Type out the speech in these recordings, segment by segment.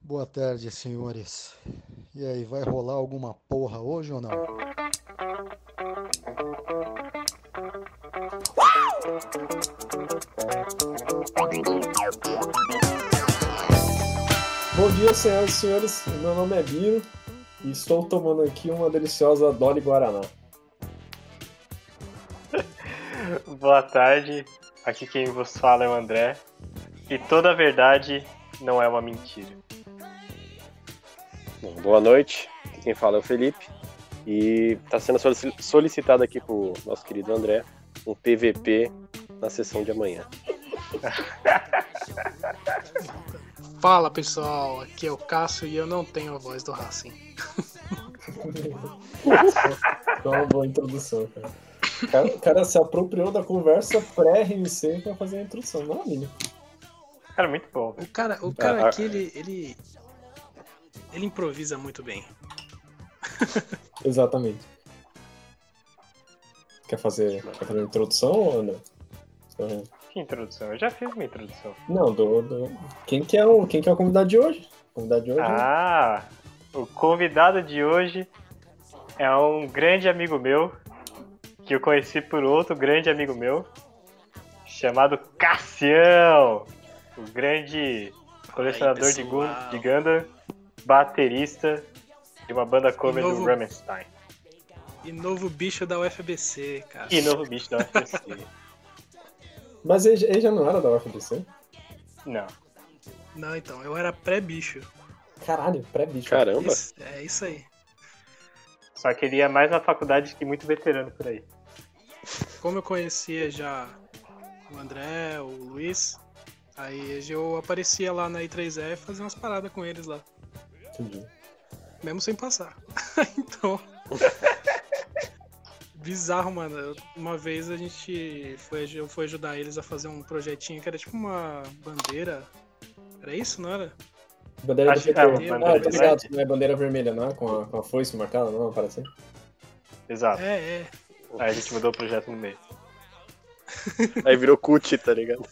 Boa tarde, senhores. E aí, vai rolar alguma porra hoje ou não? Bom dia, senhoras e senhores. Meu nome é Biro e estou tomando aqui uma deliciosa Dolly Guaraná. Boa tarde, aqui quem vos fala é o André. E toda a verdade não é uma mentira. Bom, Boa noite, aqui quem fala é o Felipe e está sendo solici- solicitado aqui pro nosso querido André um PVP na sessão de amanhã. Fala pessoal, aqui é o Cássio e eu não tenho a voz do Racing. Foi uma boa introdução, cara. O cara, o cara se apropriou da conversa pré-RMC pra fazer a introdução. é, Maravilha. Cara, muito bom. velho. O cara, o Ah, cara ah. aqui, ele, ele. Ele improvisa muito bem. Exatamente. Quer fazer, quer fazer a introdução, André? Então, Que introdução? Eu já fiz uma introdução. Não, do, do- Quem, que é o, quem que é o convidado de hoje? O convidado de hoje é Ah, o convidado de hoje é um grande amigo meu, que eu conheci por outro grande amigo meu, chamado Cassião, o grande colecionador de, gun pessoal. de Gundam, baterista de uma banda cover novo- do Rammstein. E novo bicho da UFBC, cara. E novo bicho é da UFC. Mas ele, ele já não era da UFBC? Não. Não, então, eu era pré-bicho. Caralho, pré-bicho. Caramba! Isso- É isso aí. Só que ele ia mais na faculdade que muito veterano por aí. Como eu conhecia já o André, o Luiz, aí eu aparecia lá na I3E e fazia umas paradas com eles lá. Entendi. Mesmo sem passar. então. Bizarro, mano. Eu- Uma vez a gente foi, eu fui ajudar eles a fazer um projetinho que era tipo uma bandeira. Era isso, não era? Bandeira Acho do que PT. é Ah, uma bandeira tá do ligado, PT. não é bandeira vermelha, não? Com a, com a foice marcada, não? Parece assim. Exato. É, é. Aí a gente mudou o projeto no meio. Aí virou cut, tá ligado?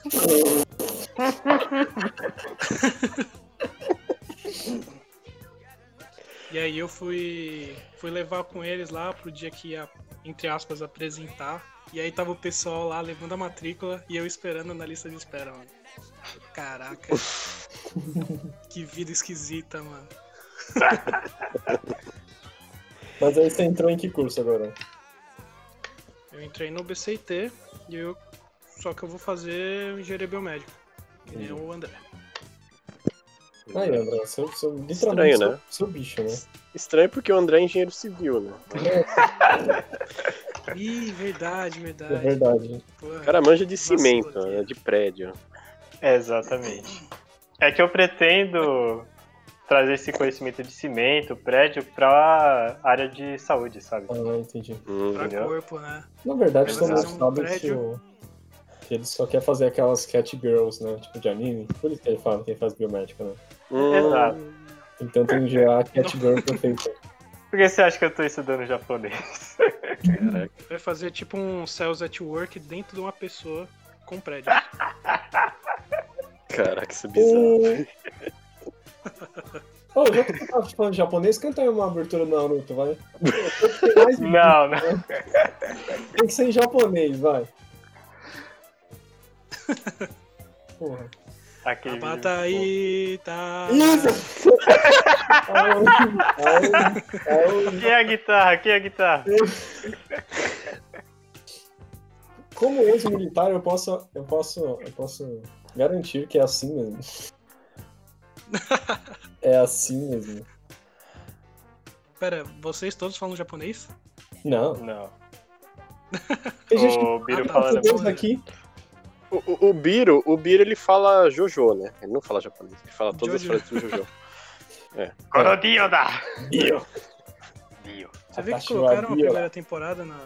E aí eu fui, fui levar com eles lá pro dia que ia, entre aspas, apresentar. E aí tava o pessoal lá levando a matrícula e eu esperando na lista de espera, mano. Caraca. que vida esquisita, mano. Mas aí você entrou em que curso agora? Eu entrei no BCIT e eu. Só que eu vou fazer engenharia biomédica. Que nem o André. É. Aí, André, seu, seu, literalmente Estranho, seu, né? seu bicho, né? Estranho porque o André é engenheiro civil, né? Ih, verdade, É verdade. verdade. Pô, O cara manja de Vacilo cimento, aqui. né? de prédio. É, Exatamente. É que eu pretendo trazer esse conhecimento de cimento, prédio, pra área de saúde, sabe? Ah, entendi. Hum. pra entendeu? corpo, né? Na verdade, Mas todo mundo fazer um sabe que, prédio- o, que ele só quer fazer aquelas catgirls, né? Tipo de anime. Por isso que ele fala que ele faz biomédica, né? Hum, Exato. Então tem que gerar a catgirl perfeita. Por que você acha que eu tô estudando japonês? caraca. Vai fazer tipo um Cells at Work dentro de uma pessoa com prédio. Caraca, isso é bizarro. Ô, já que você tá falando japonês, canta aí uma abertura do Naruto, vai. Mas Não, não. tem que ser em japonês, vai. Porra. Aquele vídeo Bata muito aí, tá. Isso! Ai, ai, bom. ai. Quem é a guitarra? Quem é a guitarra? Como ex-militar, eu posso, eu posso, eu posso garantir que é assim mesmo. É assim mesmo. Pera, vocês todos falam japonês? Não. Não. Tem gente O Biro Ah, tá. falando. que tá aqui. O, o- o Biro, o Biro, ele fala Jojo, né? Ele não fala japonês, ele fala todas Jojo. as frases do Jojo. Corodio da! Eu Dio. Você tá viu que Atashi wa colocaram a Bio. primeira temporada na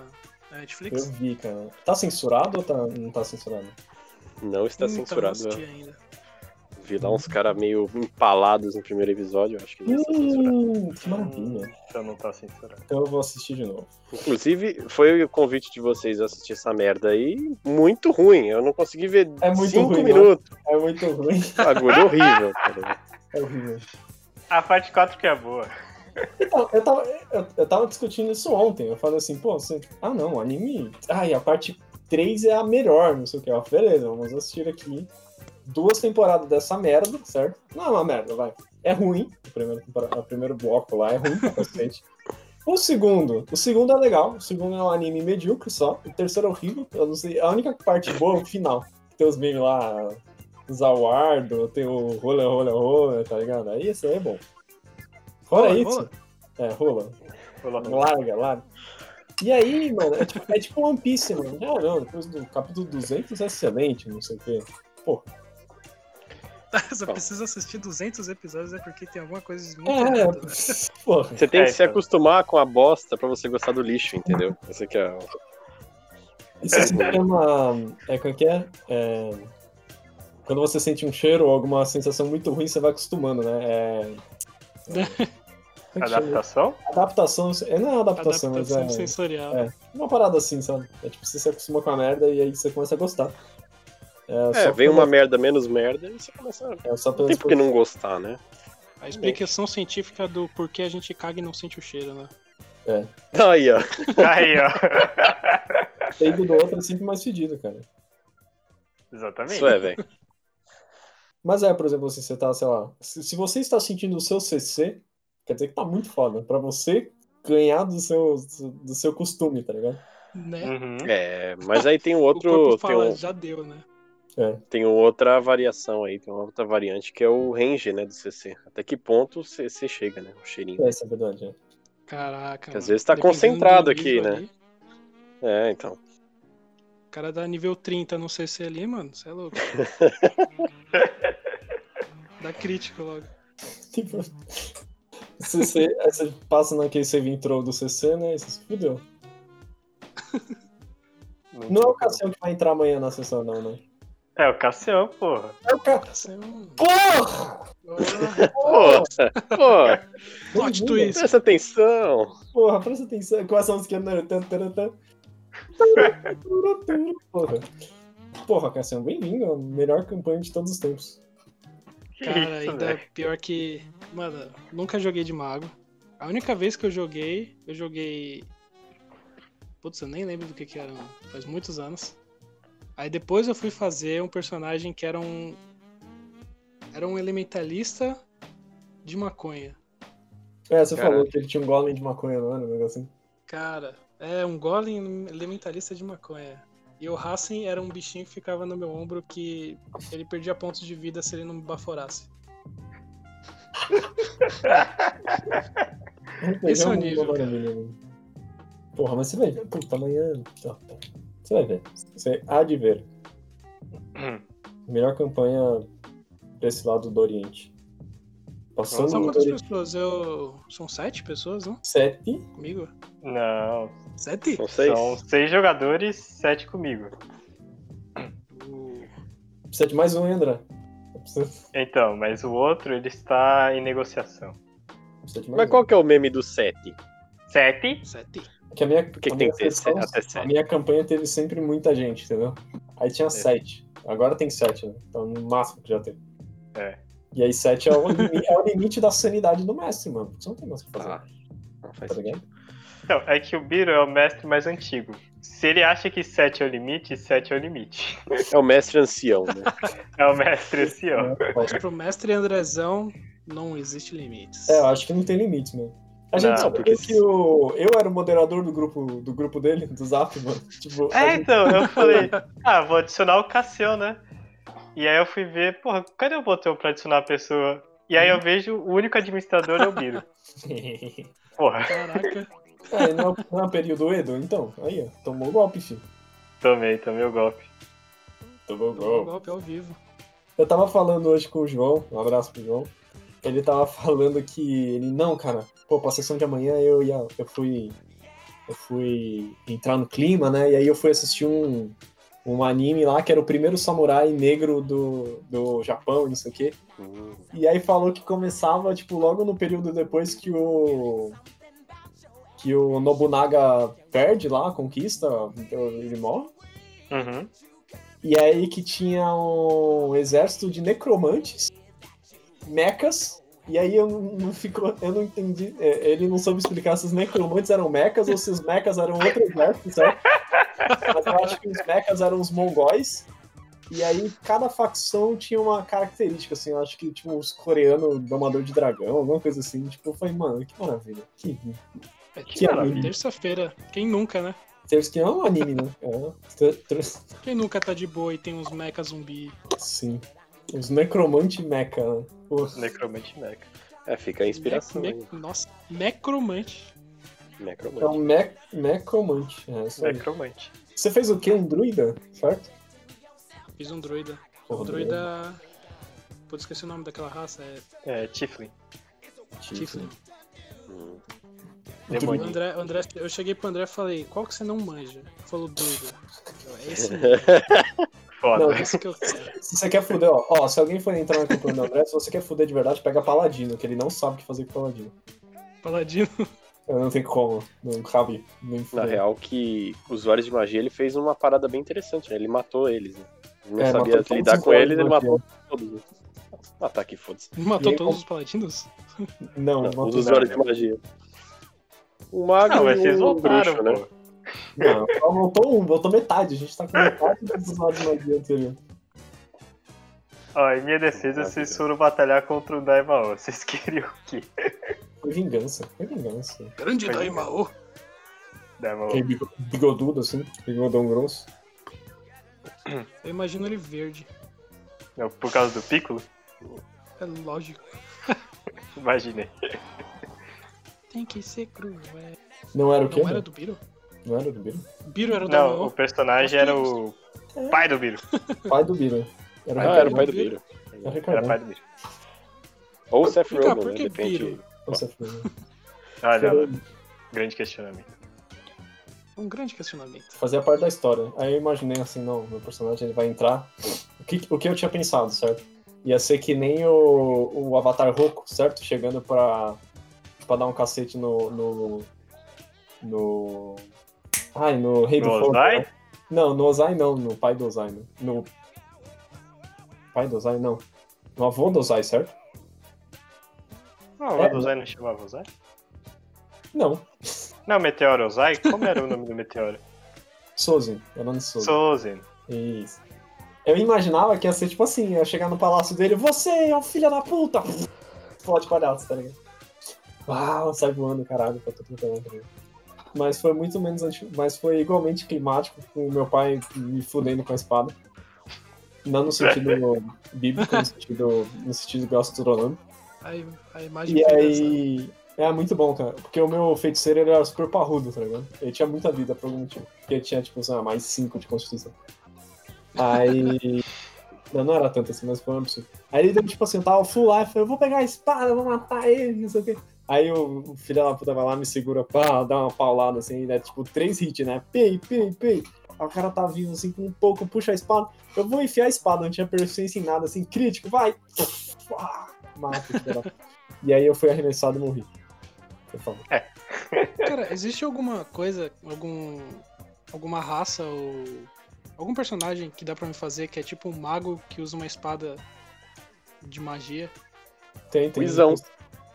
na Netflix? vi, cara. Tá censurado ou tá, não tá censurado? Não está Hum, então eu não censurado. assisti ainda. eu Vi lá uns caras meio empalados no primeiro episódio, eu acho que não está censurado. Hum, que maravilha. Então não tá censurado. Então eu vou assistir de novo. Inclusive, foi o convite de vocês a assistir essa merda aí. Muito ruim. Eu não consegui ver É muito cinco ruim, minutos. É muito ruim. Bagulho horrível. cara. É horrível. A parte 4 que é boa. Eu tava, eu, tava, eu, eu tava discutindo isso ontem. Eu falei assim, pô, você... ah não, anime. Ai, a parte 3 é a melhor, não sei o que. Eu falei, beleza, vamos assistir aqui duas temporadas dessa merda, certo? Não é uma merda, vai. É ruim. O primeiro, tempora- o primeiro bloco lá é ruim pra bastante. O segundo, o segundo é legal. O segundo é um anime medíocre só. O terceiro é horrível. Eu não sei. A única parte boa é o final. Tem os memes lá, Zawardo, tem o rola, rola, rola, tá ligado? Aí isso aí é bom. Fora Rola, isso. rola? É, rola. Rolou. Larga, larga. E aí, mano, é tipo, é tipo One Piece, mano. Não, não, depois do capítulo 200 é excelente, não sei o quê. Só precisa assistir 200 episódios, é porque tem alguma coisa muito É, errada, né? porra. Você tem É, que se então. acostumar com a bosta pra você gostar do lixo, entendeu? Esse aqui é o Isso se chama. É como é que é? É, Quando você sente um cheiro ou alguma sensação muito ruim, você vai acostumando, né? É. Como é que chama? Adaptação? Adaptação. É, não é adaptação, Adaptação mas é. sensorial. é. Uma parada assim, sabe? É tipo, você se acostuma com a merda e aí você começa a gostar. Tá É, vem uma merda menos merda e você começa. a- É só Não pela tem por que não gostar, né? A explicação científica do porquê a gente caga e não sente o cheiro, né? Aí, ó. Aí, ó. Peido né? do outro é sempre mais fedido, cara. Exatamente. Isso é, velho. Mas é, por exemplo, assim, você tá, sei lá. Se, se você está sentindo o seu CC, quer dizer que tá muito foda. Pra você ganhar do seu, do seu costume, tá ligado? Né? Uhum. É, mas aí tem um o outro. corpo Tem, fala, um- já deu, né? tem um outra variação aí, tem uma outra variante que é o range, né, do CC. Até que ponto o CC chega, né? O cheirinho. É, isso é verdade. É. Caraca. Às mano. vezes tá Dependendo concentrado do aqui, nível né? ali, É, então. O cara dá nível 30 no CC ali, mano. Você é louco. dá crítico logo. Tipo, CC, aí você passa naquele save intro do CC, né? E você se fudeu. Não é o Cassião que vai entrar amanhã na sessão, não, né? É o Cassião, porra. É o Ca... Isso é um- Porra! Pô, pô, Plot twist. presta atenção. Porra, presta atenção. Com né? ação esquerda. tan, tan, tan. Porra. Porra, Cassião, bem-vindo. A melhor campanha de todos os tempos. Que Cara, isso, ainda velho. pior que. Mano, nunca joguei de mago. A única vez que eu joguei, eu joguei. Putz, eu nem lembro do que, que era, mano. faz muitos anos. Aí depois eu fui fazer um personagem que era um. Era um elementalista de maconha. É, você Caralho. falou que ele tinha um golem de maconha, não era um negócio assim. Cara, é um golem elementalista de maconha. E o Hassen era um bichinho que ficava no meu ombro que ele perdia pontos de vida se ele não me baforasse. Esse é o nível, um Agora, menino. Porra, mas você vai ver. Puta, amanhã. tá, tá. Você vai ver. Você há de ver. Melhor campanha desse lado do Oriente. Passando São do quantas Oriente. pessoas? Eu. São sete pessoas, não? Sete. Comigo? Não. Sete? São seis. São seis jogadores, sete comigo. Precisa de mais um, hein, André. Precisa Então, mas o outro, ele está em negociação. precisa de mais Mas um. qual que é o meme do 7? Sete? Sete. Porque a minha, que a tem minha que ter sessão- sete- até A sete? É. minha campanha teve sempre muita gente, entendeu? Aí tinha sete. Agora tem sete, né? Então no máximo que já tem. É. E aí sete é o, limi- é o limite da sanidade do mestre, mano. Porque você não tem mais o que fazer, Ah, não faz tá sentido. ligado? Não, é que o Biro é o mestre mais antigo. Se ele acha que 7 é o limite, 7 é o limite. É o mestre ancião, né? É o mestre esse ó. É, Pro mestre Andrezão, não existe limites. eu acho que não tem limite, mano. A gente Não, sabe porque- que o... eu era o moderador do grupo, do grupo dele, do Zap, mano. Tipo, a É, gente- então, eu falei, ah, vou adicionar o Cassião, né? E aí eu fui ver, porra, cadê o botão pra adicionar a pessoa? E aí eu vejo o único administrador é o Biro. Porra, Caraca. é, não, é, o- não é o período Edo? Então, aí, ó. Tomou o golpe, filho. tomei, tomei o golpe. Tomou o Dou um golpe ao vivo. Eu tava falando hoje com o João, um abraço pro João. Ele tava falando que ele, não, cara, pô, pra sessão de amanhã eu ia, eu fui eu fui entrar no clima, né? E aí eu fui assistir um um anime lá que era o primeiro samurai negro do, do Japão, não sei o quê. Hum, E aí falou que começava tipo logo no período depois que o que o Nobunaga perde lá, conquista, então ele morre. Uhum. E é aí que tinha um exército de necromantes, mechas E aí eu não, não ficou, eu não entendi. é, ele não soube explicar se os necromantes eram mecas ou se os mecas eram outros exércitos, certo? Mas eu acho que os mecas eram os mongóis. E aí cada facção tinha uma característica, assim, eu acho que tipo os coreanos domador de dragão, alguma coisa assim. Tipo, eu falei, mano, que maravilha. Que rico. É Que maravilha. terça-feira. Quem nunca, né? Terce que é um anime, né? É, tr- tr- Quem nunca tá de boa e tem uns mecha zumbi? sim. Os necromante meca, né? Pô, Necromante Mecha. É, fica a inspiração. Me- né? me- Nossa, necromante. É um Necromante. me necromante. É, isso aí. Necromante. Você fez o quê? Um druida? Certo? Fiz um droida. Porra, né? o droida. Pô, esqueci o nome daquela raça, é É, Tiflin. Tiflin. Hum. O Demônio. André, o André, eu cheguei pro André e falei, qual que você não manja? Ele falou droida. Eu, É esse, Foda. é esse que eu quero. Se você quer fuder, ó, ó, se alguém for entrar na campanha do André, se você quer fuder de verdade, pega Paladino, que ele não sabe o que fazer com Paladino. Paladino. Eu não tem como, não cabe, nem Na fuder. real, que usuários de magia, ele fez uma parada bem interessante, né? Ele matou eles, né? Ele não É, matou sabia todos lidar os com eles, ele usuários de matou todos. né? Matar que foda-se. E Matou aí, todos como- os paladinos? Não, Não, não, os não, usuários de magia. Um mago Não, mas e vocês um voltaram, bruxo, né? pô. não, só voltou um, voltou metade, a gente tá com metade dos usuários de magia anterior. Ó, em minha defesa, vocês foram batalhar contra o Daimao. Vocês queriam o quê? Foi vingança, foi vingança. Grande Pois é. Daimao. Daimao. Aquele bigo- bigodudo assim, bigodão grosso. Eu imagino ele verde. Não, Por causa do Piccolo? É lógico. Imaginei. Tem que ser cruel. Não era o quê? Não era mano? do Biro? Não era do Biro? Biro era o Não, o Daimao. personagem Acho que era o É. pai do Biro. Pai do Biro. Era Ah, era o Ricardão. pai do Biro. Era o Era Ricardão. pai do Biro. Ou o Seth Vem cá, Rogen, por né? que Depende. Biro? Nossa, foi- né? Olha, foi- olha, grande questionamento. Um grande questionamento. fazia parte da história. Aí eu imaginei assim, não, meu personagem ele vai entrar. O que, o que eu tinha pensado, certo? Ia ser que nem o, o Avatar Roku, certo? Chegando pra, pra dar um cacete no. no. no. Ai, no Rei do No Fogo. Ozai? né? Não, no Ozai não, no pai do Ozai, né? No. Pai do Ozai não. No avô do Ozai, certo? Não, o Adozai não chamava Ozai? Não. Não, Meteoro Ozai? Como era o nome do meteoro? Sozin, era no Sozin. Sozen. Isso. Eu imaginava que ia ser tipo assim, ia chegar no palácio dele, você é um filho da puta! Explode palhaço, tá ligado? Uau, sai voando, caralho, pra todo mundo, tá ligado? Mas foi muito menos anti... Mas foi igualmente climático, com o meu pai me fudendo com a espada. Não no sentido bíblico, no sentido, no sentido gastronômico. A, a imagem E foi aí. É muito bom, cara. Porque o meu feiticeiro ele era super parrudo, tá ligado? Ele tinha muita vida por algum motivo. Porque ele tinha, tipo, sei lá, mais 5 de constituição. Aí. não, não era tanto assim, mas foi um absurdo. Aí ele deu, tipo assim, eu tava full life, eu vou pegar a espada, eu vou matar ele, não sei o quê. Aí o o filho da puta vai lá, me segura, pá, dá uma paulada assim, né? Tipo, três hits, né? Pei, pei, pei. Aí o cara tá vindo assim com um pouco, puxa a espada. Eu vou enfiar a espada, não tinha perfeição em nada, assim, crítico, vai! Ah, Mata o filho da e aí eu fui arremessado e morri. Eu falo, Cara, existe alguma coisa, algum, alguma raça ou algum personagem que dá pra me fazer que é tipo um mago que usa uma espada de magia? tem, tem. O Izão.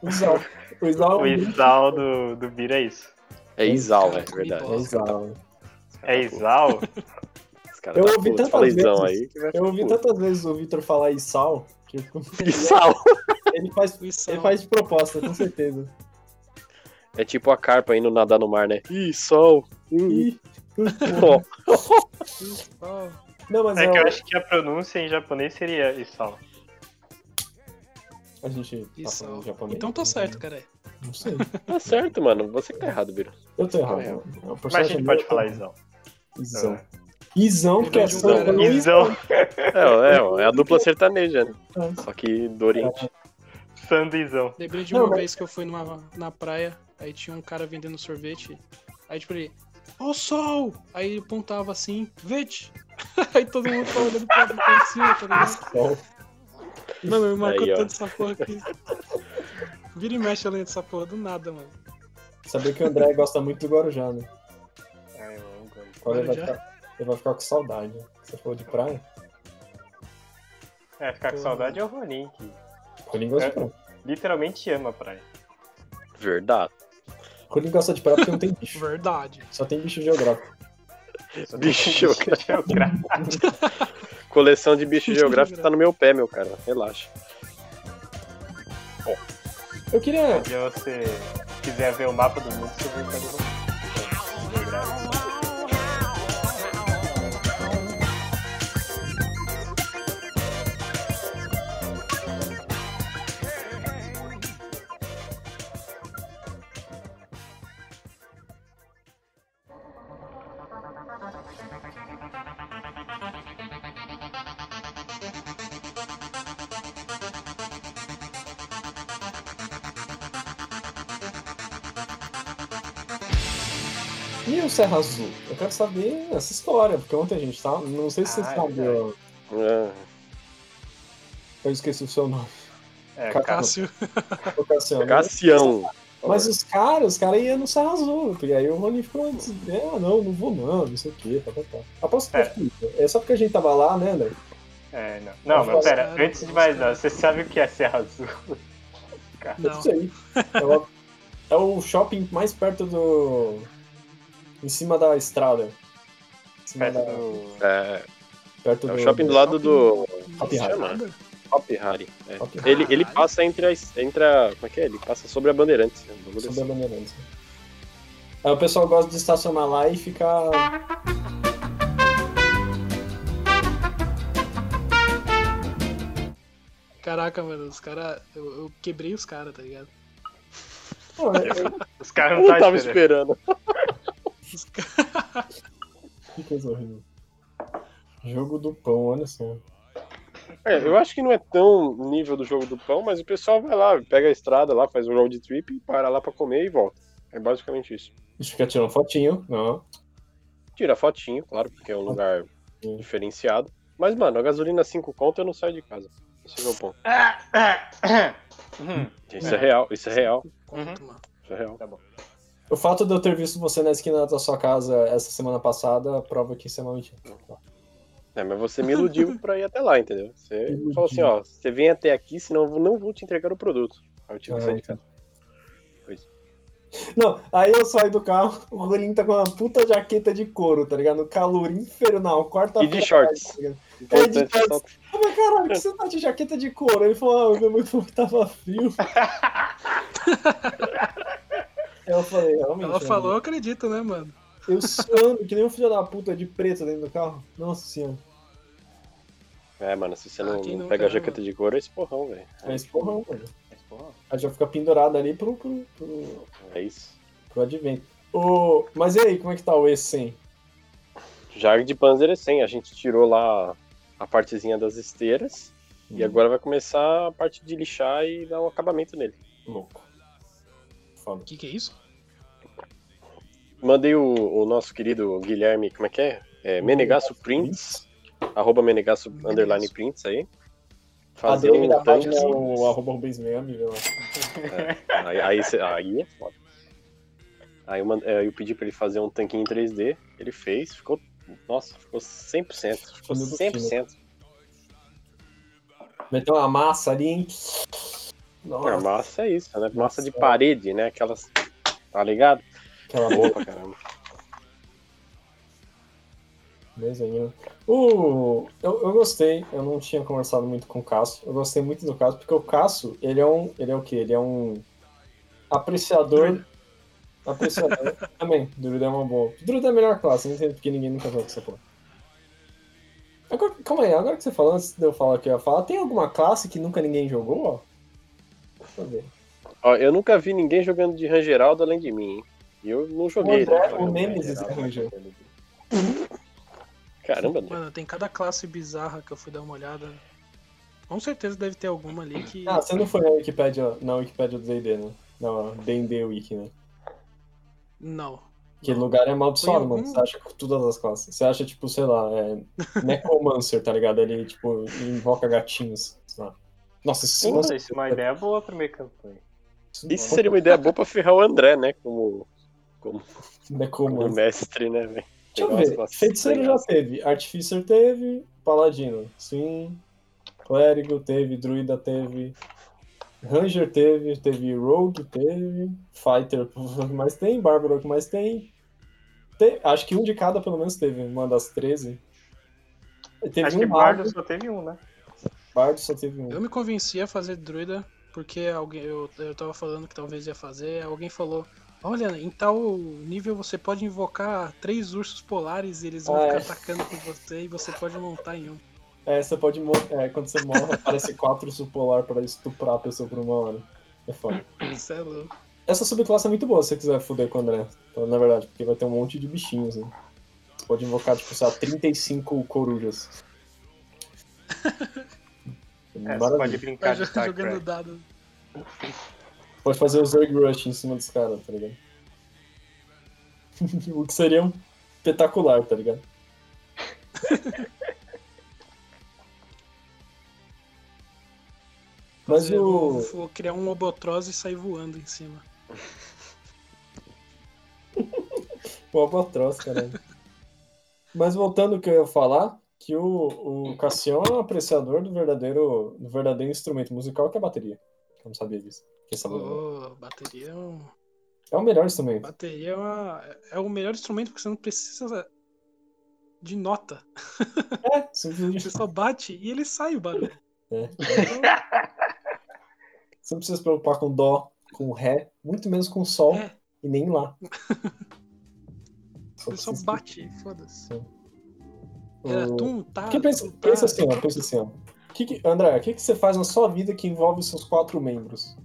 O Izão. O Izão. O Isal do, do Biro é isso. É Isal, Cara, é verdade. que É Izão. É Isal? Os caras Eu tá ouvi puto. tantas Fala Isão vezes. aí. que vai Eu ouvi ficar tantas vezes o Victor falar Isal, que eu- puto. Isal! ele faz, Isso, ele faz de proposta, com certeza. É tipo a carpa indo nadar no mar, né? Ih, sol! Ih, Ih, ó. não, mas É é, que eu o- acho que a pronúncia em japonês seria Isal. a gente tá Isso. falando japonês. Então tô certo, cara. Não sei. Tá certo, mano. Você que tá errado, Biro. Eu tô errado. É. mano. O Mas a personagem gente é pode meu, falar É. tá? Isal. Izão. Izão, porque é Izão. só pelo Isal É, ó, é, ó, é a dupla sertaneja, né? É. Só que do Oriente. Sandizão. Lembrei de Não, uma mas- vez que eu fui numa, na praia, aí tinha um cara vendendo sorvete. Aí tipo ele, ó o sol! Aí ele apontava assim, vete! aí todo mundo tava olhando pra, pra cima, tá ligado? Izão. Mano, me marcou Aí, ó. tanto essa porra aqui. Vira e mexe além dessa porra, do nada, mano. Saber que o André gosta muito do Guarujá, né? Ai, eu não gosto. Agora ele vai Guarujá? ficar- ele vai ficar com saudade. né? Você falou de praia? É, ficar com Pô. saudade é o Ronin. Que... Ele gosta de praia. literalmente ama a praia. Verdade. Curitiba gosta de praia porque não tem bicho. Verdade. Só tem bicho geográfico. Só tem Bicho, geográfico. Coleção de bicho geográfico tá no meu pé, meu cara. Relaxa. Eu queria. Se você quiser ver o mapa do mundo, você vê quando geográfico. E o Serra Azul? Eu quero saber essa história, porque ontem a gente tava. Não sei se vocês Ah, é sabiam. Ah, Eu esqueci o seu nome. É, Ca- cara, Cássio. Ô, Cassiano. Cassião. Mas os caras, os caras iam no Serra Azul. E aí o Rony ficou antes. Ah, não, não vou não, não sei o quê. Tá, tá, tá. Aposto que É. é. é só porque a gente tava lá, né, Léo? é, não. Não, mas pera, antes de mais nada, você sabe o que é Serra Azul? É Não. isso aí. É o, é o shopping mais perto do. Em cima da estrada. Em cima Perto da- do. É, perto é o shopping do lado do Hopi Hari. Nada. Hop Hari. é. Hopi Hari. Ele, ele passa entre as. Entre a, como é que é? Ele passa sobre a Bandeirantes. né? Um bagulho Sobre a Bandeirantes. Aí o pessoal gosta de estacionar lá e ficar. Caraca, mano, os caras. Eu, eu quebrei os caras, tá ligado? Não, é- Os caras assim. não Eu não estavam tava esperando. esperando. Os caras. é- que coisa horrível. Jogo do pão, olha só. É, eu acho que não é tão nível do jogo do pão, mas o pessoal vai lá, pega a estrada lá, faz o road trip, e para lá pra comer e volta. É basicamente isso. Deixa eu ficar tirando fotinho. Não. Tira fotinho, claro, porque é um lugar diferenciado. Mas, mano, a gasolina 5 conto eu não saio de casa. Esse é o meu ponto. Hum, Isso é real, isso é real, Conto, Uhum. mano. isso é real. O fato de eu ter visto você na esquina da sua casa essa semana passada prova que isso é uma mentira. É, mas você me iludiu pra ir até lá, entendeu? Você Iludiu. falou assim, ó, você vem até aqui, senão eu não vou te entregar o tipo assim, produto. Aí eu tive que sair de casa. Não, aí eu saio do carro, o Rolim tá com uma puta jaqueta de couro, tá ligado? No calor infernal, quarta E de shorts. Tá ligado? Importante É de só- Eu falei, caralho, por que você tá de jaqueta de couro? Ele falou, ah, meu irmão falou que tava frio. Aí eu falei, "É, realmente. Ela mano, falou, eu acredito, né, mano? Eu suando que nem um filho da puta de preto dentro do carro. Nossa senhora. É, mano, se você Ah, não, quem não nunca, pega a né, jaqueta de couro, é tipo, esse porrão, velho. Mas porra, mano. mas, pô, Ela já fica pendurada ali pro, pro, pro, É isso. pro advento. Ô, mas e aí, como é que tá o esse 100? Já de Panzer é 100, a gente tirou lá a partezinha das esteiras. E agora vai começar a parte de lixar e dar um acabamento nele. Louco. Foda. O que, que é isso? Mandei o, o nosso querido Guilherme, como é que é? é Menegasso Prints, arroba Menegasso Menegasso. underline Prints aí. A Fazer DM um da tanque. página é o arroba rubens meia, lá. Aí, aí, cê- aí é foda. Aí eu, mand- é, eu pedi pra ele fazer um tanquinho em 3D, ele fez, ficou. Nossa, ficou 100%. Ficou Filho do 100%. Meteu uma massa ali, hein? A Nossa, massa é isso, né? Massa de Nossa. parede, né? Aquelas. Tá ligado? aquela Boa pra caramba. Desenho. O eu, eu gostei, eu não tinha conversado muito com o Cássio. Eu gostei muito do Cássio, porque o Cássio, ele é um. Ele é o quê? Ele é um apreciador. Apreciador. Também, Druida é uma boa. Druida é a melhor classe, não entendo porque ninguém nunca joga com essa porra. Agora, calma aí, agora que você falou, antes de eu falar o que eu ia falar, tem alguma classe que nunca ninguém jogou? ó? Deixa eu ver. Ó, eu nunca vi ninguém jogando de Rangeraldo além de mim, hein? E eu não joguei. André, é né? o Jogando de Nemesis Rangeraldo. arranjou. Caramba, André. Mano, tem cada classe bizarra que eu fui dar uma olhada. Com certeza deve ter alguma ali que. Ah, você não foi na Wikipédia, na Wikipédia do D&D, né? Na D&D Wiki, né? Não. Que lugar é amaldiçoado, Foi mano. algum- Você acha com todas as classes. Você acha, tipo, sei lá, é... Necromancer, tá ligado? Ele, tipo, invoca gatinhos. sei lá. Nossa, isso, Puta, nossa, isso é uma ideia boa pra minha campanha. isso- Isso seria uma ideia boa pra ferrar o André, né? Como, como Necromancer. mestre, né, velho? Deixa eu Pegar umas ver. classes Feiticeiro já legais. teve. Artificer teve. Paladino, sim. Clérigo teve. Druida teve. Ranger teve, teve Rogue, teve Fighter, que mais tem, Bárbaro, é que mais tem. Te- acho que um de cada pelo menos teve, uma das 13. E Teve Acho um que bardo, Bardo só teve um, né? bardo só teve um. Eu me convenci a fazer druida porque alguém eu, eu tava falando que talvez ia fazer, alguém falou: "Olha, em tal nível você pode invocar três ursos polares e eles vão Ah, ficar é. atacando com você e você pode montar em um". É, você pode mo- é, quando você morre, aparece quatro supolar pra estuprar a pessoa por uma hora. É foda. Isso é louco. Essa subclasse é muito boa se você quiser foder com o André. Então, na verdade, porque vai ter um monte de bichinhos, né? Você pode invocar, tipo, sei lá, 35 corujas. É, você pode Maravilha. brincar de jogando StarCraft. dado. Pode fazer o Zerg Rush em cima dos caras, tá ligado? o que seria um espetacular, tá ligado? Mas Eu vou, o. vou criar um obotroz e sair voando em cima. O Albatroz, caralho. Mas voltando ao que eu ia falar, que o, Hum. o Cassião é um apreciador do verdadeiro, do verdadeiro instrumento musical que é a bateria. Eu não sabia disso. Quem sabe não. Ô, bateria é um É o melhor instrumento. Bateria é, uma- é o melhor instrumento porque você não precisa de nota. É, simplesmente. Você só bate e ele sai o barulho. É. Então, Você não precisa se preocupar com dó, com ré, muito menos com sol É. e nem lá. Só ele só precisa- bate e foda-se. Era O- tum, tá. Porque pensa, tum, tá. pensa assim, ó, pensa assim, ó. Que que- André, o que, que você faz na sua vida que envolve os seus quatro membros?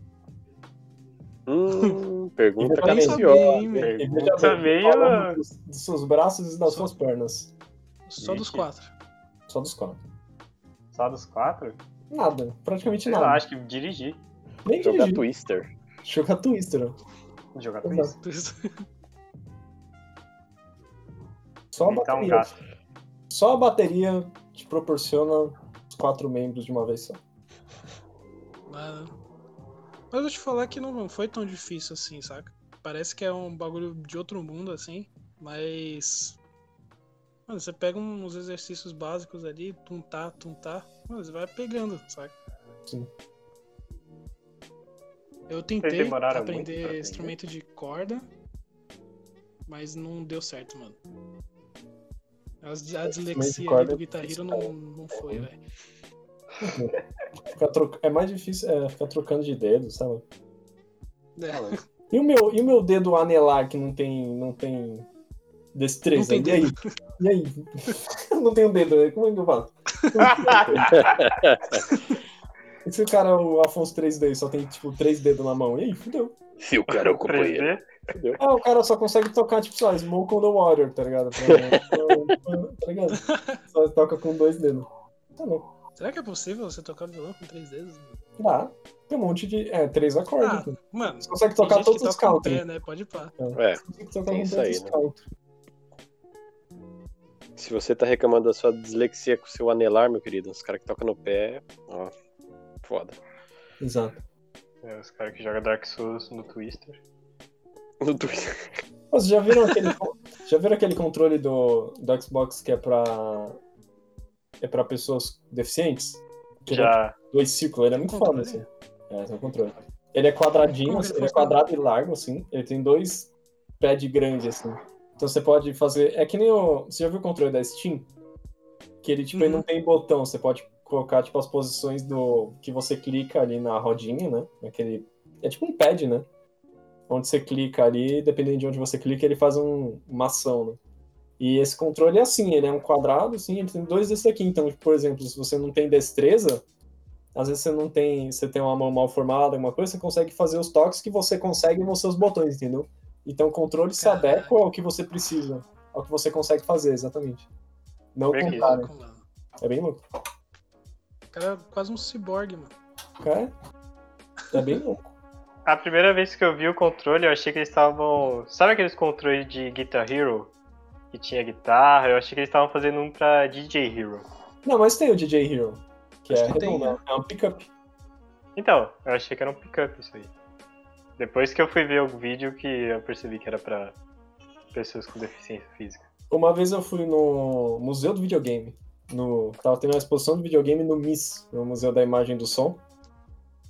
Hum, pergunta Eu nem sabia, hein, capciosa. velho. pergunta- veja Tá bem, meio- falando dos, dos seus braços e das suas pernas. Só dos quatro. Só dos quatro. Só dos quatro? Nada, praticamente Sei lá, nada. acho que dirigir. Nem Jogar dirigir. Twister. Jogar Twister. ó. Jogar Exato. com isso. Só a Pintar um bateria. gato. só a bateria te proporciona os quatro membros de uma vez só. Mas, mas eu vou te falar que não foi tão difícil assim, saca? Parece que é um bagulho de outro mundo, assim, mas. Mano, você pega uns exercícios básicos ali, tuntar, tuntar, mano, você vai pegando, saca? Sim. Eu tentei Vocês demoraram muito pra aprender aprender? instrumento de corda, mas não deu certo, mano. As- A dislexia ali corda do é Guitar Hero difícil, não, cara. não foi, velho. Ficar troca- É mais difícil é, ficar trocando de dedo, sabe? É. E o meu, e o meu dedo anelar que não tem. não tem destreza. Não tem e aí? E aí? Eu não tenho dedo, né? como é que eu faço? E se o cara, o Afonso 3D, só tem, tipo, três dedos na mão? E aí, fudeu. Se o cara é o companheiro. 3D? É, o cara só consegue tocar, tipo, só Smoke on the Water, tá ligado? Tá ligado? Só toca com dois dedos. Tá louco. Será que é possível você tocar violão com três dedos? mano? Dá. Tem um monte de. É, três acordes. Ah, mano, Você consegue tem tocar gente todos que os toca com o country. pé, né? Pode pá. É, Você consegue tocar Tem com isso todos aí, os né? country. se você tá reclamando da sua dislexia com o seu anelar, meu querido, os caras que tocam no pé, ó, foda. Exato. É, os caras que jogam Dark Souls no Twister. No Twitter. Vocês já viram aquele. já viram aquele controle do, do Xbox que é pra. É pra pessoas deficientes? Que ele é Já. dois círculos, ele é Tem muito foda, controle? assim. É, tem um controle. Ele é quadradinho, Como que assim, ele ele é funciona? quadrado e largo, assim. Ele tem dois pads grandes, assim. Então você pode fazer. É que nem o. Você já viu o controle da Steam? Que ele, tipo, ele Uhum. não tem botão. Você pode colocar, tipo, as posições do. que você clica ali na rodinha, né? Naquele. É tipo um pad, né? Onde você clica ali, dependendo de onde você clica, ele faz um- uma ação, né? E esse controle é assim, ele é um quadrado, assim, ele tem dois desses aqui. Então, por exemplo, se você não tem destreza, às vezes você não tem, você tem uma mão mal formada, alguma coisa, você consegue fazer os toques que você consegue nos seus botões, entendeu? Então o controle se Caraca. adequa ao que você precisa, ao que você consegue fazer, exatamente. Não o Bem que contrário. Louco, mano. É bem louco. O cara é quase um ciborgue, mano. Cara, é bem louco. A primeira vez que eu vi o controle, eu achei que eles estavam. Sabe aqueles controles de Guitar Hero? Que tinha guitarra? Eu achei que eles estavam fazendo um pra DJ Hero. Não, mas tem o DJ Hero, que Acho é que tem, né? redondo, é um pickup. Então, eu achei que era um pickup isso aí. Depois que eu fui ver o vídeo que eu percebi que era pra pessoas com deficiência física. Uma vez eu fui no Museu do Videogame. No, tava tendo uma exposição de videogame no MIS, no Museu da Imagem e do Som.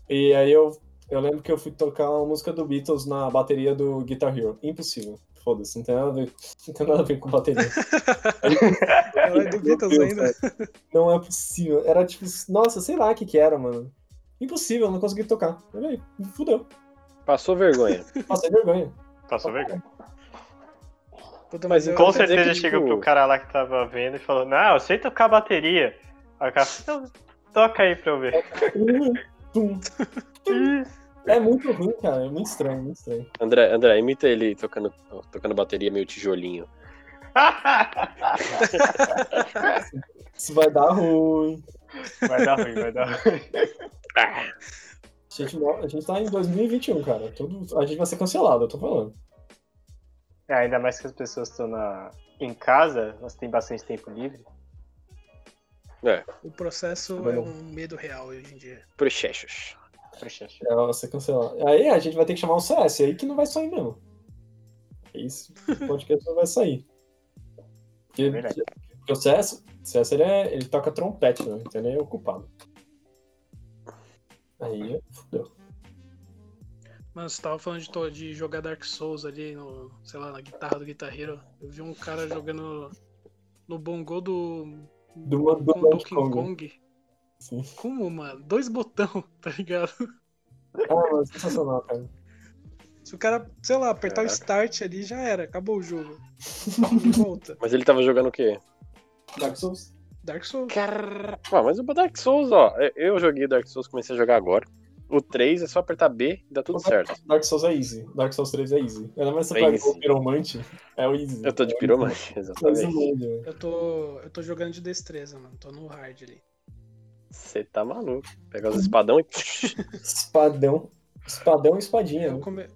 E aí eu, eu lembro que eu fui tocar uma música do Beatles na bateria do Guitar Hero. Impossível. Foda-se, não tem nada a ver, não tem nada a ver com bateria. Ela é do Meu Beatles Deus, ainda. Não é possível. Era tipo, nossa, sei lá o que que era, mano. Impossível, eu não consegui tocar. Eu falei, fudeu. Passou vergonha. Passei vergonha. Passou vergonha. Puta, Mas eu- então- Com quer dizer certeza que, chegou tipo- pro cara lá que tava vendo e falou, não, eu sei tocar bateria. Aí o cara, "Então, toca aí pra eu É, ver. Tum. É muito ruim, cara. É muito estranho, muito estranho. André, André, imita ele tocando, tocando bateria meio tijolinho. Isso vai dar ruim. vai dar ruim, vai dar ruim. A gente, mo- a gente tá em 2021, cara. Tudo, a gente vai ser cancelado, eu tô falando. É, ainda mais que as pessoas estão na... em casa, elas têm bastante tempo livre. O processo Tá é um medo real hoje em dia. Prechechos. Puxa, acho- É, vai ser cancelado. Aí a gente vai ter que chamar o CS, aí que não vai sair mesmo. É isso. O podcast não vai sair. Porque, É verdade. porque o CS, o CS ele, é- ele toca trompete, né? Então ele é ocupado. Aí, fudeu. Mano, você tava falando de, to- de jogar Dark Souls ali no, sei lá, na guitarra do guitarreiro. Eu vi um cara jogando no bongô do. Do Donkey do Donkey Kong. Kong. Sim. Como, mano? Dois botão, tá ligado? Ah, mas sensacional, cara. Se o cara, sei lá, apertar o Caraca. start ali, já era, acabou o jogo. Não volta. Mas ele tava jogando o quê? Dark Souls. Dark Souls. Ah, mas o Dark Souls, ó. Eu joguei Dark Souls, comecei a jogar agora. O 3 é só apertar B e dá tudo certo. Dark Souls é easy. Dark Souls 3 é easy. Ainda mais se você É pega easy. o piromante, é o easy. Eu tô de É o piromante, easy. É o easy exatamente. mode, velho. Eu tô. Eu tô jogando de destreza, mano. Tô no hard ali. Você tá maluco. Pega os espadão e. Espadão. Espadão e espadinha. Eu come-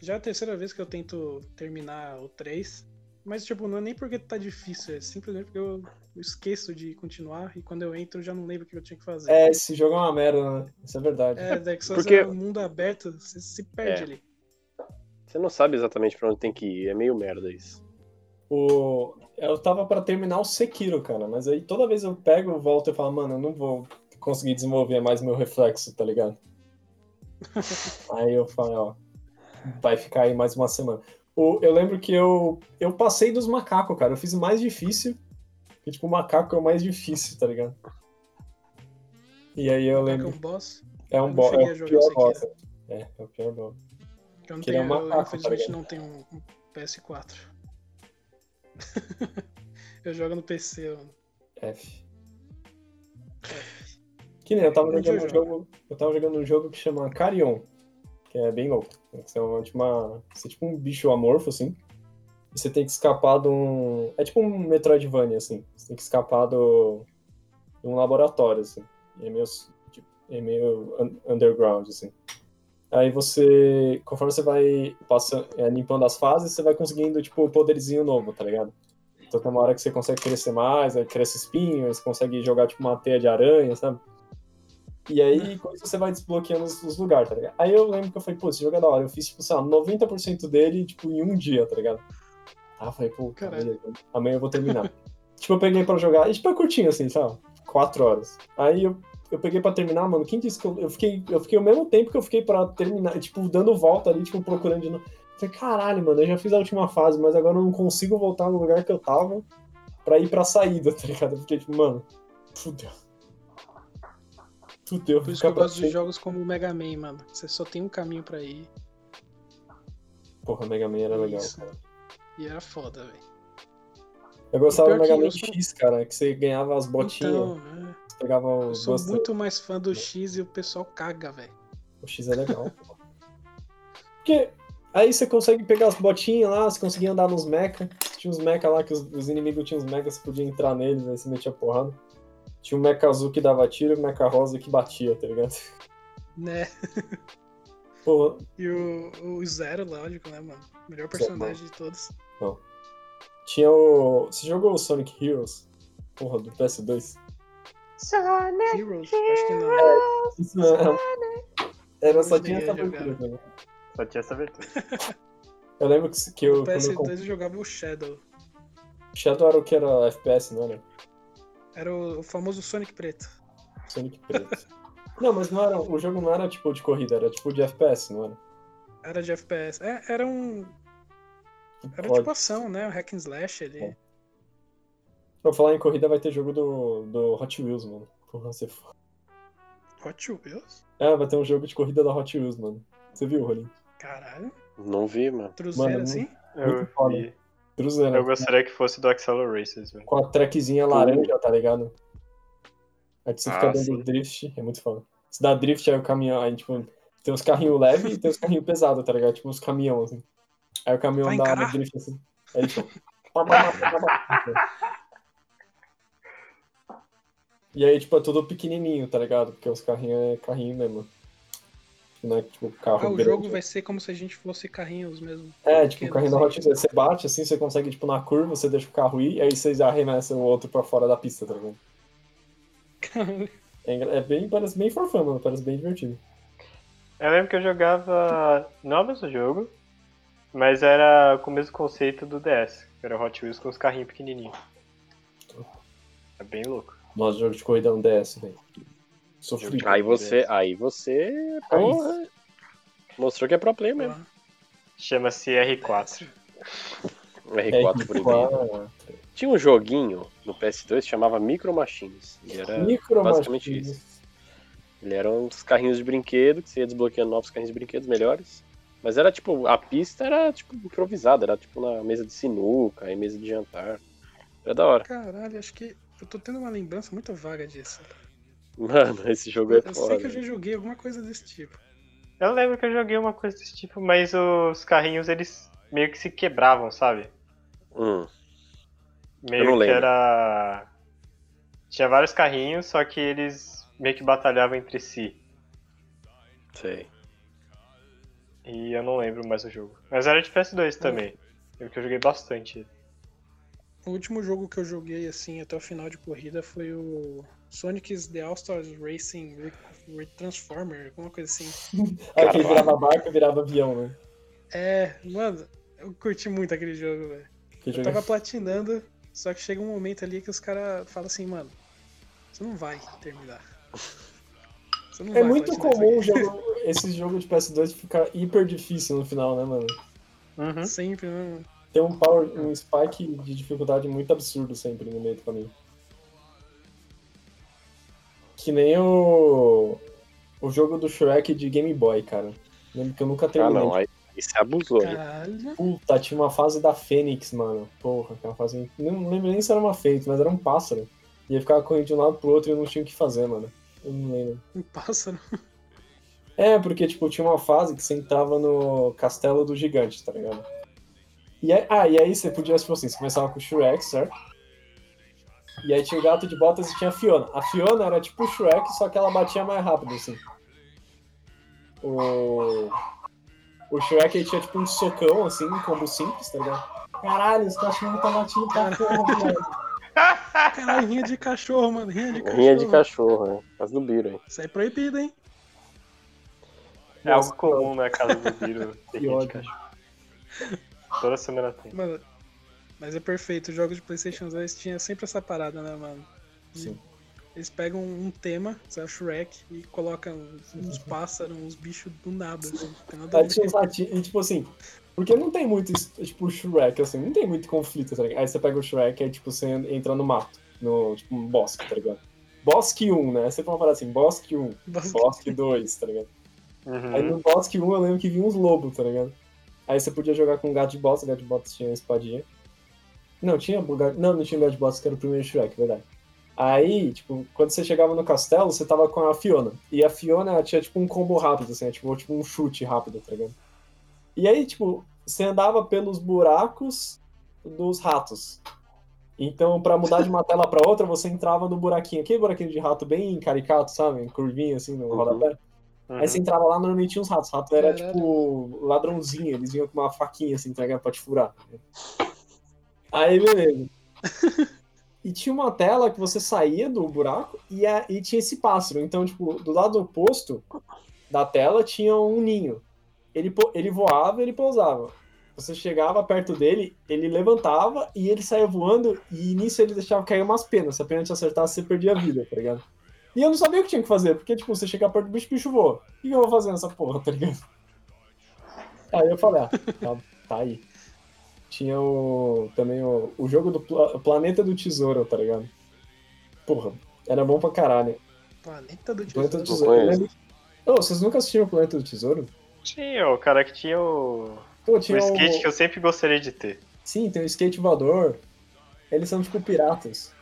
Já é a terceira vez que eu tento terminar o 3. Mas, tipo, não é nem porque tá difícil, é simplesmente porque eu esqueço de continuar e quando eu entro eu já não lembro o que eu tinha que fazer. É, esse jogo é uma merda, né? Isso é verdade. É, Dark Souls Porque- é um mundo aberto, você se perde É. ali. Você não sabe exatamente pra onde tem que ir. É meio merda isso. O... Eu tava pra terminar o Sekiro, cara, mas aí toda vez eu pego, eu volto e falo, mano, eu não vou conseguir desenvolver mais meu reflexo, tá ligado? aí eu falo, ó, vai ficar aí mais uma semana. O... Eu lembro que eu... eu passei dos macacos, cara, eu fiz o mais difícil, e tipo, o macaco é o mais difícil, tá ligado? E aí eu Ataca lembro, um boss, é eu um não boss, cheguei é a o jogar pior Sekiro. boss. É, é o pior boss. que eu não Que ele é tenho, um eu, macaco, infelizmente tá não tenho um, um PS4. eu jogo no PC, mano. F. Que nem eu tava Onde jogando eu um jogo. Eu tava jogando um jogo que chama Carion, que é bem louco. Você é, uma, tipo uma- você é tipo um bicho amorfo, assim. E você tem que escapar de um. É tipo um Metroidvania, assim. Você tem que escapar do. de um laboratório, assim. E é meio. tipo, é meio un- underground, assim. Aí você. Conforme você vai passando, é, limpando as fases, você vai conseguindo, tipo, poderzinho novo, tá ligado? Então tem uma hora que você consegue crescer mais, aí cresce espinho, aí você consegue jogar tipo uma teia de aranha, sabe? E aí, com isso, você vai desbloqueando os, os lugares, tá ligado? Aí eu lembro que eu falei, pô, esse jogo é da hora. Eu fiz, tipo, sei lá, 90% dele, tipo, em um dia, tá ligado? Ah, falei, pô, cara, Caralho. beleza, amanhã eu vou terminar. tipo, eu peguei pra jogar, e tipo, é curtinho, assim, sabe? Quatro horas. Aí eu, eu peguei pra terminar, mano, quem disse que eu, eu fiquei... Eu fiquei o mesmo tempo que eu fiquei pra terminar, tipo, dando volta ali, tipo, procurando de novo. Falei, caralho, mano, eu já fiz a última fase, mas agora eu não consigo voltar no lugar que eu tava pra ir pra saída, tá ligado? Eu fiquei tipo, mano, fudeu. Fudeu. Por isso ficar que eu pra gosto de sempre- jogos como o Mega Man, mano. Você só tem um caminho pra ir. Porra, Mega Man era legal, Isso. cara. E era foda, velho. Eu gostava do pior que Mega Man eu sou- X, cara, que você ganhava as botinhas, Então, né? você pegava Eu os sou busters. muito mais fã do X e o pessoal caga, velho. O X é legal. pô. Porque aí você consegue pegar as botinhas lá, você conseguia andar nos mecha. Tinha uns mecha lá que os, os inimigos tinham uns mecha, você podia entrar neles, aí você metia porrada. Tinha um mecha azul que dava tiro e um mecha rosa que batia, tá ligado? Né? Pô, E o, o Zero, lógico, né, mano? Melhor personagem de todos. tinha o. Você jogou o Sonic Heroes? Porra, do PS2? Heroes, acho que não. Isso não era. Era só Hoje tinha ninguém essa jogava. abertura, né? Só tinha essa abertura. Eu lembro que, que eu. No Quando eu PS2 comprei, eu jogava o Shadow. Shadow era o que era FPS, não era? Era o, o famoso Sonic Preto. Sonic Preto. Não, mas não era. O jogo não era tipo de corrida, era tipo de FPS, não era? Era de FPS. É, era um. Era Pode. É. tipo ação, né? O Hack and Slash ele. Pra falar em corrida, vai ter jogo do, do Hot Wheels, mano. Porra, você f- Hot Wheels? É, vai ter um jogo de corrida da Hot Wheels, mano. Você viu, Rolinho? Caralho. Não vi, mano. Cruzeiro Mano, assim? Muito Eu, foda. vi. Cruzeiro. eu gostaria que fosse do Axel Races, velho. Com a trackzinha laranja, tá ligado? Aí você Ah, fica dando sim. drift, é muito foda. Você dá drift, aí o caminhão, aí tipo, tem uns carrinhos leves e tem uns carrinhos pesados, tá ligado? Tipo uns caminhão, assim. Aí o caminhão Vai dá encarar? uma drift assim. Aí tipo. pá, pá, pá, pá, pá. E aí, tipo, é tudo pequenininho, tá ligado? Porque os carrinhos é carrinho mesmo. Não é tipo carro. Ah, o grande. jogo vai ser como se a gente fosse carrinhos mesmo. É, tipo, o carrinho Pequenos, da Hot assim. Wheels, aí você bate assim, você consegue, tipo, na curva, você deixa o carro ir, aí vocês arremessam o outro pra fora da pista, tá ligado? É, engra- é bem, parece bem forfã, mano. Parece bem divertido. Eu lembro que eu jogava. Não é o mesmo jogo, mas era com o mesmo conceito do DS. que Era Hot Wheels com os carrinhos pequenininhos. É bem louco. Nossa, jogo de corrida no DS, velho. Sofri. Aí você. Aí você. Porra. Mostrou que é pro player mesmo. Lá. Chama-se R4. é tipo R4 proibido. Tinha um joguinho no PS2 que chamava Micro Machines. Ele É, era, Micro basicamente Machines. ele era uns carrinhos de brinquedo, que você ia desbloqueando novos carrinhos de brinquedos melhores. Mas era tipo, a pista era tipo improvisada, era tipo na mesa de sinuca, em mesa de jantar. Era da hora. Caralho, acho que. Eu tô tendo uma lembrança muito vaga disso. Mano, esse jogo é Eu sei foda. que eu já joguei alguma coisa desse tipo. Eu lembro que eu joguei uma coisa desse tipo, mas os carrinhos eles meio que se quebravam, sabe? Hum, Meio Eu não que lembro. era. Tinha vários carrinhos, só que eles meio que batalhavam entre si. sei. E eu não lembro mais o jogo. Mas era de PS2 também. Eu que eu joguei bastante. O último jogo que eu joguei, assim, até o final de corrida foi o Sonic's The All-Stars Racing Re- Re- Transformer, alguma coisa assim. Aí Ah, que Caralho. virava barco, virava avião, né? É, mano, eu curti muito aquele jogo, velho. Que Eu jogo tava platinando, só que chega um momento ali que os caras falam assim, mano, você não vai terminar. Você não É vai muito platinar comum o isso aqui." jogo, esse jogo de PS2 ficar hiper difícil no final, né, mano? Uhum. Sempre, né? mano? Tem um power, um spike de dificuldade muito absurdo sempre no meio do caminho. Que nem o. O jogo do Shrek de Game Boy, cara. Lembro que eu nunca um Ah, terminei. não. Aí, aí você abusou, né? hein? Caralho. Puta, tinha uma fase da Fênix, mano. Porra, aquela fase. Não lembro nem se era uma Fênix, mas era um pássaro. E ele ficava correndo de um lado pro outro e eu não tinha o que fazer, mano. Eu não lembro. Um pássaro. É, porque, tipo, tinha uma fase que você entrava no castelo do gigante, tá ligado? E aí, ah, e aí você podia, tipo assim, você começava com o Shrek, certo? E aí tinha o gato de botas e tinha a Fiona. A Fiona era tipo o Shrek, só que ela batia mais rápido, assim. O. O Shrek ele tinha tipo um socão, assim, um combo simples, tá ligado? Caralho, os cachorros tá latindo pra porra, velho. Caralho, rinha de cachorro, mano. Rinha de cachorro. Rinha de cachorro, né? Mas do Biro, hein? Isso é proibido, hein? É algo comum na casa do Biro. ter Que gente ódio. cachorro. Toda semana tem. Mano, mas é perfeito. Os jogos de PlayStation 2 tinha sempre essa parada, né, mano? De- Sim. Eles pegam um tema, sei lá, Shrek, e colocam uns, uns Uhum. pássaros, uns bichos do nada. Assim, não tem nada a Aí ver. tinha os latidos, Tá e tipo assim. Porque não tem muito, isso, tipo, o Shrek, assim, não tem muito conflito, tá ligado? Aí você pega o Shrek e, tipo, você entra no mato, no, tipo, um bosque, tá ligado? Bosque 1, né? Você fala assim, bosque 1, bosque 2, tá ligado? Aí Uhum. no Bosque 1 eu lembro que vinha uns lobos, tá ligado? Aí você podia jogar com um gato de bosta, o gato de bosta tinha espadinha. Não, tinha o gato- Não, não tinha o gato de bosta, que era o primeiro Shrek, verdade. Aí, tipo, quando você chegava no castelo, você tava com a Fiona. E a Fiona ela tinha tipo um combo rápido, assim, é tipo, tipo um chute rápido, tá ligado? E aí, tipo, você andava pelos buracos dos ratos. Então, pra mudar de uma tela pra outra, você entrava no buraquinho. Aquele buraquinho de rato bem caricato, sabe? Em Curvinho, assim, no Uhum. rodapé. Uhum. Aí você entrava lá, normalmente tinha uns ratos. Rato era Caralho. tipo ladrãozinho, eles vinham com uma faquinha assim, entregar pra te furar. né? Aí, beleza. E tinha uma tela que você saía do buraco e, a- e tinha esse pássaro. Então, tipo, do lado oposto da tela tinha um ninho. Ele, po- ele voava e ele pousava. Você chegava perto dele, ele levantava e ele saía voando, e nisso ele deixava cair umas penas. Se a pena te acertasse, você perdia a vida, tá ligado? E eu não sabia o que tinha que fazer, porque, tipo, você chega perto do bicho, o bicho voa. O que eu vou fazer nessa porra, tá ligado? Aí eu falei, ah, tá, tá aí. Tinha o, também o, o jogo do Pla- Planeta do Tesouro, tá ligado? Porra, era bom pra caralho. Planeta do Planeta do Tesouro. Tesouro. eu conheço. lembro- Ô, vocês nunca assistiram o Planeta do Tesouro? Tinha o cara que tinha o, Pô, o tinha skate que eu sempre gostaria de ter. Sim, tem o skate voador. Eles são tipo piratas.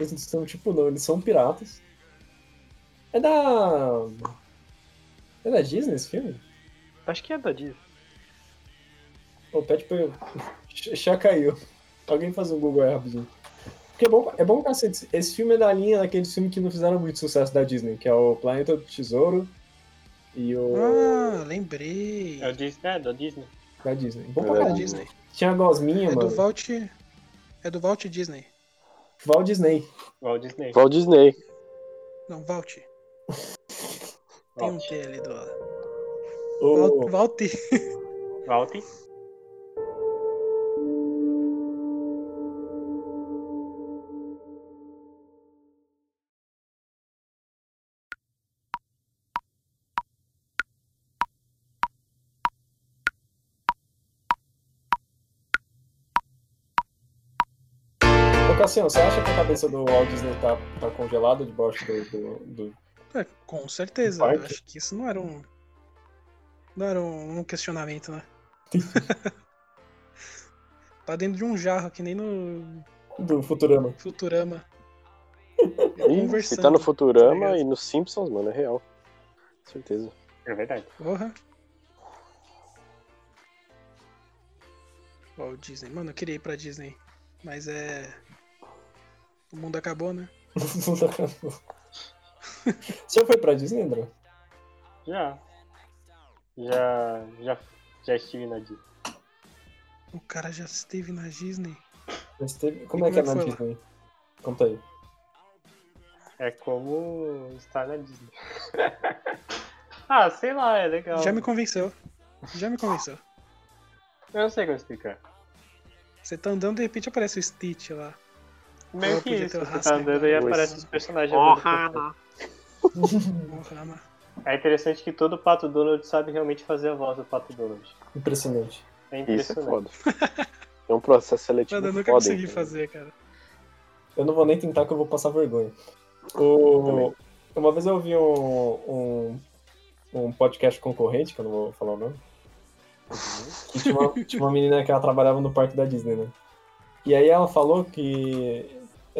Eles não são tipo não, eles são piratas. É da. É da Disney esse filme? Acho que é da Disney. O Pet pegou. Já- Já caiu. Alguém faz um Google aí rapidinho. Porque é bom, é bom cacete. Esse filme é da linha daqueles filmes que não fizeram muito sucesso da Disney, que é o Planeta do Tesouro e o. Ah, lembrei. É, o Disney, é da Disney. Da Disney. Bom pra Era caralho. Disney. Tinha a Gosminha, É do mano. Walt. É do Walt Disney. Walt Disney. Walt Disney. Walt Disney. Não, Walt. Tem um Walt. T ali do lado. O... Walt. Walt. Walt. Ô Cassiano, você acha que a cabeça do Walt Disney tá, tá congelada debaixo do, do, do- É, com certeza. Parque. Eu acho que isso não era um. Não era um, um questionamento, né? tá dentro de um jarro, que nem no do Futurama? Futurama. Ih, se Conversando, tá no tá Futurama ligado? Tá e no Simpsons, mano, é real. Certeza. É verdade. Porra. Ó, o Disney. Mano, eu queria ir pra Disney. Mas é. O mundo acabou, né? você já foi pra Disney, André? Já. Já. Já, já estive na Disney. O cara já esteve na Disney. Você teve- E Como é que é na como é que Disney? Conta aí. É como estar na Disney. ah, sei lá, é legal. Já me convenceu. Já me convenceu. Eu não sei como explicar. Você tá andando de repente aparece o Stitch lá. Meio Eu que podia isso, ter o você Rasca tá andando e agora. aparece os personagens. andando. Morrama. É interessante que todo Pato Donald sabe realmente fazer a voz do Pato Donald. Impressionante. É Isso é impressionante. foda. É um processo seletivo Tipo, Nada, eu nunca foda, consegui né? então. fazer, cara. Eu não vou nem tentar que eu vou passar vergonha. O... Uma vez eu ouvi um, um, um podcast concorrente, que eu não vou falar o nome. Que tinha uma, tinha uma menina que ela trabalhava no parque da Disney, né? E aí ela falou que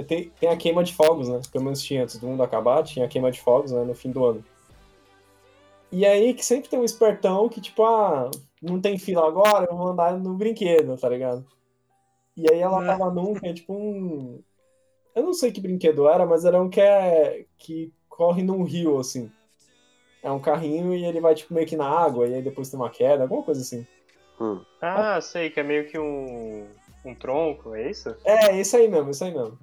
tem, tem a queima de fogos, né? Pelo menos tinha antes do mundo acabar, tinha a queima de fogos, né? No fim do ano. E aí que sempre tem um espertão que, tipo, ah, não tem fila agora, eu vou andar no brinquedo, tá ligado? E aí ela Ah. tava num que é tipo um. Eu não sei que brinquedo era, mas era um que é. que corre num rio, assim. É um carrinho e ele vai, tipo, meio que na água, e aí depois tem uma queda, alguma coisa assim. Hum. Ah, sei, que é meio que um. um tronco, é isso? É, isso aí mesmo, isso aí mesmo.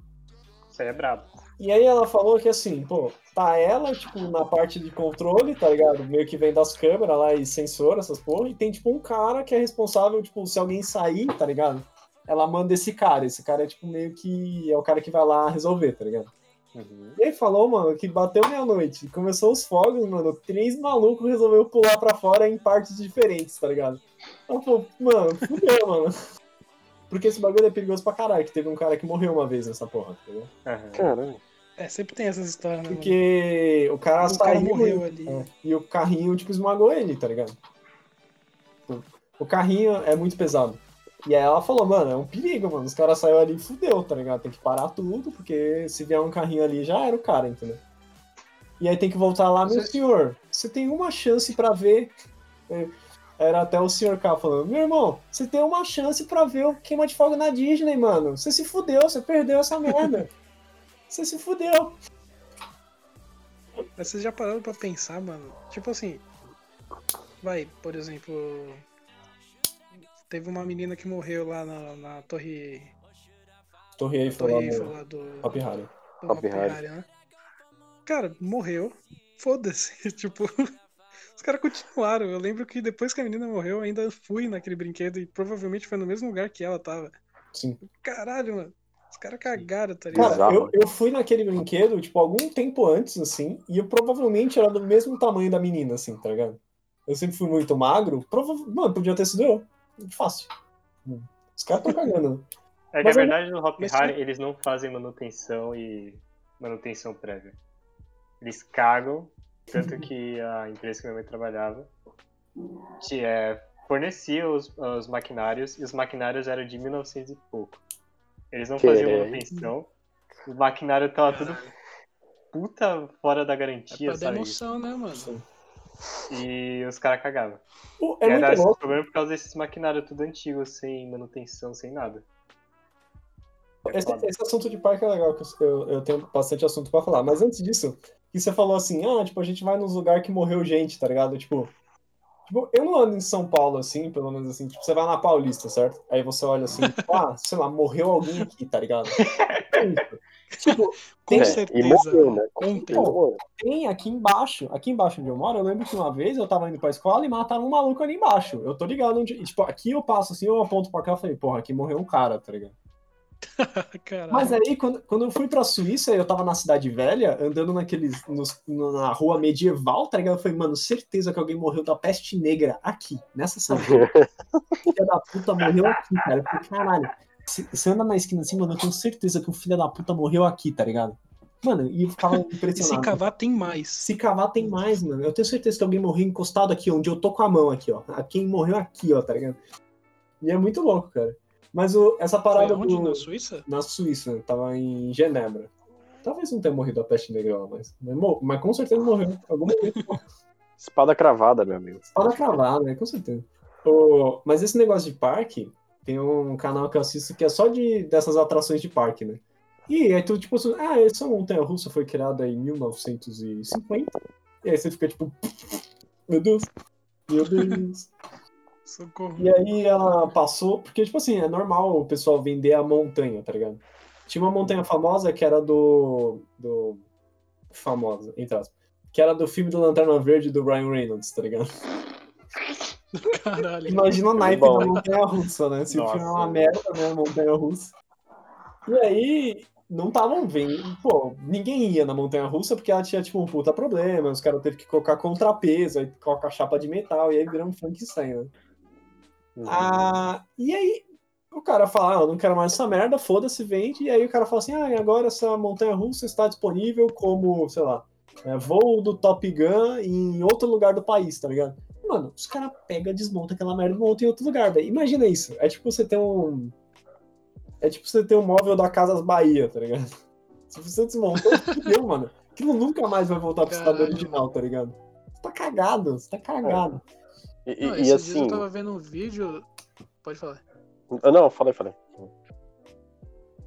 Isso aí é brabo. E aí ela falou que assim, pô, tá ela, tipo, na parte de controle, tá ligado? Meio que vem das câmeras lá e sensor, essas porra, e tem, tipo, um cara que é responsável, tipo, se alguém sair, tá ligado? Ela manda esse cara, esse cara é, tipo, meio que é o cara que vai lá resolver, tá ligado? Uhum. E aí falou, mano, que bateu meia-noite, começou os fogos, mano, três malucos resolveu pular pra fora em partes diferentes, tá ligado? Ela falou, mano, fudeu, mano. Porque esse bagulho é perigoso pra caralho, que teve um cara que morreu uma vez nessa porra, tá ligado? Aham. Caralho. É, sempre tem essas histórias, né? mano? Porque o cara o cara saiu morreu ali. é, e o carrinho, tipo, esmagou ele, tá ligado? Tipo, O carrinho é muito pesado. E aí ela falou, mano, é um perigo, mano. Os caras saíram ali e fudeu, tá ligado? Tem que parar tudo, porque se vier um carrinho ali, já era o cara, entendeu? E aí tem que voltar lá, meu Você- senhor, você tem uma chance pra ver. É, Era até o senhor K falando, meu irmão, você tem uma chance pra ver o queima de fogo na Disney, mano. Você se fudeu, você perdeu essa merda. Você se fudeu. Mas vocês já pararam pra pensar, mano? Tipo assim. Vai, por exemplo. Teve uma menina que morreu lá na, na torre. Torre aí Torre falou, Eiffel lá do. Top Harry. do Hopi Hopi Hari. Hari, né? Cara, morreu. Foda-se. tipo. Os caras continuaram. Eu lembro que depois que a menina morreu, eu ainda fui naquele brinquedo e provavelmente foi no mesmo lugar que ela tava. Sim. Caralho, mano. Os caras cagaram, tá ligado? Cara, Bizarro, eu, né? eu fui naquele brinquedo, tipo, algum tempo antes, assim, e eu provavelmente era do mesmo tamanho da menina, assim, tá ligado? Eu sempre fui muito magro, prova- mano, podia ter sido eu. Fácil. Hum. Os caras estão cagando. né? É que a Mas eu- verdade no Hop mas Hari eles não fazem manutenção e manutenção prévia. Eles cagam, tanto que a empresa que minha mãe trabalhava que é, fornecia os, os maquinários, e os maquinários eram de 1900 e pouco. Eles não faziam Querendo. manutenção, o maquinário tava tudo puta fora da garantia, pra dar sabe? emoção, né, mano? E os caras cagavam. Pô, E é era muito esse louco. problema por causa desses maquinários tudo antigos, sem manutenção, sem nada. É Esse, foda. esse assunto de parque é legal, que eu, eu tenho bastante assunto pra falar. Mas antes disso, que você falou assim, ah, tipo, a gente vai nos lugares que morreu gente, tá ligado? Tipo, tipo, eu não ando em São Paulo, assim, pelo menos assim, tipo, você vai na Paulista, certo? Aí você olha assim, tipo, ah, sei lá, morreu alguém aqui, tá ligado? tipo, Com tem- É, certeza. E morreu, né? Ontem. Pô, Morreu. tem aqui embaixo, aqui embaixo onde eu moro, eu lembro que uma vez eu tava indo pra escola e mataram um maluco ali embaixo. Eu tô ligado onde. e, tipo, aqui eu passo assim, eu aponto pra cá e falei, porra, aqui morreu um cara, tá ligado? Caralho. Mas é aí, quando, quando eu fui pra Suíça, eu tava na cidade velha, andando naqueles, nos- no- na rua medieval, tá ligado? Eu falei, mano, certeza que alguém morreu da peste negra aqui, nessa cidade. Filha da puta morreu aqui, cara. Eu falei, caralho. se- Você anda na esquina assim, mano, eu tenho certeza que o filho da puta morreu aqui, tá ligado? Mano, e eu ficava E se impressionado. cavar, tem mais. Se cavar tem mais, mano. Eu tenho certeza que alguém morreu encostado aqui, onde eu tô com a mão aqui, ó. A Quem morreu aqui, ó, tá ligado? E é muito louco, cara. Mas o- essa Foi parada onde? do- Na Suíça? na Suíça, né? tava em Genebra. Talvez não tenha morrido a peste negra lá, mas, mas, mo- mas com certeza morreu. Alguma coisa Espada cravada, meu amigo. para cravar, né? Com certeza. O- mas esse negócio de parque, tem um canal que eu assisto que é só de, dessas atrações de parque, né? E aí tu, tipo, assim, ah, essa montanha-russa foi criada em 1950. E aí você fica, tipo, meu Deus, meu Deus. Socorro. E aí ela passou, porque, tipo assim, é normal o pessoal vender a montanha, tá ligado? Tinha uma montanha famosa que era do. do famosa, entre aspas. Que era do filme do Lanterna Verde do Ryan Reynolds, tá ligado? Caralho. Imagina o naipe Bom. da montanha russa, né? Se o filme é uma Nossa. merda, né? Montanha russa. E aí, não estavam vendo. Pô, ninguém ia na montanha russa porque ela tinha, tipo, um puta problema. Os caras teve que colocar contrapeso, aí coloca chapa de metal, e aí virou um Frankenstein, né? Ah, e aí o cara fala, ah, eu não quero mais essa merda, foda-se, vende. E aí o cara fala assim, ah, e agora essa montanha-russa está disponível como, sei lá, é, voo do Top Gun em outro lugar do país, tá ligado? Mano, os caras pegam, desmonta aquela merda e monta em outro lugar, velho. Imagina isso. É tipo você ter um... É tipo você ter um móvel da Casas Bahia, tá ligado? Se você desmontou, fudeu, mano. Aquilo nunca mais vai voltar pro estado Caralho. original, tá ligado? Você tá cagado, você tá cagado. E, e- Não, e esses dias assim. eu tava vendo um vídeo. Pode falar. Ah, Não, falei, falei.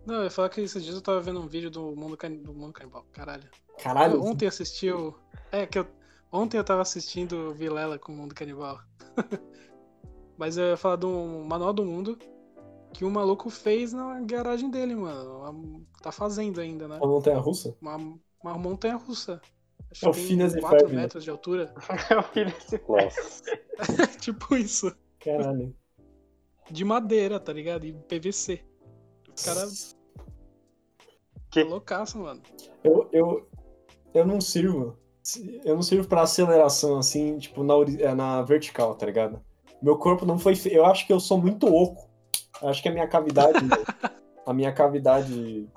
Não, eu ia falar que esses dias eu tava vendo um vídeo do Mundo, Can... do Mundo Canibal. Caralho. Eu, Caralho, tá ontem eu assisti o. É, que eu. Ontem eu tava assistindo Vilela com o Mundo Canibal. Mas eu ia falar de um Manual do Mundo que um maluco fez na garagem dele, mano. Uma- Tá fazendo ainda, né? a montanha-russa? Uma, uma montanha russa. Acho É o que Phineas e tem 4 Ferb, né? metros de altura. É o filho desse- Nossa. tipo isso. Caralho. De madeira, tá ligado? E PVC. O cara Que- é loucaço, mano. Eu, eu, eu não sirvo. Eu não sirvo pra aceleração, assim, tipo, na, ori- é, na vertical, tá ligado? Meu corpo não foi. fe- Eu acho que eu sou muito oco. Eu acho que a minha cavidade. a minha cavidade.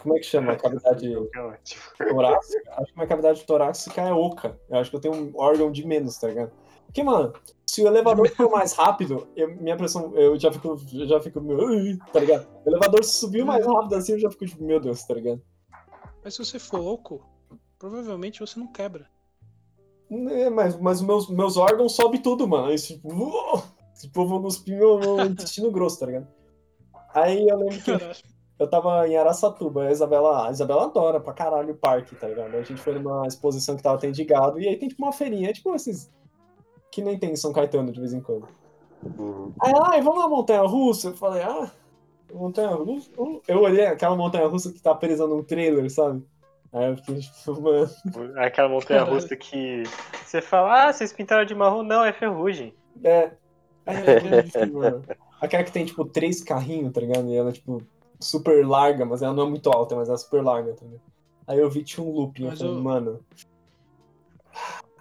Como é que chama? A cavidade É ótimo. torácica? Acho que minha cavidade torácica é oca. Eu acho que eu tenho um órgão de menos, tá ligado? Porque, mano, se o elevador for mais rápido, eu- minha pressão. Eu já fico. eu já fico meio. "Ui", Tá ligado? O elevador subiu mais rápido assim, eu já fico tipo, meu Deus, tá ligado? Mas se você for louco, provavelmente você não quebra. É, mas, mas meus, meus órgãos sobem tudo, mano. Esse tipo, uou, tipo, eu vou cuspir meu, meu intestino grosso, tá ligado? Aí eu lembro que Caralho. eu tava em Araçatuba, a Isabela, a Isabela adora pra caralho o parque, tá ligado? A gente foi numa exposição que tava tendo de gado, e aí tem tipo uma feirinha, é tipo esses. Que nem tem em São Caetano de vez em quando. Uhum. Aí ela, "Ai, vamos na montanha russa? Eu falei, ah, montanha russa? Eu olhei aquela montanha russa que tá presa num trailer, sabe? Aí eu fiquei tipo, mano. Aquela montanha russa que você fala, ah, vocês pintaram de marrom, não, é ferrugem. É. É, é, é, mano. Aquela que tem, tipo, três carrinhos, tá ligado? E ela, tipo, super larga, mas ela não é muito alta, mas ela é super larga também. Aí eu vi tinha um looping, eu Mas falei, o- mano.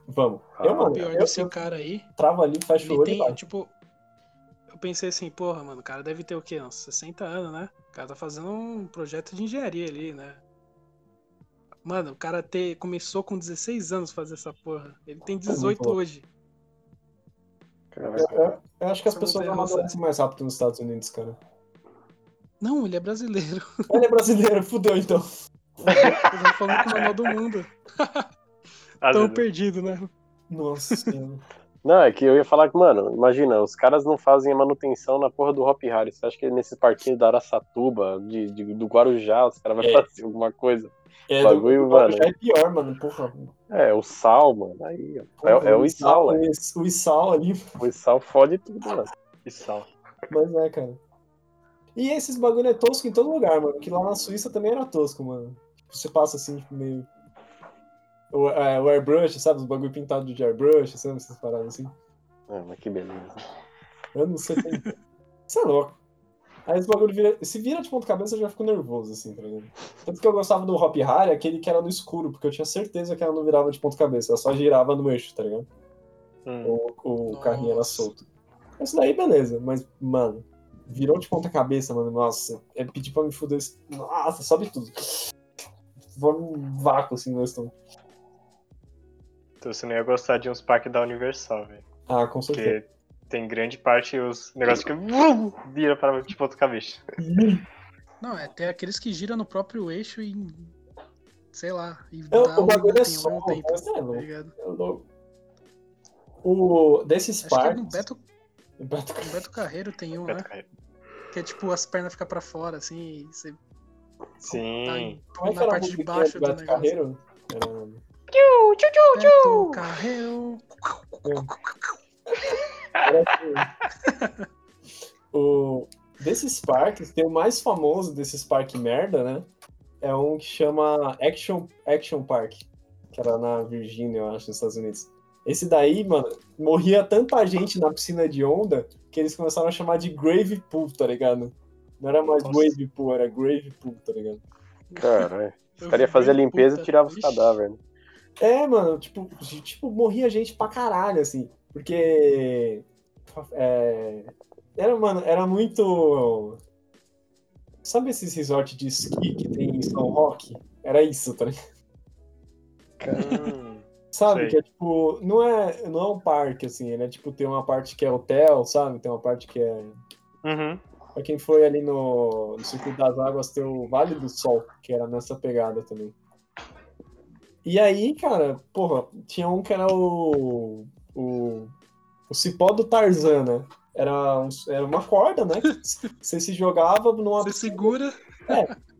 Vamos. Ah, Eu, O mano, eu, pior eu, desse cara aí, travo ali, fecho o ele olho e tem, vai. tipo. Eu pensei assim, porra, mano, o cara deve ter o quê? Uns 60 anos, né? O cara tá fazendo um projeto de engenharia ali, né? Mano, o cara te... começou com 16 anos fazer essa porra. Ele Tá tem 18 Porra. hoje. Caraca. Eu, eu- eu acho que as Essa pessoas montanha-russa. amadurecem mais rápido nos Estados Unidos, cara. Não, ele é brasileiro. Ele é brasileiro, fudeu então. Ele é o famoso manual do mundo. Às Tão vezes- perdido, né? Nossa senhora. Não, é que eu ia falar que, mano, imagina, os caras não fazem a manutenção na porra do Hop Harry. Você acha que nesses parquinhos da Araçatuba, de, de- do Guarujá, os caras vão É. fazer alguma coisa? É, Bagulho, do- mano. Já é pior, mano, porra. É, o sal, mano. Aí, ó. É, é o Isal, né? O Isal ali, O Isal fode tudo, mano. Que sal. mas é, cara. E esses bagulho é tosco em todo lugar, mano. Que lá na Suíça também era tosco, mano. Tipo, Você passa assim, tipo, meio. O, é, o airbrush, sabe? Os bagulho pintado de airbrush, sabe? Essas paradas assim. Ah, mas que beleza. Anos 70. Isso é louco. Aí esse bagulho vira. Se vira de ponta cabeça, eu já fico nervoso, assim, tá ligado? Tanto que eu gostava do Hop Harry, aquele que era no escuro, porque eu tinha certeza que ela não virava de ponta cabeça, ela só girava no eixo, tá ligado? Hum. O, o carrinho era Nossa. solto. Isso daí, beleza, mas, mano, virou de ponta cabeça, mano. Nossa, é pedir pra me fuder. esse- Nossa, sobe tudo. Vou num vácuo, assim, no meu estômago. Então você não ia gostar de uns parques da Universal, velho. Ah, com certeza. Porque tem grande parte os negócios que vum, vira tipo para de ponta cabeça. Não, é tem aqueles que giram no próprio eixo e. Sei lá. E Não, dá o bagulho é tem só, um tempo, mas é tá louco, ligado? é louco. O, desses Acho que é parques. no Beto, Beto no Beto Carreiro tem um, né? Beto Carreiro. Que é tipo as pernas ficam pra fora, assim, e você Hum. tá Sim. em- Como é que na era a parte de musiquinha do baixo do Beto negócio. Carreiro? É, Era- Beto Carreiro. era assim. o, desses parques, tem o mais famoso desses parques merda, né? É um que chama Action, Action Park, que era na Virgínia, eu acho, nos Estados Unidos. Esse daí, mano, morria tanta gente na piscina de onda que eles começaram a chamar de Grave Pool, tá ligado? Não era mais Nossa. Wave Pool, era Grave Pool, tá ligado? Caralho. Os Eu caras iam vi, fazer a limpeza e puta, tirava os ixi. cadáveres. né? É, mano, tipo, g- tipo, morria gente pra caralho, assim. Porque. é, era, mano, era muito. Sabe esses resort de esqui que tem em São Roque? Era isso, tá ligado? Hum. Sabe? Sei. Que é tipo. Não é, não é um parque, assim. Ele é tipo, tem uma parte que é hotel, sabe? Tem uma parte que é. Uhum. Pra quem foi ali no, no Circuito das Águas, tem o Vale do Sol, que era nessa pegada também. E aí, cara, porra, tinha um que era o. O, o cipó do Tarzan, né? Era, um- era uma corda, né? que Você se jogava numa. Você segura.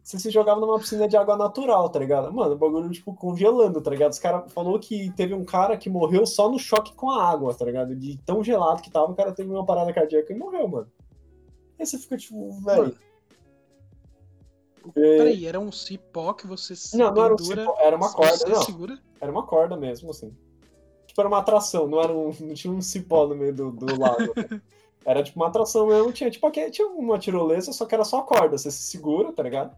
Você se jogava numa piscina de água natural, tá ligado? Mano, o bagulho, tipo, congelando, tá ligado? Os caras falou que teve um cara que morreu só no choque com a água, tá ligado? De tão gelado que tava, o cara teve uma parada cardíaca e morreu, mano. Aí você fica, tipo, velho. É, Mano, Peraí, era um cipó que você se Não, não era um pendura, cipó, era uma corda, você não. segura. Era uma corda mesmo, assim. Tipo, era uma atração, não, era um, não tinha um cipó no meio do, do lago. né? Era tipo uma atração mesmo, tinha, tipo, aqui, tinha uma tirolesa, só que era só a corda, você se segura, tá ligado?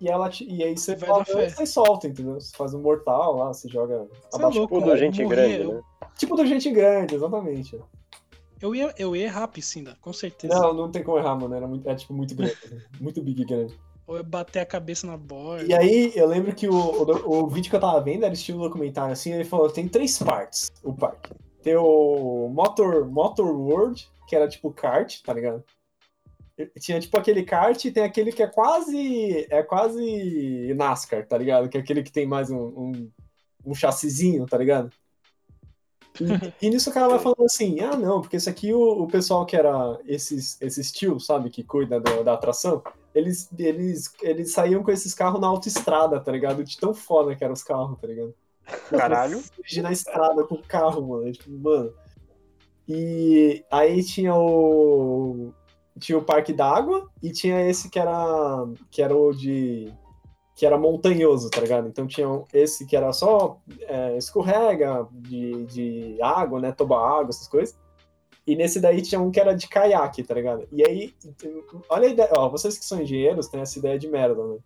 E, ela te- e aí você Vai fala, na fé. você solta, entendeu? Você faz um mortal lá, se joga Você é abaixo. louco, Tudo cara, Tipo, gente eu grande, morria, né? Tipo do gente grande, exatamente. Eu ia, eu ia errar a piscina, com certeza. Não, não tem como errar, mano. Era muito, é tipo muito grande, né? muito big grande. Ou eu ia bater a cabeça na borda. E aí, eu lembro que o, o, o vídeo que eu tava vendo era estilo documentário, assim, ele falou, tem três partes o parque. Tem o Motor, Motor World, que era tipo kart, tá ligado? E- Tinha tipo aquele kart e tem aquele que é quase. É quase NASCAR, tá ligado? Que é aquele que tem mais um, um, um chassizinho, tá ligado? E, e nisso o cara vai falando assim, ah não, porque isso aqui o, o pessoal que era esses, esses tios, sabe, que cuida da- da atração, eles, eles, eles saíam com esses carros na autoestrada, tá ligado? De tão foda que eram os carros, tá ligado? Caralho. Dirigir na estrada com o carro, mano. Tipo, mano. E aí tinha o. Tinha o parque d'água e tinha esse que era. que era o de. que era montanhoso, tá ligado? Então tinha esse que era só é, escorrega de, de água, né? Toba água, essas coisas. E nesse daí tinha um que era de caiaque, tá ligado? E aí, olha a ideia, ó, vocês que são engenheiros têm essa ideia de merda, né?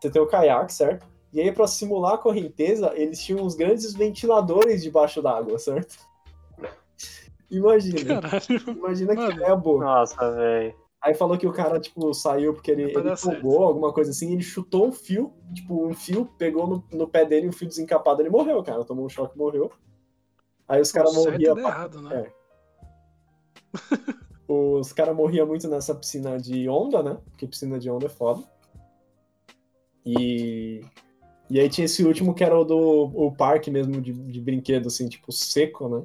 Você tem o caiaque, certo? E aí, pra simular a correnteza, eles tinham uns grandes ventiladores debaixo d'água, certo? Imagina, Caralho. imagina que Mano. é boa. Nossa, velho. Aí falou que o cara, tipo, saiu porque ele, Vai dar ele certo. pulou, alguma coisa assim, ele chutou um fio, tipo, um fio, pegou no, no pé dele, um fio desencapado, ele morreu, cara. Tomou um choque, morreu. Aí os caras O certo morriam. é errado, né? É. Os caras morriam muito nessa piscina de onda, né? Porque piscina de onda é foda. E. E aí tinha esse último que era o do o parque mesmo de, de brinquedo, assim, tipo, seco, né?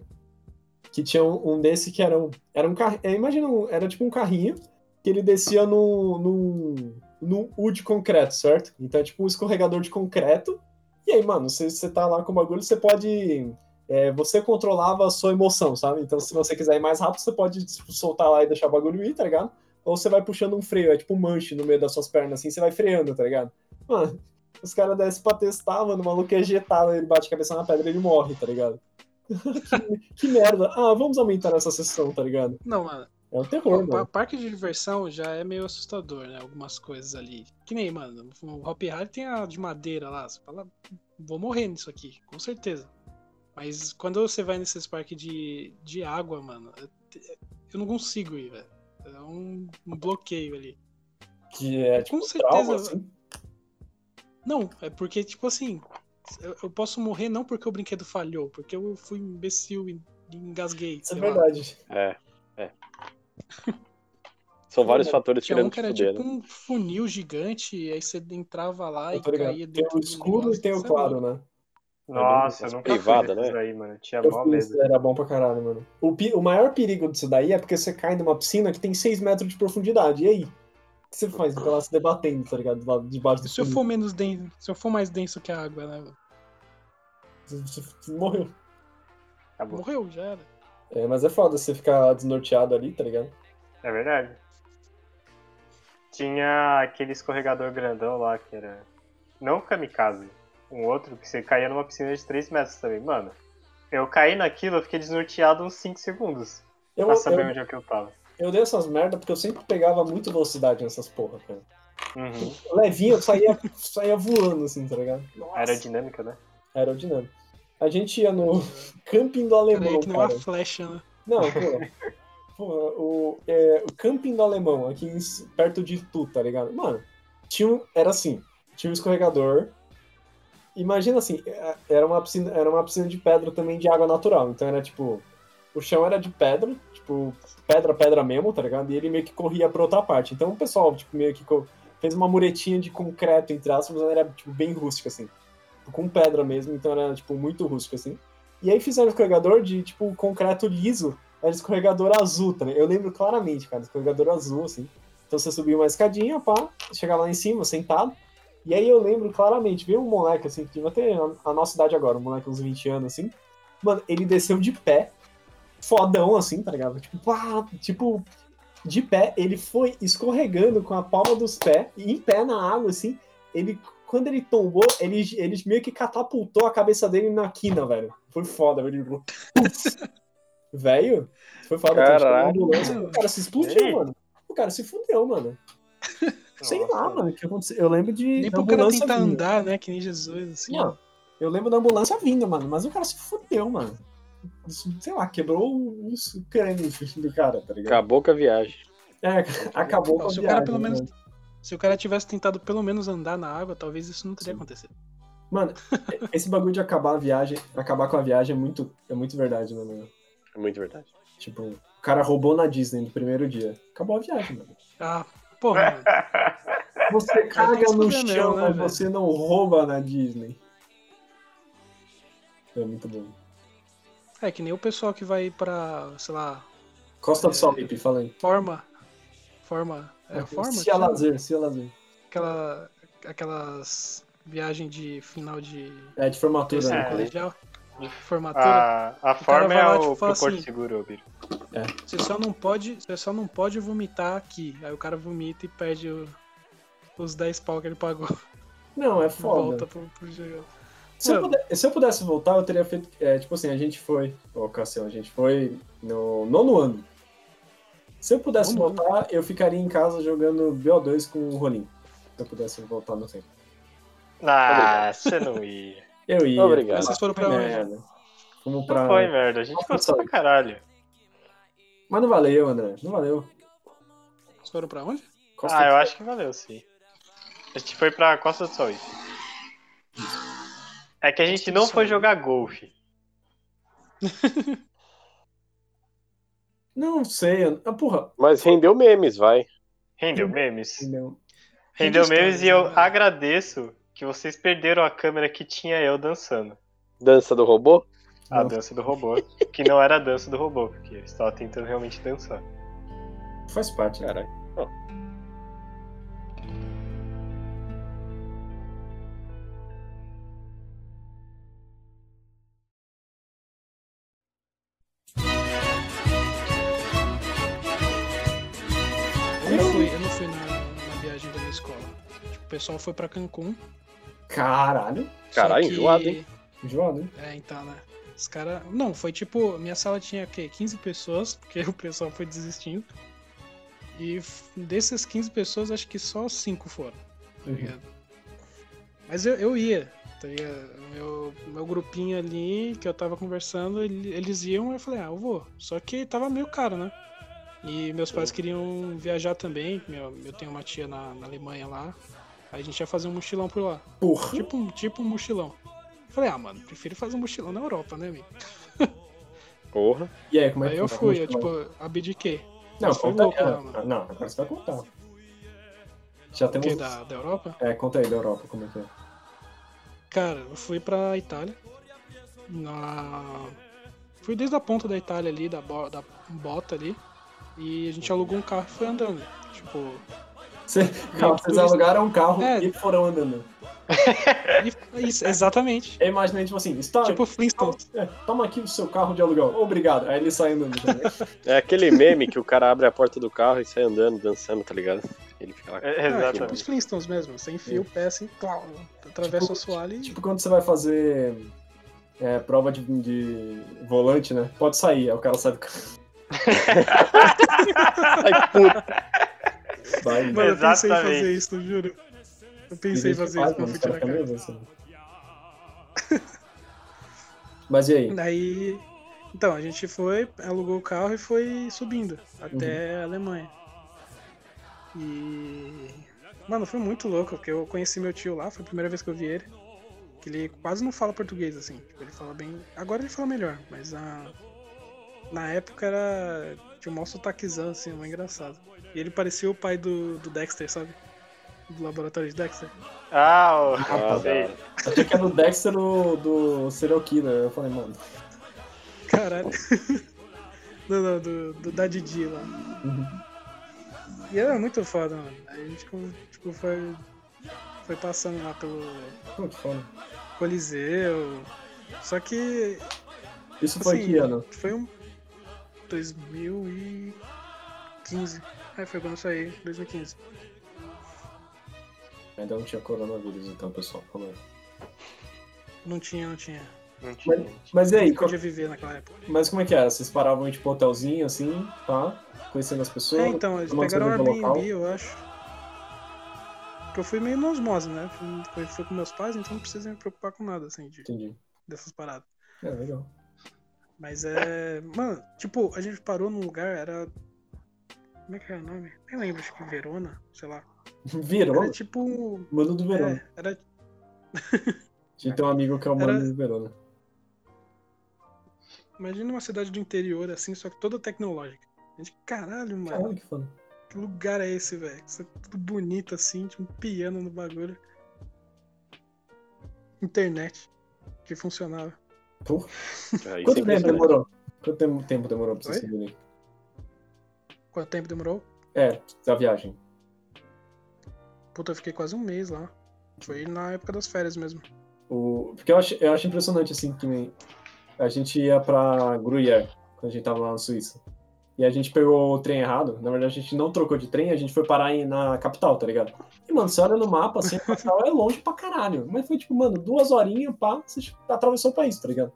Que tinha um, um desse que era um. Era um carrinho. Imagina, um- era tipo um carrinho que ele descia num. num. num U de concreto, certo? Então é tipo um escorregador de concreto. E aí, mano, você, você tá lá com o bagulho, você pode é, você controlava a sua emoção, sabe? Então, se você quiser ir mais rápido, você pode tipo, soltar lá e deixar o bagulho ir, tá ligado? Ou você vai puxando um freio, é tipo um manche no meio das suas pernas, assim, você vai freando, tá ligado? Mano, os caras descem pra testar, mano, o maluco é ejetado, ele bate a cabeça na pedra e ele morre, tá ligado? que, que merda. Ah, vamos aumentar essa sessão, tá ligado? Não, mano. É um terror, pa- mano. Parque de diversão já é meio assustador, né? Algumas coisas ali. Que nem, mano, o Hop Hard tem a de madeira lá. Você fala, vou morrer nisso aqui, com certeza. Mas quando você vai nesses parques de, de água, mano, eu- eu não consigo ir, velho. É um, um bloqueio ali. Que é tipo Com trauma, certeza. assim. Não, é porque, tipo assim, eu, eu posso morrer não porque o brinquedo falhou, porque eu fui imbecil e engasguei. Isso é sei lá. verdade. É, é. São vários fatores Tinha querendo um te que era fuder, tipo né? um funil gigante, e aí você entrava lá Eu e tô ligado. caía Tem dentro o do escuro negócio. e tem o Isso é claro, né? Nossa, eu nunca privada, fiz né? isso aí, mano. Tinha Eu Tá mó fiz, medo. era bom pra caralho, mano. O, pi- o maior perigo disso daí é porque você cai numa piscina que tem 6 metros de profundidade. E aí? O que você faz? Fica lá se debatendo, tá ligado? Do lado- Debaixo do Se eu fundo. for menos denso, se eu for mais denso que a água, né? mano? Você- você Morreu. Acabou. Morreu, já era. É, mas é foda você ficar desnorteado ali, tá ligado? É verdade. Tinha aquele escorregador grandão lá que era. Não o kamikaze. Um outro que você caía numa piscina de 3 metros também. Mano, eu caí naquilo, eu fiquei desnorteado uns 5 segundos. Eu, Pra saber eu, onde é que eu tava. eu dei essas merda porque eu sempre pegava muito velocidade nessas porra, cara. Uhum. Levinho, eu saía, saía voando, assim, tá ligado? Nossa, Aerodinâmica, né? aerodinâmico. A gente ia no camping do alemão, Cara, aí que não é cara. uma flecha, né? Não, pô. pô, o, é, o camping do alemão, aqui em S- perto de Tu, tá ligado? Mano, tinha um, era assim, tinha um escorregador. Imagina assim, é, era uma, piscina, era uma piscina de pedra também de água natural. Então era tipo. O chão era de pedra, tipo, pedra, pedra mesmo, tá ligado? E ele meio que corria pra outra parte. Então o pessoal, tipo, meio que co- fez uma muretinha de concreto, entre aspas, mas era, tipo, bem rústica, assim. Com pedra mesmo, então era, tipo, muito rústica, assim. E aí fizeram um escorregador de, tipo, concreto liso, era escorregador azul também. Eu lembro claramente, cara, escorregador azul, assim. Então você subia uma escadinha, pá, chegava lá em cima, sentado. E aí eu lembro claramente, veio um moleque, assim, que devia ter a, a nossa idade agora, um moleque uns 20 anos, assim. Mano, ele desceu de pé, fodão, assim, tá ligado? Tipo, pá, tipo, de pé, ele foi escorregando com a palma dos pés, e em pé na água, assim. Ele, quando ele tombou, ele, ele meio que catapultou a cabeça dele na quina, velho. Foi foda, velho. Ele- Putz. Velho, foi foda. teve que chamar uma Caralho. ambulância. O cara se explodiu, É. Ei. mano. O cara se fudeu, mano. Sei lá, mano, o que aconteceu. Eu lembro de. Nem da pro cara ambulância tentar vindo. andar, né? Que nem Jesus, assim. Não, eu lembro da ambulância vindo, mano, mas o cara se fudeu, mano. Isso, Sei lá, quebrou o o crânio do cara, tá um ligado? Acabou com a viagem. É, acabou com a se o viagem, cara pelo menos. né? Se o cara tivesse tentado pelo menos andar na água, talvez isso não teria acontecido. Mano, esse bagulho de acabar a viagem, acabar com a viagem é muito, é muito verdade, né, mano? É muito verdade. Tipo, o cara roubou na Disney no primeiro dia. Acabou a viagem, mano. Ah, porra, mano. Você caga no escolher não, chão, né, mas velho? você não rouba na Disney. É muito bom. É que nem o pessoal que vai pra, sei lá, Costa do Solip, fala aí. forma. Forma. É forma? que Cia chama? Lazer, Cia Lazer. Aquela, aquelas viagens de final de É, de formatura. terceiro né? É. colegial, de formatura. A, a cara forma vai é lá, o tipo, pro fala Porto assim, Seguro, Biro. Você só não pode, você só não pode vomitar aqui. Aí o cara vomita e perde o- os 10 pau que ele pagou Não, é de foda. volta pro, pro jogo. Se eu, Mano. puder- se eu pudesse voltar, eu teria feito. é, tipo assim, a gente foi. Ô, Cassião, a gente foi no nono ano. Se eu pudesse voltar, eu ficaria em casa jogando BO2 com o Rolim. Se eu pudesse voltar no tempo. Ah, você não ia. Eu ia. Obrigado. mas Vocês foram É. pra foi onde? merda. Fomos pra. Não foi merda, a gente passou pra caralho. Mas não valeu, André. Não valeu. Vocês foram pra onde? Costa Ah, eu do- acho que valeu, sim. A gente foi pra Costa do Sol. isso. É que a gente não foi jogar golfe. Não sei. eu- Ah, porra. Mas rendeu memes, vai. Rendeu memes? Entendeu? Rendeu Rende memes e eu histórias, né? agradeço que vocês perderam a câmera que tinha eu dançando. Dança do robô? A Nossa. dança do robô. Que não era a dança do robô, porque eu estava tentando realmente dançar. Faz parte. né? Caralho. Eu não fui, eu não fui na, na viagem da minha escola. Tipo, o pessoal foi pra Cancún. Caralho. só Caralho, que- enjoado, hein? Enjoado, hein? É, então, né? Os caras. Não, foi tipo. Minha sala tinha o quê? 15 pessoas, porque o pessoal foi desistindo. E f- dessas 15 pessoas, acho que só 5 foram. tá ligado? Mas eu, eu ia, tá ligado? Meu, meu grupinho ali que eu tava conversando, ele- eles iam, eu falei, ah, eu vou. Só que tava meio caro, né? E meus pais queriam viajar também, meu, eu tenho uma tia na, na Alemanha lá, aí a gente ia fazer um mochilão por lá. Porra. Tipo, um- tipo um mochilão. Eu Falei, ah, mano, prefiro fazer um mochilão na Europa, né, amigo? Porra. E aí, como é que Aí eu foi? fui, eu, tipo, abdiquei. Não, mas foi conta aí. louco, ah, mano. Não, agora você vai contar. Já O quê? temos. Da, da Europa? É, conta aí da Europa como é que é. Cara, eu fui pra Itália. Na... Fui desde a ponta da Itália ali, da, bo- da bota ali. E a gente alugou um carro e foi andando. Tipo. Cê- Calma, vocês alugaram um carro É. e foram andando. e- isso, exatamente. Eu imaginei, tipo assim, está. Tipo Flintstones. É, toma aqui o seu carro de aluguel. Obrigado. Aí ele sai andando. tá ligado? É aquele meme que o cara abre a porta do carro e sai andando, dançando, tá ligado? Ele fica lá. É, Ah, tipo os exatamente. Flintstones mesmo, sem fio, pé, assim, clau, atravessa Tipo- o assoalho e. tipo quando você vai fazer é, prova de, de volante, né? Pode sair, aí o cara sai do carro. Ai, puta. Vai, Mano, eu pensei em Exatamente. fazer isso, eu juro. Eu pensei em fazer Faz, isso mano, quando fui os caras tirar a ficam carta. nervosos, né? assim. Mas e aí? Daí. Então, a gente foi, alugou o carro e foi subindo até a Alemanha. E. Mano, foi muito louco, porque eu conheci meu tio lá, foi a primeira vez que eu vi ele. Que ele quase não fala português, assim. Tipo, ele fala bem. Agora ele fala melhor, mas na. Na época era. Tinha um maior sotaquezão, assim, uma engraçado. E ele parecia o pai do, do Dexter, sabe? Do laboratório de Dexter. Ah, tá. o... Ah, sei. da- Achei que era o Dexter o- do Serial Killer. Eu falei, mano. Caralho. Não, não, do, do- da Didi lá. E era muito foda, mano. Aí a gente ficou- tipo, foi, foi passando lá pelo pô, que foda. Coliseu. Só que. Isso foi assim, que ano? Foi um. 2015. É, foi quando eu saí, 2015. Ainda não tinha coronavírus, então, pessoal. Falou. Não tinha, não tinha. Não tinha. Mas e aí? Eu podia viver naquela época. Mas como é que era? Vocês paravam em tipo hotelzinho assim, tá? Conhecendo as pessoas? É, então, eles tomando pegaram um cerveja Airbnb, local? eu acho. Porque eu fui meio na osmose, né? Fui, fui com meus pais, então não precisa me preocupar com nada, assim, de- Entendi. dessas paradas. É, legal. Mas é. Mano, tipo, a gente parou num lugar, era. Como é que era o nome? Nem lembro, acho que Verona, sei lá. Era Verona? tipo. um- Mano do Verona. É, era. Tinha que ter um amigo que é o Mano Era- do Verona. Imagina uma cidade do interior, assim, só que toda tecnológica. A gente, caralho, mano, Caralho, Ah, que foda. que lugar é esse, velho? Isso é tudo bonito assim, tinha um piano no bagulho. Internet que funcionava. Porra. Aí é. Quanto sem tempo pensar, né? demorou? Quanto tem- tempo demorou pra vocês Oi? subirem? Quanto tempo demorou? É, da viagem. Puta, eu fiquei quase um mês lá. Foi na época das férias mesmo. O... Porque eu acho, eu acho impressionante, assim, que nem- a gente ia pra Gruyère, quando a gente tava lá na Suíça. E a gente pegou o trem errado. Na verdade, a gente não trocou de trem, a gente foi parar em- na capital, tá ligado? E, mano, você olha no mapa, assim, a capital é longe pra caralho. Mas foi tipo, mano, duas horinhas, pá, você atravessou o país, tá ligado?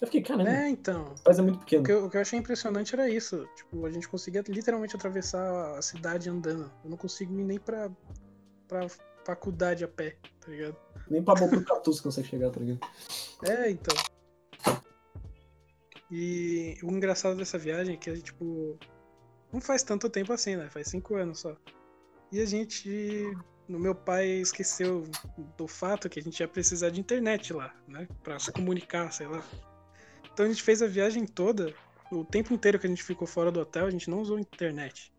Eu fiquei, caramba, É, então. mas é muito O pequeno. que, eu, o que eu achei impressionante era isso. Tipo, a gente conseguia literalmente atravessar a cidade andando. Eu não consigo ir nem pra, pra faculdade a pé, tá ligado? Nem pra boca do Catu você consegue chegar, tá ligado? É, então. E o engraçado dessa viagem é que a gente, tipo. Não faz tanto tempo assim, né? Faz cinco anos só. E a gente. O meu pai esqueceu do fato que a gente ia precisar de internet lá, né? Pra se comunicar, sei lá. Então a gente fez a viagem toda. O tempo inteiro que a gente ficou fora do hotel, a gente não usou internet.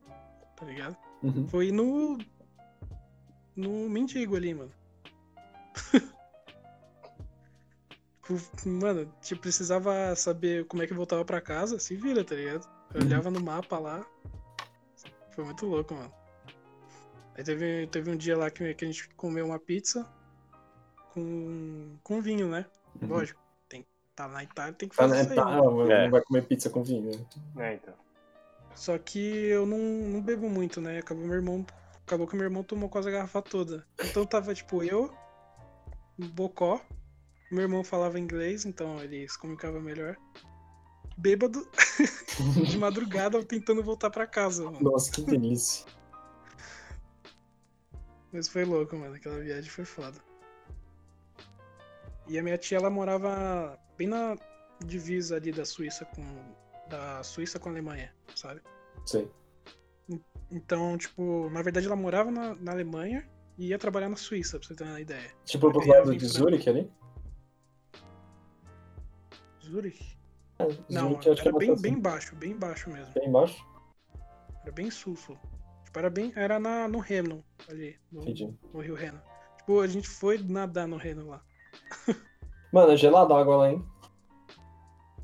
Tá ligado? Uhum. Foi no. No mendigo ali, mano. Tipo, mano, tipo, precisava saber como é que voltava pra casa, se vira, tá ligado? Eu Uhum. olhava no mapa lá. Foi muito louco, mano. Aí teve, teve um dia lá que, que a gente comeu uma pizza com, com vinho, né? Uhum. Lógico. Tem, tá na Itália, tem que Tá, fazer né? isso aí. Tá, mano. mano, É. Não vai comer pizza com vinho. né? É, então. Só que eu não, não bebo muito, né? Acabou meu irmão. Acabou que meu irmão tomou quase a garrafa toda. Então tava tipo eu, o Bocó. Meu irmão falava inglês, então ele se comunicava melhor. Bêbado de madrugada eu tentando voltar pra casa, mano. Nossa, que delícia. Mas foi louco, mano. Aquela viagem foi foda. E a minha tia, ela morava bem na divisa ali da Suíça com. Da Suíça com a Alemanha, sabe? Sei. Então, tipo, na verdade ela morava na, na Alemanha e ia trabalhar na Suíça, pra você ter uma ideia. Tipo, do É, lado bem de franco. Zurich ali? Zurich? É, Não, Zurich, acho que era bem, bastante- bem baixo, bem baixo mesmo. bem embaixo. Era bem sul, sul. Tipo, era bem. Era na, no Reno, ali, no, Entendi. no Rio Reno. Tipo, a gente foi nadar no Reno lá. Mano, é gelada a água lá, hein?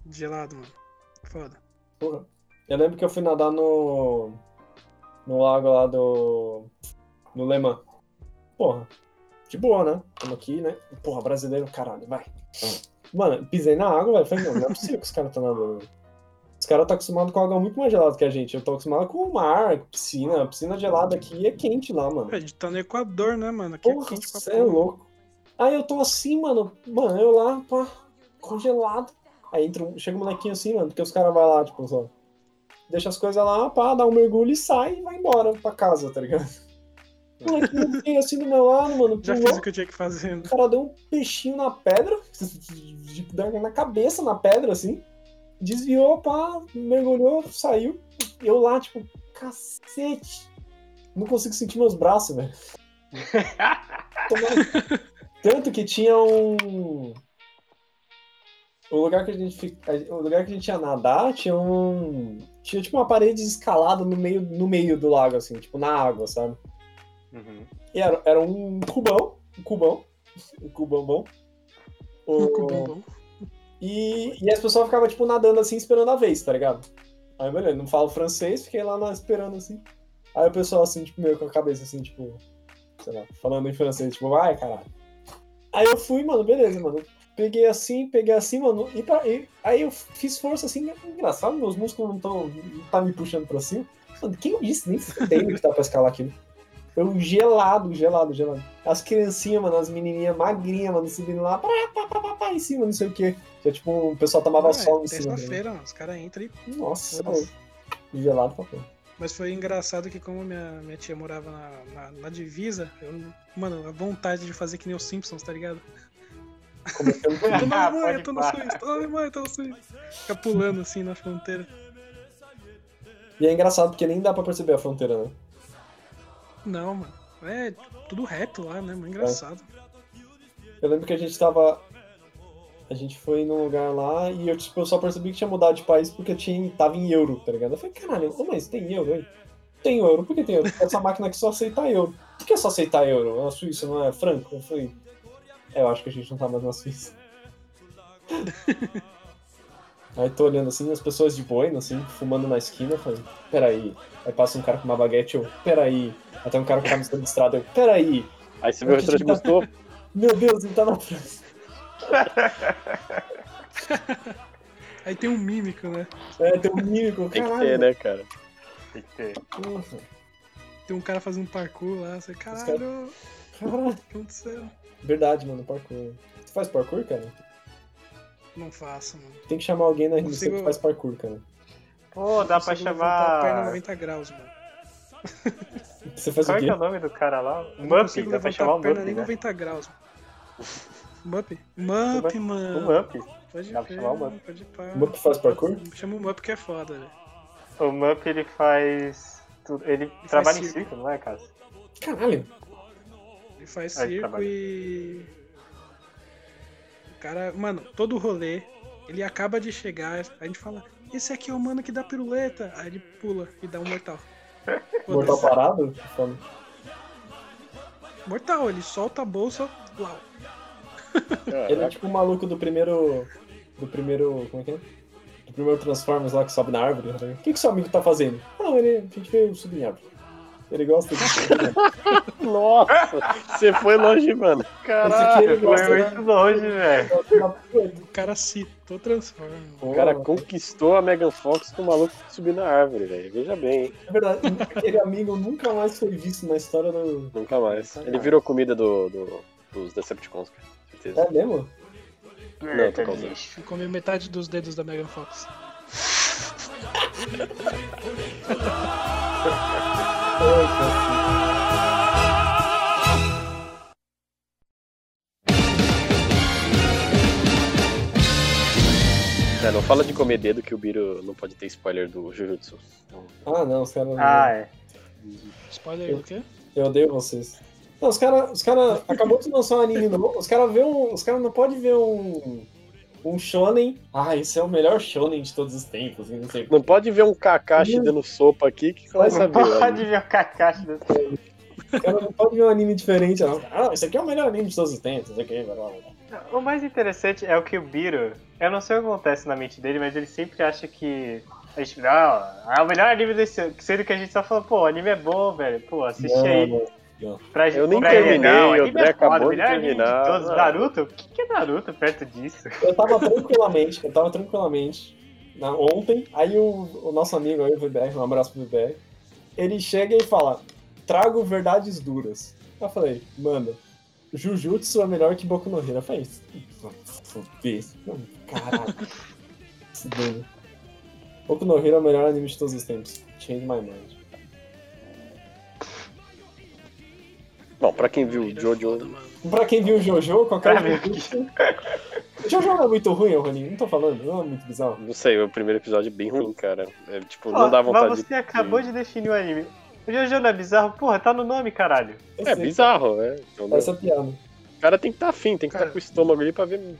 Gelado, mano. Foda. Porra. Eu lembro que eu fui nadar no. no lago lá do. no Leman. Porra. De boa, né? Tamo aqui, né? Porra, brasileiro, caralho, vai. Mano, pisei na água, velho. Falei, não, não é possível que os caras estão nadando. Os caras estão acostumados com água muito mais gelada que a gente. Eu tô acostumado com o mar, com piscina. Piscina gelada aqui é quente lá, mano. A gente tá no Equador, né, mano? Aqui é Porra, quente pra você é louco. Aí eu tô assim, mano. Mano, eu lá, pá, congelado. Aí entra um, chega um molequinho assim, mano, porque os caras vão lá, tipo, só. Deixa as coisas lá, pá, dá um mergulho e sai e vai embora pra casa, tá ligado? O molequinho veio assim do meu lado, mano, Já pulou. fiz o que eu tinha que fazer. né? O cara deu um peixinho na pedra, tipo, na cabeça, na pedra, assim. Desviou, pá, mergulhou, saiu. Eu lá, tipo, cacete. Não consigo sentir meus braços, velho. Tomara- Tanto que tinha um. O lugar que a gente fi- a- o lugar que a gente ia nadar tinha um. Tinha tipo uma parede escalada no meio, no meio do lago, assim, tipo, na água, sabe? Uhum. E era, era um cubão, um cubão, um cubão bom. O- Com o bombom. E, e as pessoas ficavam, tipo, nadando assim, esperando a vez, tá ligado? Aí, beleza, não falo francês, fiquei lá na- esperando assim. Aí o pessoal, assim, tipo, meio com a cabeça, assim, tipo, sei lá, falando em francês, tipo, vai, caralho. Aí eu fui, mano, beleza, mano. Peguei assim, peguei assim, mano, e, pra, e- aí eu fiz força assim, engraçado, meus músculos não estão não tá me puxando pra cima. Mano, quem disse? Nem fudendo que tá pra escalar aquilo. Eu gelado, gelado, gelado. As criancinhas, mano, as menininhas magrinhas, mano, subindo lá, pá, pá, pá, pá, pá, em cima, não sei o quê. Já, tipo, o pessoal tomava Ah, sol é, em cima. né? Terça-feira, mano. Os caras entram e Nossa, Nossa. velho. gelado pra porra. Mas foi engraçado que como minha, minha tia morava na, na, na divisa, eu, não- mano, a vontade de fazer que nem os Simpsons, tá ligado? Começando por Eu tô na Ah, Alemanha, pode eu tô na pá. Suíça, tô na Alemanha, tô na Suíça. Fica pulando assim na fronteira. E é engraçado porque nem dá pra perceber a fronteira, né? Não, mano. É tudo reto lá, né? Mano, engraçado. Eu lembro que a gente tava. A gente foi num lugar lá e eu, tipo, eu só percebi que tinha mudado de país porque tinha, tava em euro, tá ligado? Eu falei, caralho, ô, mas tem euro aí? Tem euro, por que tem euro? Essa máquina aqui só aceita euro. Por que só aceita euro? A Suíça não é franco? Eu falei. É, eu acho que a gente não tá mais na Suíça. Aí tô olhando assim, as pessoas de boina, assim, fumando na esquina, eu falei, peraí. Aí passa um cara com uma baguete, eu, peraí. Aí tem um cara com camisa de estrada, eu, peraí. Aí você vê o retrospector, Meu Deus, ele tá na França. Aí tem um mímico, né? É, tem um mímico, tem que caralho. ter, né, cara? Tem que ter. Porra, Tem um cara fazendo parkour lá, você, caralho, o caralho. que aconteceu? Verdade, mano, parkour. Você faz parkour, cara? Não faço, mano. Tem que chamar alguém na RMC Consigo- que faz parkour, cara. Pô, dá pra Consigo levantar A perna chamar. 90 graus, mano. Você faz Qual é o que quê? é o nome do cara lá? Eu não Mup, consigo dá pra levantar chamar a o Mup, perna nem né? 90 graus, mano. Mup? Mup, O mano. Mup. Pode Dá pra crer, chamar o Mup. Pode pá. O Mup faz parkour? Chama o Mup que é foda, velho. O Mup ele faz. tudo- Ele faz trabalha em circo. circo, não é, cara? Caralho. Ele faz Aí, circo trabalha. e. O cara, mano, todo rolê, ele acaba de chegar, a gente fala, esse aqui é o mano que dá piruleta. Aí ele pula e dá um mortal. Mortal Foda-se. parado? Fala. mortal, ele solta a bolsa, uau. Ele é Caraca, tipo o maluco do primeiro. Do primeiro. Como é que é? Do primeiro Transformers lá que sobe na árvore. né? O que, que seu amigo tá fazendo? Não, ele. A gente veio subir em árvore. Ele gosta de. Nossa, você foi longe, mano. Caralho, Ele gosta, foi né? muito longe, velho. O cara citou transforma. O cara conquistou a Megan Fox com o maluco subindo na árvore, velho. Veja bem, hein? É verdade, aquele amigo nunca mais foi visto na história do. Nunca mais. Ele virou comida do, do- dos Decepticons, cara. Certeza. É mesmo? Não, é tô causando. E comeu metade dos dedos da Megan Fox. É, não fala de comer dedo que o Biro não pode ter spoiler do Jujutsu. Então, Ah, não, os caras. Ah, é. Spoiler o quê? Eu odeio vocês. Não, os caras. Os cara acabou de lançar um anime novo. Os caras um, os cara não podem ver um. Um shonen. Ah, esse é o melhor shonen de todos os tempos. e Não sei o quê. Não pode ver um Kakashi dando sopa aqui que você vai Não saber. Pode né? ver o Kakashi do Os caras não podem ver um anime diferente. não. Ah, esse aqui é o melhor anime de todos os tempos. não sei o quê, blá, blá, blá. O mais interessante é o que o Biro, eu não sei o que acontece na mente dele, mas ele sempre acha que a gente, não, é o melhor anime desse ano, sendo que a gente só fala, pô, o anime é bom, velho, pô, assiste aí. Não, não. Pra Eu nem pra terminei, não, o anime é André foda, acabou de melhor anime terminar. todos. Naruto? O que que é Naruto perto disso? Eu tava tranquilamente, eu tava tranquilamente na, ontem, aí o, o nosso amigo aí, o VBR, um abraço pro VBR, ele chega e fala, trago verdades duras. Eu falei, mano, Jujutsu é melhor que Boku no Hero. Eu falei, "Isso- fuder, mano, caralho. Se dane. Boku no Hero é o melhor anime de todos os tempos. Change my mind. Bom, pra quem viu o Ele é foda, Jojo, mano. Pra quem viu Jojo, qualquer Pra mim. Jujutsu... Jojo não é muito ruim, Roninho, não tô falando, não é muito bizarro. não sei, o primeiro episódio é bem ruim, cara. É, tipo, Ó, não dá vontade Mas de. você acabou de definir o anime. O Jojo não é bizarro? Porra, tá no nome, caralho. Eu É sei, bizarro, é. Entendeu? Essa é piada. O cara tem que estar tá afim, tem que estar Cara. com o estômago ali pra ver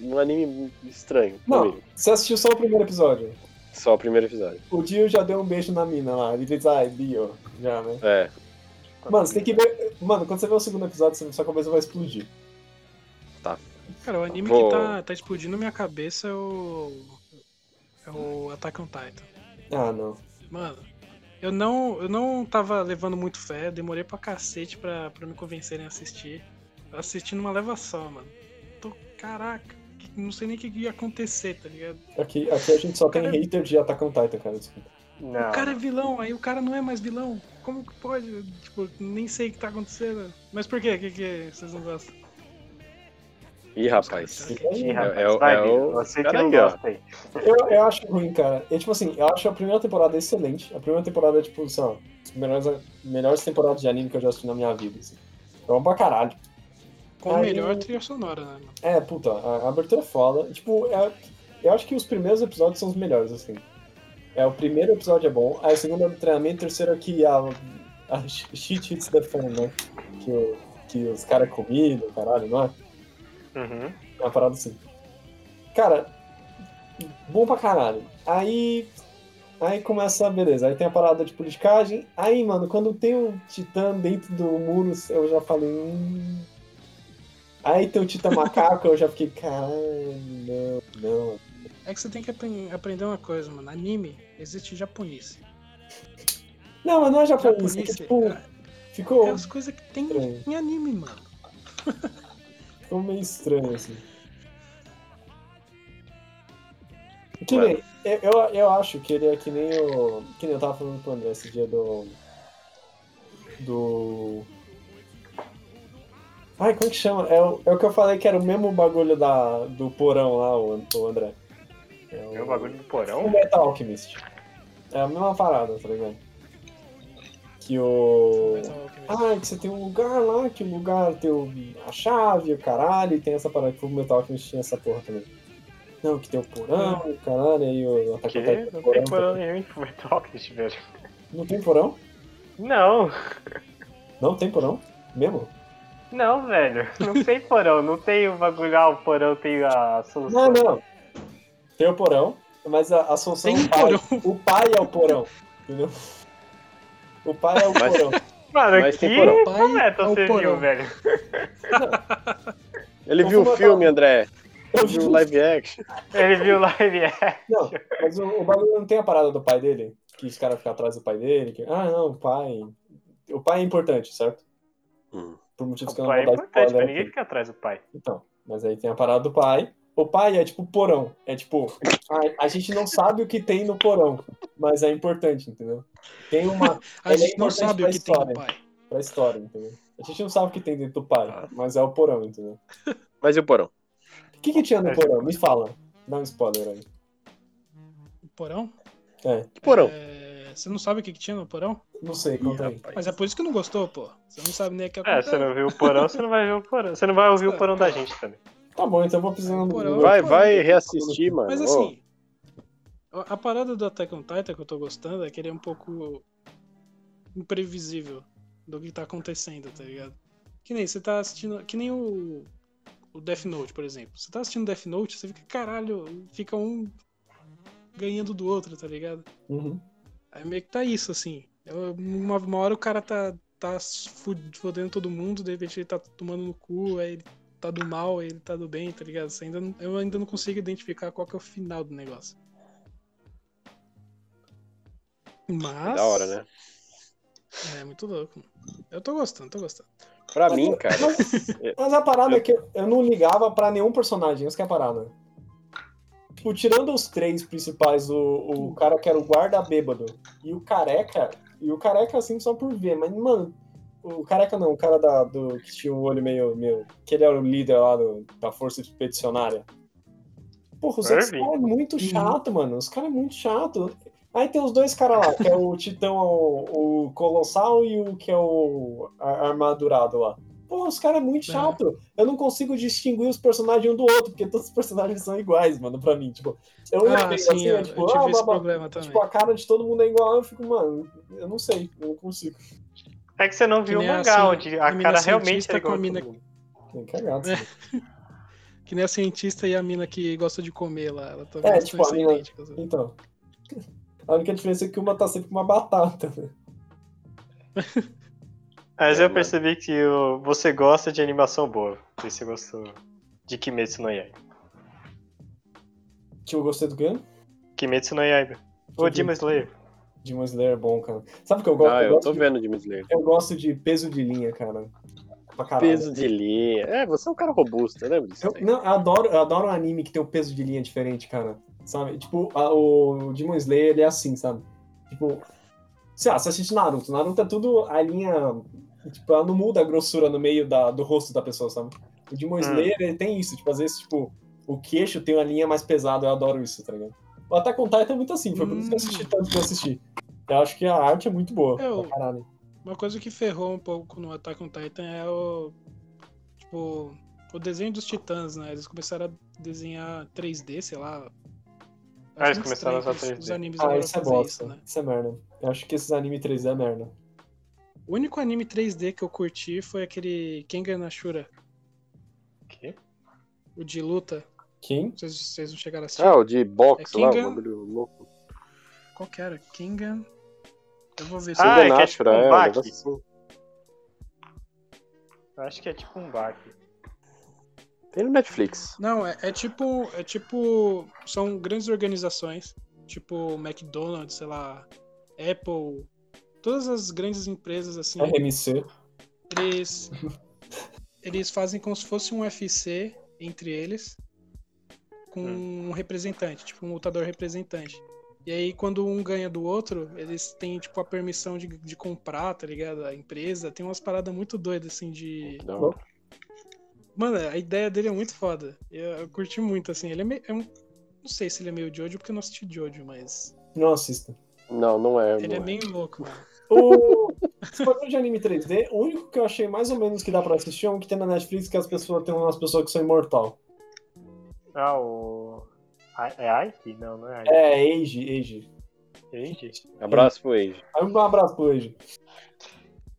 um anime estranho. pra Não, mim. você assistiu só o primeiro episódio. Só o primeiro episódio. O Dio já deu um beijo na mina lá. Ele diz, ai, Dio. Já, né? É. Mano, você tem que ver. Mano, quando você vê o segundo episódio, você- sua cabeça vai explodir. tá. Cara, o anime Vou- que tá, tá explodindo minha cabeça é o. É o Attack on Titan. Ah, não. Mano, eu não, eu não tava levando muito fé, demorei pra cacete pra, pra me convencerem a assistir. Eu assisti numa leva só, mano. Tô, caraca, que- não sei nem o que ia acontecer, tá ligado? Aqui, aqui a gente só tem Cara- hater de Attack on Titan, cara. Desculpa. Não. O cara é vilão, aí o cara não é mais vilão. Como que pode? Eu, Tipo, nem sei o que tá acontecendo. Mas por quê? O que, que vocês não gostam? Ih, rapaz. Fica aí, Ih, né? rapaz, É- é o- vai, é o- Biro, Você que Pera não aí, ó. gosta aí. Eu, eu acho ruim, cara. Eu, tipo assim, eu acho a primeira temporada excelente. A primeira temporada é, tipo, sei lá, as melhores, melhores temporadas de anime que eu já assisti na minha vida. Assim. É bom pra caralho. Com a Aí- melhor trilha sonora, né, mano? É, puta, a, a abertura é foda. Tipo, é- eu acho que os primeiros episódios são os melhores, assim. É, o primeiro episódio é bom, aí o segundo é o treinamento, o terceiro é que a, a sh- shit hits the fan, né? Que, o- que os caras comidam, caralho, não é? Uhum. É uma parada assim. Cara, bom pra caralho. Aí. Aí começa, beleza. Aí tem a parada de politicagem. Aí, mano, quando tem o Titã dentro do muro, eu já falei. Hum... Aí tem o Titã macaco, eu já fiquei, caralho, não, não. É que você tem que apren- aprender uma coisa, mano. Anime existe japonês. Não, mas não é japonês, é que, Japonês tipo, é, é ficou, as coisas que tem estranho. em anime, mano. ficou meio estranho, assim. Que Claro. nem, eu, eu, eu acho que ele é que nem o. Que nem eu tava falando pro André esse dia do. Do. Ai, como que chama? É, o- é o que eu falei que era o mesmo bagulho da, do porão lá, o, An- o André. É É o bagulho do O porão? Metal Alchemist. É a mesma parada, tá ligado? Que o. Metal Alchemist. Ah, que você tem um lugar lá, que o lugar tem o- a chave, o caralho, e tem essa parada que o Metal Alchemist tinha essa porra também. Não, que tem o porão, o caralho, aí o Attack on tá Titan Que? porão Não tem também. porão nenhum em Full Alchemist, velho. Não tem porão? Não, Não tem porão? Mesmo? não, velho. Não tem porão. Não tem o bagulho. Ah, o porão tem a Não, solução. não. Tem o porão, mas a Assunção Tem é o pai. porão. O pai é o porão, entendeu? O pai é o Mas- porão. Mano, Mas que tem porão. Pai planeta é o você viu, porão. velho? Ele Mas viu vou o botar- filme, André. Eu Ele vi- viu o live action. Ele é. viu live. Não, mas o, o bagulho não tem a parada do pai dele? Que os caras ficam atrás do pai dele? que, ah, não, o pai. O pai é importante, certo? Hum. Por motivos que eu O não pai é vou dar importante, pra spoiler ninguém aqui. fica atrás do pai. Então, mas aí tem a parada do pai. O pai é tipo porão. É tipo, a, a gente não sabe o que tem no porão, mas é importante, entendeu? Tem uma. A ele é gente não importante sabe pra o que tem no história. pai. pra história, entendeu? A gente não sabe o que tem dentro do pai, mas é o porão, entendeu? Mas e o porão? O que, que tinha É. no porão? Me fala. Dá um spoiler aí. O porão? Que porão? É, Você não sabe o que, que tinha no porão? Não sei, conta aí. Mas é por isso que não gostou, pô. Você não sabe nem o que É, acontece. você não viu o porão, você não vai ver o porão. Você não vai ouvir o porão da gente também. Tá bom, então eu vou precisando do Porão. Google. Vai, vai reassistir, mano. Mas Ô, assim, a a parada do Attack on Titan que eu tô gostando é que ele é um pouco imprevisível do que tá acontecendo, tá ligado? Que nem você tá assistindo. Que nem o, o Death Note, por exemplo. Você tá assistindo Death Note, você fica, caralho, fica um ganhando do outro, tá ligado? Uhum. Aí meio que tá isso, assim. É Uma, uma hora o cara tá, tá fu- fodendo todo mundo, de repente ele tá tomando no cu, aí ele tá do mal, aí ele tá do bem, tá ligado? Você ainda, não- eu ainda não consigo identificar qual que é o final do negócio. Mas. Da hora, né? É muito louco. mano. Eu tô gostando, tô gostando. Pra mim, cara. Mas, mas a parada é que eu, eu não ligava pra nenhum personagem, isso que é a parada. Tipo, tirando os três principais, o, o cara que era o guarda bêbado e o careca, e o careca assim só por ver, mas mano, o careca não, o cara da, do, que tinha o olho meio, meio. que ele era o líder lá do- da força expedicionária. Porra, os outros Irving? caras é muito chato, mano, os caras é muito chato. Aí tem os dois caras lá, que é o Titão, o, o Colossal e o que é o ar- Armadurado lá. Pô, os caras é muito É. chato. Eu não consigo distinguir os personagens um do outro, porque todos os personagens são iguais, mano, pra mim. Tipo, eu Ah, olhei, sim, assim, eu, é, eu tipo, tive ah, esse blá, blá, problema também. Tipo, a cara de todo mundo é igual, eu fico, mano, eu não sei, eu não consigo. É que você não Que viu o nem a mangá, cien- onde a a mina cara realmente cientista é igual. com a a mina- todo mundo. Que cagado. É. assim. Que nem a cientista e a mina que gosta de comer lá. Ela tá também É, elas tipo, são a mina- idênticas, né? Então. A única diferença é que uma tá sempre com uma batata. né? Mas É, eu mano. percebi que o- você gosta de animação boa. Que você gostou de Kimetsu no Yaiba. Que Tipo, eu gostei do quê? Kimetsu no Yaiba. O Uhum. Demon Slayer. Demon Slayer é bom, cara. Sabe o que eu gosto? Ah, eu gosto tô de- vendo Demon Slayer. eu gosto de peso de linha, cara. Pra caralho. Peso de linha. É, você é um cara robusto, eu lembro disso. Eu, não, eu adoro, eu adoro um anime que tem um peso de linha diferente, cara. Sabe? Tipo, a- o Demon Slayer, ele é assim, sabe? Tipo, sei lá, você assiste Naruto. Naruto é tudo a linha. Tipo, ela não muda a grossura no meio da, do rosto da pessoa, sabe? O Demon Hum. Slayer, ele tem isso. Tipo, às vezes, tipo, o queixo tem uma linha mais pesada. Eu adoro isso, tá ligado? O Attack on Titan é muito assim. Foi por isso que eu assisti tanto que eu assisti. Eu acho que a arte é muito boa. É, o- pra caralho. Uma coisa que ferrou um pouco no Attack on Titan é o. Tipo. O desenho dos titãs, né? Eles começaram a desenhar 3D, sei lá. Ah, eles Acho muito começaram a usar estranho que os- 3D. Os animes Ah, agora isso é fazem bosta. isso, né? Isso é merda. Eu acho que esses anime 3D é merda. O único anime 3D que eu curti foi aquele Kengan Ashura, Que? o de luta. Quem? Vocês, vocês não chegaram a assistir? Ah, o de É boxe lá, Kinga. o bagulho louco. Qual que era? Kengan. Eu vou ver se Ah, Kinga é que é Nashra, tipo um é, um baque. negócio assim. Eu acho que é tipo um baque. Tem no Netflix. Não, é, é tipo. É tipo. São grandes organizações. Tipo McDonald's, sei lá, Apple. Todas as grandes empresas É assim. RMC. Eles, eles fazem como se fosse um UFC entre eles, com um representante, tipo um lutador representante. E aí, quando um ganha do outro, eles têm, tipo, a permissão de, de comprar, tá ligado? A empresa. Tem umas paradas muito doidas, assim, de, Da hora. Mano, a ideia dele é muito foda. Eu, eu curti muito, assim. Ele é meio. é um- não sei se ele é meio Jojo, porque eu não assisti Jojo, mas. Não assista. Não, não é. Ele é não é. meio louco, mano. Uh! O... Se for de anime 3D, o único que eu achei mais ou menos que dá pra assistir é um que tem na Netflix que as pessoas tem umas pessoas que são imortal. Ah, o. Ai- É Ike? Não, não é Ike. É, Age, Age. Gente. Abraço pro Age. Aí um abraço pro Age.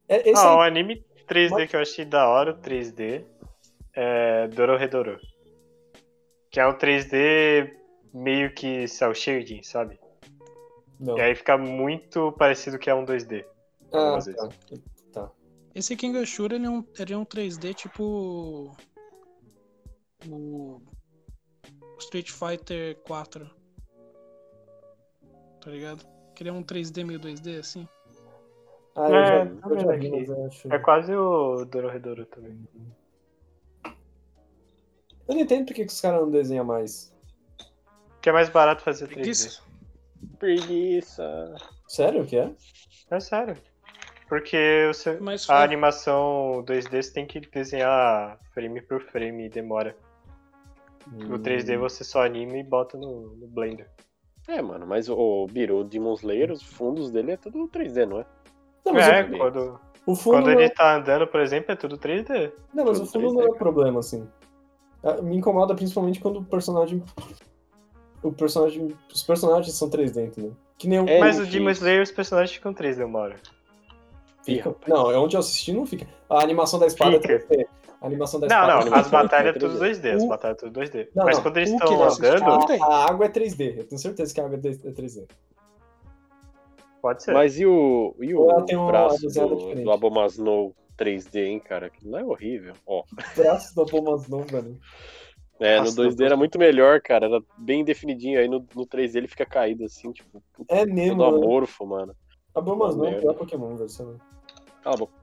É, esse Ah, aí- o anime 3D que eu achei da hora, o 3D, é Dororedoro. Que é um 3D meio que cel shading, sabe? Não. E aí fica muito parecido que é um 2D. Ah, às vezes. tá. Esse King Ashura, ele é um, ele é um 3D tipo. O. Street Fighter 4. Tá ligado? Que ele é um 3D meio 2D, assim. Ah, eu É, já- tá eu já vendo vi, aqui. mas eu acho- É quase o Dororedoro também. Eu não entendo porque que os caras não desenham mais. Porque é mais barato fazer 3D. Preguiça. Preguiça. Sério que é? É sério. Porque o seu- Mas foi. a animação 2D você tem que desenhar frame por frame e demora. O 3D Hum. você só anima e bota no, no Blender. É, mano, mas o, o Biru, o Demon Slayer, os fundos dele é tudo 3D, não é? Não, mas É, eu- quando, o, o fundo Quando não é- ele tá andando, por exemplo, é tudo 3D. Não, mas o Tudo fundo 3D, não é cara. problema, assim. Ah, Me incomoda principalmente quando o personagem. O personagem. Os personagens são 3D, entendeu? Que nem o. É, Mas o gente. Demon Slayer, os personagens ficam 3D uma hora. Fica. Não, é onde eu assisti não fica. A animação da espada Fica. é 3D. A animação da Não, espada. não, animação as batalhas é fica tudo 2D, as O- batalhas é tudo 2D. Não, Mas não, quando eles o que estão ele assiste- andando, não tem. A água é 3D. Eu tenho certeza que a água é 3D. pode ser. Mas e o, e o Ela tem uma braço desenhada do, diferente. do Abomasnow 3D, hein, cara? Aquilo lá é horrível. Ó, Braços da Pomazon, velho. é, Nossa, no 2D era muito melhor, cara. Era bem definidinho. Aí no, no 3D ele fica caído assim, tipo, puta, É todo mesmo, mano. amorfo, mano. A Pomazon é o né? Merda. pior Pokémon, velho. sei lá. Cala a boca.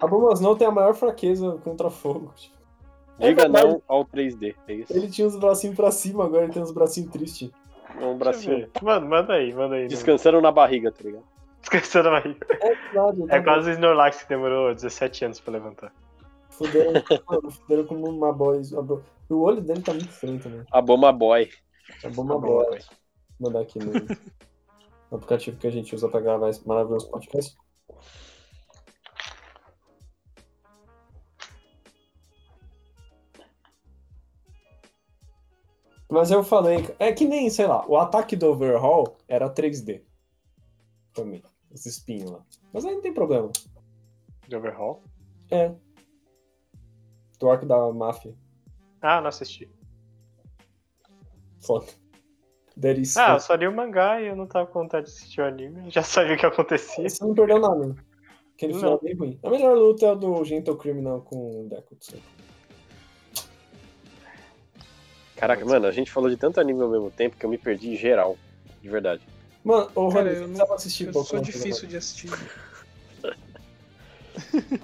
A Pomazon tem a maior fraqueza contra fogo. tipo. É Diga verdade. não ao 3D. É isso. Ele tinha os bracinhos pra cima, agora ele tem os bracinhos tristes. É um Deixa eu bracinho ver. Mano, manda aí, manda aí. né? descansando na barriga, tá ligado? Descansando aí. É verdade, eu É tava- quase o Snorlax que demorou 17 anos pra levantar. Fuderam, mano, fuderam como uma boy. uma boy. O olho dele tá muito feio também. Aboma Boy. É bom uma boy. Vou mandar aqui no no aplicativo que a gente usa pra gravar esse maravilhoso podcast. Mas eu falei, é que nem, sei lá, o ataque do overhaul era 3D. Pra mim, os espinhos lá. Mas aí não tem problema. De overhaul. É. Do arco da máfia. Ah, não assisti. Foda. Deris. Ah, eu só li o mangá e eu não tava com vontade de assistir o anime. Já sabia o que acontecia. Você não perdeu nada. Aquele Não. final é bem ruim. A melhor luta é a do Gentle Criminal com o Dekutsu. Caraca, mano, a gente falou de tanto anime ao mesmo tempo que eu me perdi em geral. De verdade. Mano, ô Cara, Rony, eu você não- precisava assistir tá Eu Boku sou no difícil de assistir.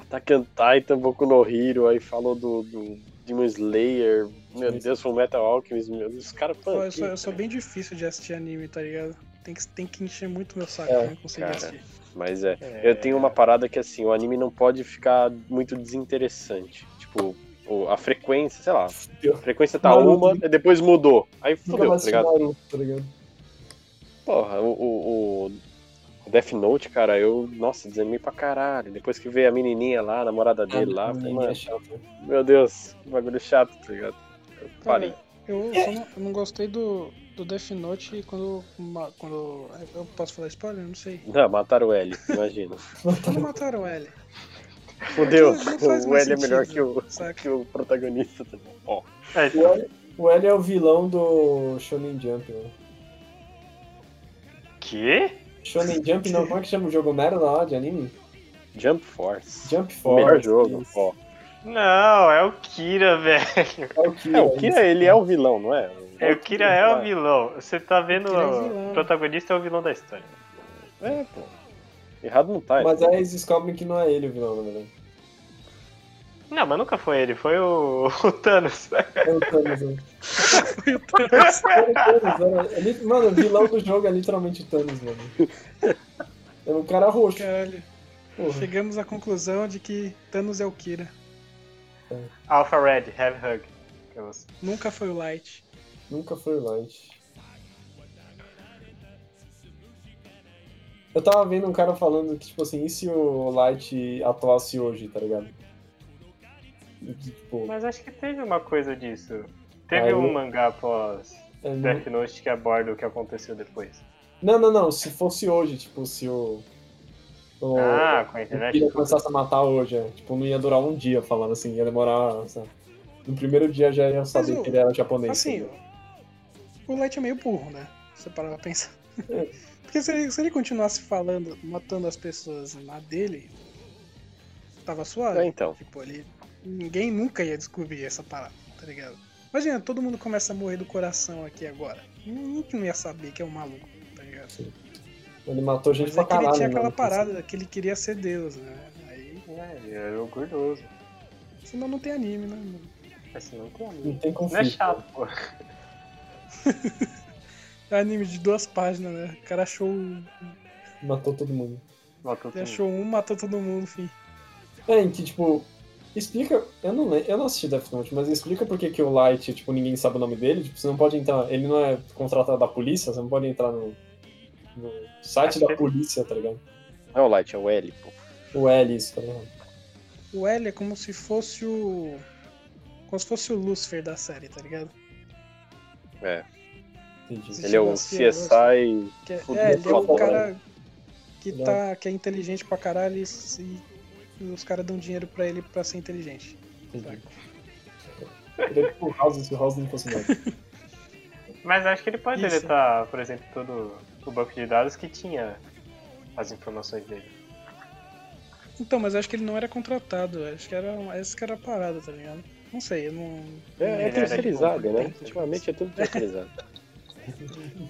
Attack on Titan, Boku no Hero, aí falou do, do Demon Slayer, meu Deus, foi Metal Alchemist, meu Deus, os caras, Pô, mano, eu, que- sou, eu sou bem difícil de assistir anime, tá ligado? Tem que, tem que encher muito meu saco É, pra não conseguir cara. assistir. mas é, É, eu tenho uma parada que assim, o anime não pode ficar muito desinteressante, tipo, o- a frequência, sei lá, a frequência tá Naruto. uma, e depois mudou, aí Nunca mais fudeu, tá assisti ligado? Naruto, tá ligado? Porra, o, o, o Death Note, cara, eu, nossa, desanimei pra caralho, depois que veio a menininha lá, a namorada dele lá, eu falei, Ninguém é mano, chato. meu Deus, que bagulho chato, tá ligado? Eu parei. Eu, só não, eu não gostei do, do Death Note quando, ma- quando. é, Eu posso falar spoiler? Eu Não sei. Não, mataram o L, imagina. Quando Então mataram o L. Fudeu, Não faz o mais L é melhor sentido, que o, saca? que o protagonista. tá Ó, É, O L, o L é o vilão do Shonen Jump, né? que? Shonen Jump não, como é que chama o jogo Mero lá de anime? Jump Force. Jump o Force. melhor jogo. isso. Ó. Não, é o Kira, velho. É o Kira. É, o Kira, ele é o vilão, não é? É, o Kira é o vilão. Você tá vendo, Kira é o vilão. o protagonista é o vilão da história. É, pô. Errado não tá. Mas né? aí eles descobrem que não é ele o vilão, na verdade. Não, mas nunca foi ele, foi o, o Thanos. É o Thanos, né? Foi o Thanos. Era o Thanos, era- é li- Mano, o vilão do jogo é literalmente o Thanos, mano. É um cara roxo. Caralho. Porra, Chegamos à conclusão de que Thanos é o Kira. Alpha Red, have hug. é Aquelas- Nunca foi o Light. nunca foi light. Eu tava vendo um cara falando que, tipo assim, e se o Light atuasse hoje, tá ligado? E que, tipo, Mas acho que teve uma coisa disso. Teve Aí- um mangá após é mu- Death Note que aborda o que aconteceu depois. Não, não, não. Se fosse hoje, tipo, se o. o Ah, com a o internet. Kira começasse a matar hoje, é. tipo, não ia durar um dia falando assim, ia demorar. Sabe? No primeiro dia já ia saber o- que ele era japonês. tá Assim, entendeu? o Light é meio burro, né? Se você parar pra pensar. É. Porque se ele, se ele continuasse falando, matando as pessoas na dele, tava suave. É, então. Tipo, ele. Ninguém nunca ia descobrir essa parada, tá ligado? Imagina, todo mundo começa a morrer do coração aqui agora. Ninguém ia saber que é um maluco, tá ligado? ele matou gente Mas pra é que ele caralho. tinha mano. aquela parada que ele queria ser Deus, né? Aí. É, ele era o gordoso. Senão não tem anime, né? mano? Assim, não, tem Não amigo. tem não é conflito. chato, pô. É anime de duas páginas, né? O cara achou. Matou todo mundo. Matou Ele tudo. achou um, matou todo mundo, enfim. É, em que, tipo. Explica. Eu não, le- eu não assisti Death Note, mas explica por que que o Light, tipo, ninguém sabe o nome dele. Tipo, você não pode entrar. Ele não é contratado da polícia, você não pode entrar no. no site Acho da é. que- polícia, tá ligado? Não é o Light, é o L, pô. O L, isso, tá ligado? O L é como se fosse o. Como se fosse o Lucifer da série, tá ligado? É. Entendi. Sim. Ele é o Esse CSI. Que é, Fudeu é, ele é pra o cara que, Ele é tá, que é inteligente pra caralho e, se- e os caras dão dinheiro pra ele pra ser inteligente. Entendi. Ele é tipo o House, se o House não fosse nada. Mas acho que ele pode Isso. deletar, por exemplo, todo o banco de dados que tinha as informações dele. Então, mas acho que ele não era contratado, acho que era um, essa que era a parada, tá ligado? Não sei, eu não. É, é Ele era terceirizado, né? incompetente. Ultimamente é tudo terceirizado.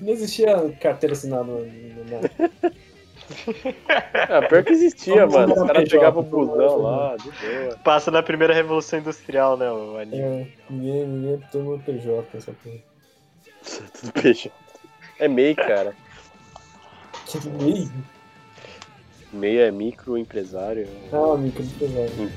Não existia carteira assinada né? no- no- na- Ah, pior que existia, Vamos mano. lá, Os caras PJ, pegavam o vamos lá, busão vamos lá. lá, de boa. Passa na primeira revolução industrial, né, o anime. É, Ninguém, ninguém é toma PJ essa porra. Tudo peixe. É MEI, cara. Que meio? MEI é microempresário. Ah, amigo, que pesado.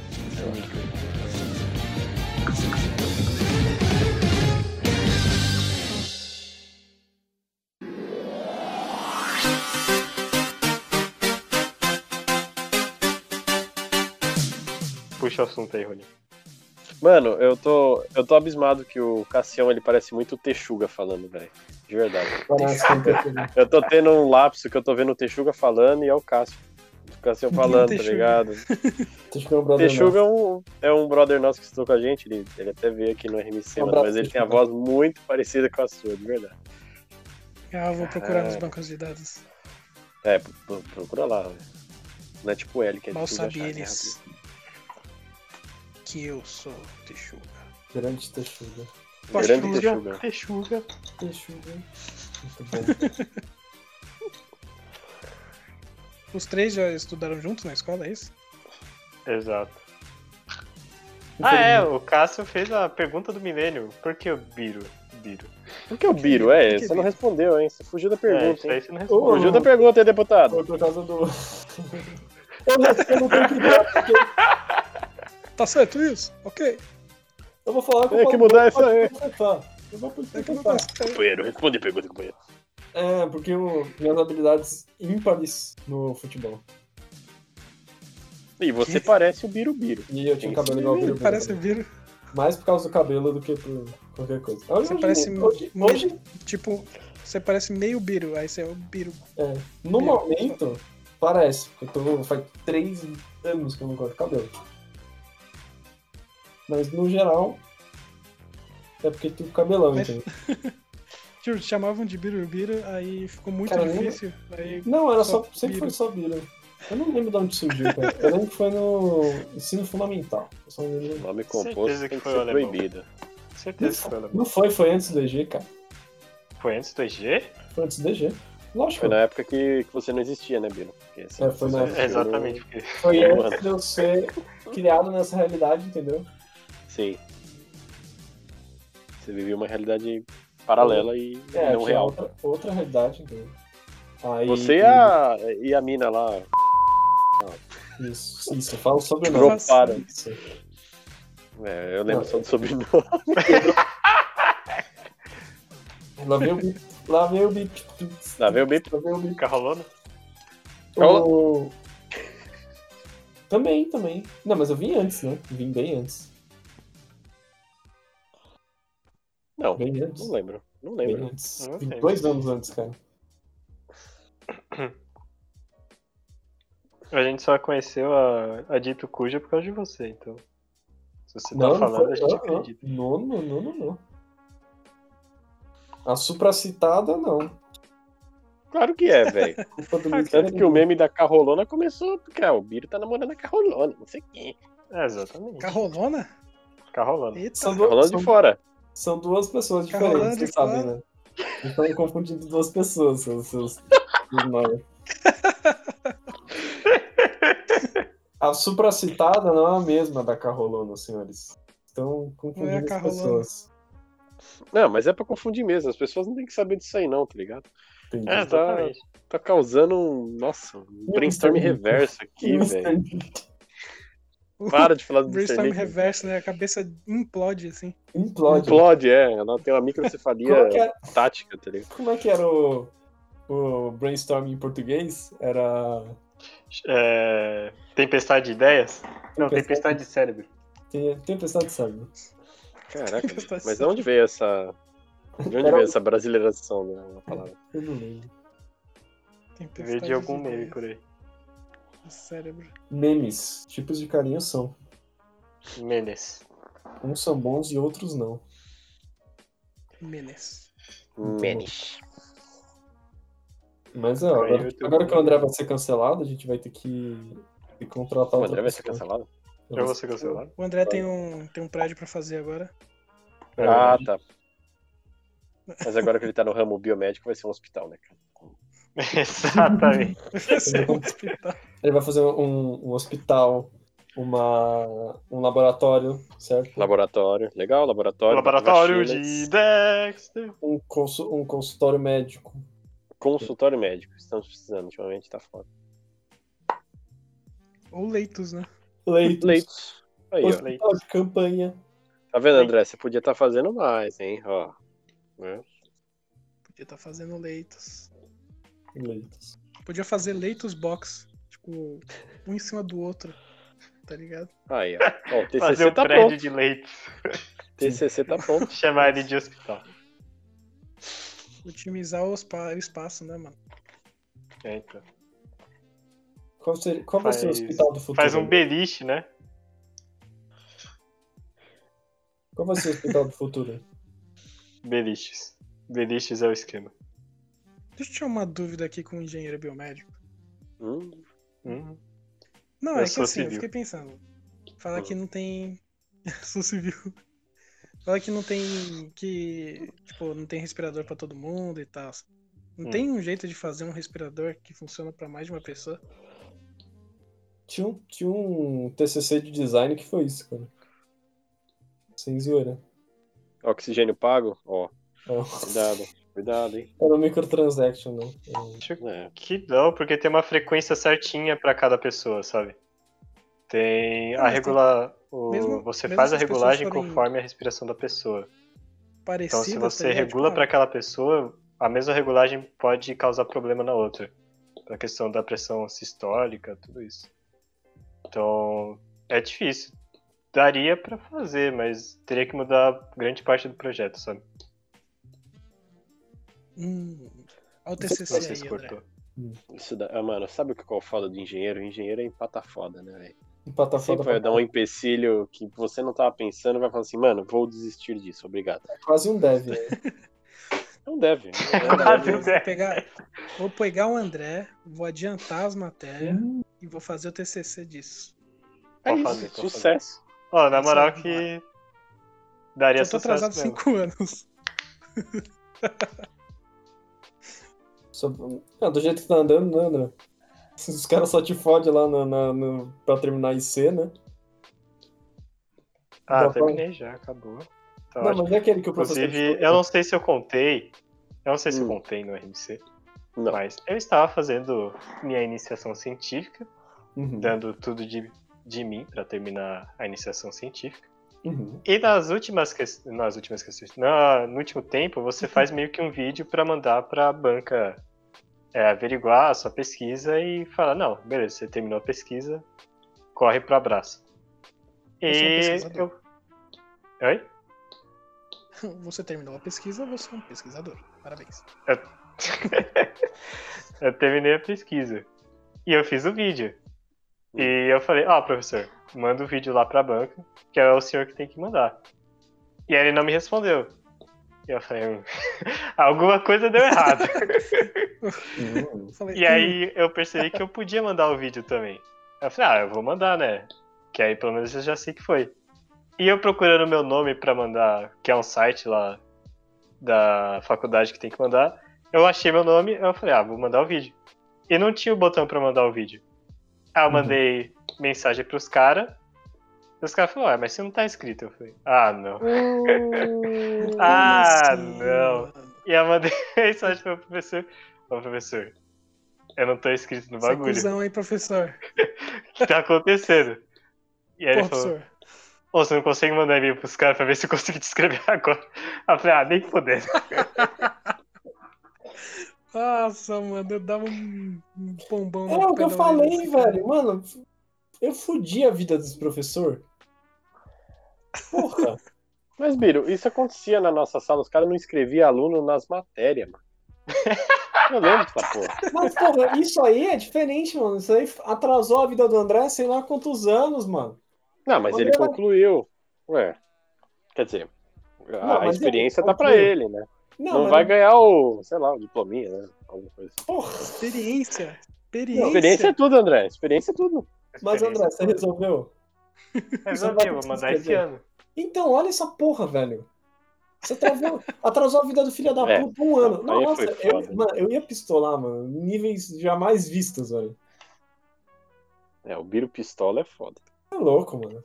Puxa o assunto aí, Rony. Mano, eu tô, eu tô abismado que o Cassião ele parece muito o Texuga falando, velho. De verdade. Parece que não tem PJ. Eu tô tendo um lapso que eu tô vendo o Texuga falando e é o Cássio. O Cássio falando, tá Texuga. ligado? Deixa eu ver um brother Texuga é um, é um brother nosso que estudou com a gente, ele, ele até veio aqui no RMC, Um mano, abraço, mas ele tem a Texuga. voz muito parecida com a sua, de verdade. Ah, eu vou procurar nos Caralho. bancos de dados. É, pro- pro- procura lá, velho. Não é tipo L, que é Mal difícil de sabem achar, né, eles rapaz? que eu sou o Teixuga. nosso. Grande Texuga. Posso Um Grande elogiar? Texuga. Texuga. Texuga. Muito bom. Os três já estudaram juntos na escola, é isso? Exato. Ah, é, o Cássio fez a pergunta do milênio. Por que o Biro? Biro. Por que o Biro? É, que você não Biro? respondeu, hein? Você fugiu da É, pergunta, isso aí hein? você não responde. Fugiu da pergunta, hein, deputado? Foi por causa do. Eu não, eu não tenho que dar, porque Tá certo isso? Ok. Eu vou falar com Tem que mudar isso aí. Eu vou É Então que não processar. tá certo. Companheiro, responde a pergunta, companheiro. É, porque o, minhas habilidades ímpares no futebol. E você parece o Biro Biro. E eu tinha um Isso cabelo igual ao Bill Parece Gates. vir, Mais por causa do cabelo do que por qualquer coisa. Hoje, Você parece hoje, muito- hoje, tipo, você parece meio Biro, aí você é o Biro. no momento, parece. Eu tô, faz três anos que eu não corto cabelo. Mas no geral, é porque tem cabelão, Mas- entendeu? Juro, chamavam de Birubiru, aí ficou muito Cara, difícil. Aí Não, era só. Só Sempre Biro. foi só Biro. Eu não lembro de onde surgiu, cara. Eu lembro que foi no ensino fundamental. Eu só não lembro. Nome Certeza composto que tem que foi o ser alemão. proibido. Certeza que foi alemão. Não foi, foi antes do EG, cara. Foi antes do EG? Foi antes do EG. Lógico. Foi na época que, que você não existia, né, Biro? Porque se É, foi você na- existia, Exatamente. Porque... Foi Mano. antes de eu ser criado nessa realidade, entendeu? não- Sim. Você vivia uma realidade paralela e É, não tinha um- real. Outra, outra realidade, entendeu? Aí, Você e a, e a mina lá. Isso, isso. Eu falo sobre o Droparam. Isso. É, eu Não. lembro só do sobrenome. Lá veio o bip. Lá veio o bip. Lá Ah, veio o bip. Lá veio o bip. Fica rolando. O... Também, também. Não, mas eu vim antes, né? Vim bem antes. Não, Bem antes. não lembro. Não Bem lembro. Tá antes. Não Vim sei. dois anos antes, cara. A gente só conheceu a, a Dito Cuja por causa de você, então. Se você tá Não, não, falando, foi, a gente não, acredita. não, não, não, não, não. A supracitada, não. Claro que é, velho. Culpa do é Tanto que o Ministério. meme da Carolona começou, porque ah, o Biro tá namorando a Carolona, não sei quem. É, exatamente. Carrolona? Fica rolando. Eita. São, duas, Carolona são, de fora. são duas pessoas Carolando diferentes, vocês de fora. sabem, né? Estão confundindo duas pessoas, seus, seus, seus nomes. A supracitada não é a mesma da Carolona, senhores. Estão Não é a confundindo as Carolona. pessoas. Não, mas é pra confundir mesmo. As pessoas não têm que saber disso aí, não, tá ligado? Entendi. É, exatamente. Tá causando um. Nossa, um brainstorm Mr. Nick. reverso aqui, Não velho. sei. Para de falar do Mr. Brainstorm Nick. reverso, né? A cabeça implode, assim. Implode. Explode, é. Ela tem Como uma é que microcefalia era, tática, tá ligado? como é que era o, o brainstorm em português? Era. É, Tempestade de ideias? Não, tempestade de cérebro. Tem- Tempestade de sangue. Tá Caraca. Mas de certo. onde veio essa. De onde assim. Era- um veio essa brasileiração né, da palavra? Eu não lembro. Tempestade Veio de algum ideias meme por aí. no Cérebro. Memes. Tipos de carinho são. Menes. Uns são bons e outros não. Menes. Menes. Mas ó, Aí eu agora, tenho- agora que o André vai ser cancelado, a gente vai ter que, que contratar O outra André vai ser pessoa. cancelado? Já vou ser cancelado? O André tem um, tem um prédio pra fazer agora. É. É. Ah, tá. Mas agora que ele tá no ramo biomédico, vai ser um hospital, né, cara? Exatamente. Vai ser um hospital. Ele vai fazer um, um hospital, uma, um laboratório, certo? Laboratório, legal, laboratório. Laboratório vacinas, de Dexter. Um, consu- um consultório médico. Consultório médico, estamos precisando, ultimamente tá foda. Ou leitos, né? Leitos. Leitos. Aí, ó. hospital de campanha. Tá vendo, André? Você podia estar fazendo mais, hein? Ó. Né? Podia estar fazendo leitos. Leitos. Podia fazer leitos box. Tipo, um em cima do outro. Tá ligado? Aí, ó. Ó, o Fazer TCC um tá prédio pronto. de leite. TCC tá pronto. Chamar ele de hospital. Otimizar o, espa- o espaço, né, mano? É, então. Qual, seria, qual vai ser o Faz- hospital do futuro? Faz um beliche, né? Qual vai ser o hospital do futuro? Beliches. Beliches é o esquema. Deixa eu tirar uma dúvida aqui com o engenheiro biomédico. Hum, Hum. Não, Eu é que sou assim, eu civil. fiquei pensando. Falar que não tem. sou civil. Falar que não tem. que. Tipo, não tem respirador pra todo mundo e tal. Não Hum. tem um jeito de fazer um respirador que funciona pra mais de uma pessoa? Então, Tinha um, tinha um TCC de design que foi isso, cara. Sem zoeira. Oxigênio pago? Ó, Era cuidado. Cuidado, hein? era um microtransaction, né? É. Acho É. que não, porque tem uma frequência certinha pra cada pessoa, sabe? Tem Ah, a mas regular. o- mesmo- você mesmo faz se a as pessoas regulagem forem- conforme a respiração da pessoa. Então, Parecido. se tá você ligado? regula Tipo, pra aquela pessoa, a mesma regulagem pode causar problema na outra. A questão da pressão sistólica, tudo isso. Então, é difícil. Daria pra fazer, mas teria que mudar grande parte do projeto, sabe? Hum. Olha o Não sei TCC se aí, André. cortou. Isso da... ah, mano, sabe o que eu falo de engenheiro? Engenheiro é empata foda, né, velho? Empatar Tá foda Sempre vai pra dar um empecilho que você não tava pensando, vai falar assim, mano, vou desistir disso, obrigado. quase um dev. né? Não deve. né? Não deve. Quase, Vou né? pegar, vou pegar o André, vou adiantar as matérias e vou fazer o TCC disso. É Pode isso, fazer, pode sucesso. Ó, na Nossa, moral mano. que. Daria é Eu tô sucesso atrasado mesmo. 5 anos. Só- Ah, do jeito que tá andando, né, André? Os caras só te fodem lá na, na, no- pra terminar IC, né? Ah, Dá pra- terminei já, acabou. Tá não, ótimo. mas é aquele que o professor. Inclusive, te eu não sei se eu contei. Eu não sei se eu Hum. contei no RMC, Não. mas eu estava fazendo minha iniciação científica. fode. Uhum. dando tudo de, de mim pra terminar a iniciação científica. Uhum. E nas últimas questões. Nas últimas questões. na- no último tempo, você Uhum. faz meio que um vídeo pra mandar pra banca é, averiguar a sua pesquisa e falar, não, beleza, você terminou a pesquisa, corre pro abraço. Você é um E eu. pesquisador. Oi? Você terminou a pesquisa, você é um pesquisador. Parabéns. eu terminei a pesquisa. E eu fiz o vídeo. E eu falei, ó, professor, manda o vídeo lá pra banca, que é o senhor que tem que mandar. E aí ele não me respondeu. E eu falei, "Hum, alguma coisa deu errado. Uhum. Eu falei, "Hum, E aí eu percebi que eu podia mandar o vídeo também. Eu falei, ah, eu vou mandar, né? Que aí pelo menos eu já sei que foi. E eu procurando meu nome pra mandar, que é um site lá da faculdade que tem que mandar, eu achei meu nome, eu falei, ah, vou mandar o vídeo. E não tinha o botão pra mandar o vídeo. Aí eu Uhum. mandei mensagem pros caras. e Os caras falaram, ah, mas você não tá inscrito. Eu falei, ah, não. Uh, Como Ah, assim, não. mano? E é eu mandei mensagem pro professor. Ô, professor, eu não tô inscrito no Você é bagulho. cuzão, hein, professor? que tá acontecendo? E aí Pô, ele falou, professor. ô, você não consegue mandar e-mail pros caras pra ver se eu consigo te escrever agora? Aí eu falei, ah, nem poder. Nossa, mano, eu dava um um pombão É no o que eu pedal falei, dele. velho. Mano, eu fudi a vida dos professor. Porra. Mas, Biro, isso acontecia na nossa sala, os caras não escreviam aluno nas matérias, mano. Eu lembro dessa porra. Mas, porra, isso aí é diferente, mano. Isso aí atrasou a vida do André, sei lá quantos anos, mano. Não, mas é- ele concluiu. Ué. Quer dizer, Não, a mas experiência ele tá pra concluiu. ele, né? Não, Não mas- é- vai ganhar o, sei lá, o diplominha, né? Alguma coisa. assim. Porra. Experiência. Experiência. Experiência é tudo, André. Experiência é tudo. Mas, André, você resolveu? Resolvi, eu vou mandar esse ano. Então, olha essa porra, velho. Você atrasou, atrasou a vida do filho da É. puta um ano. Aí Nossa, foi eu, foda. mano, eu ia pistolar, mano. Níveis jamais vistos, velho. É, o Biro Pistola é foda. É louco, mano.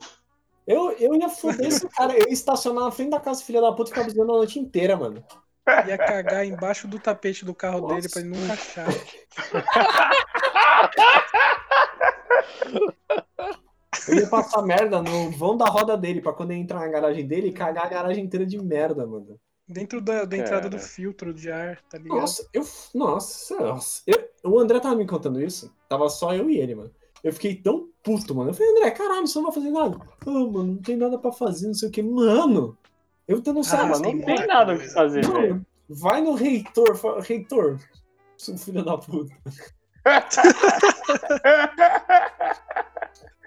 Eu, eu ia foder esse cara. Eu ia estacionar na frente da casa do filho da puta e ficar buzinando a noite inteira, mano. Ia cagar embaixo do tapete do carro Nossa. dele pra ele nunca achar. Eu ia passar merda no vão da roda dele pra quando eu entrar na garagem dele, cagar a garagem inteira de merda, mano. Dentro da, da entrada do Cara. filtro de ar, tá ligado? Nossa, eu. Nossa, nossa. Eu- o André tava me contando isso. Tava só eu e ele, mano. Eu fiquei tão puto, mano. Eu falei, André, caralho, você não vai fazer nada. Ah, mano, não tem nada pra fazer, não sei o que. Mano, eu Ah, denunciava. mas Mas não tem não muita tem nada o que coisa. fazer, velho. Mano, vai no reitor, fala, reitor, seu filho da puta.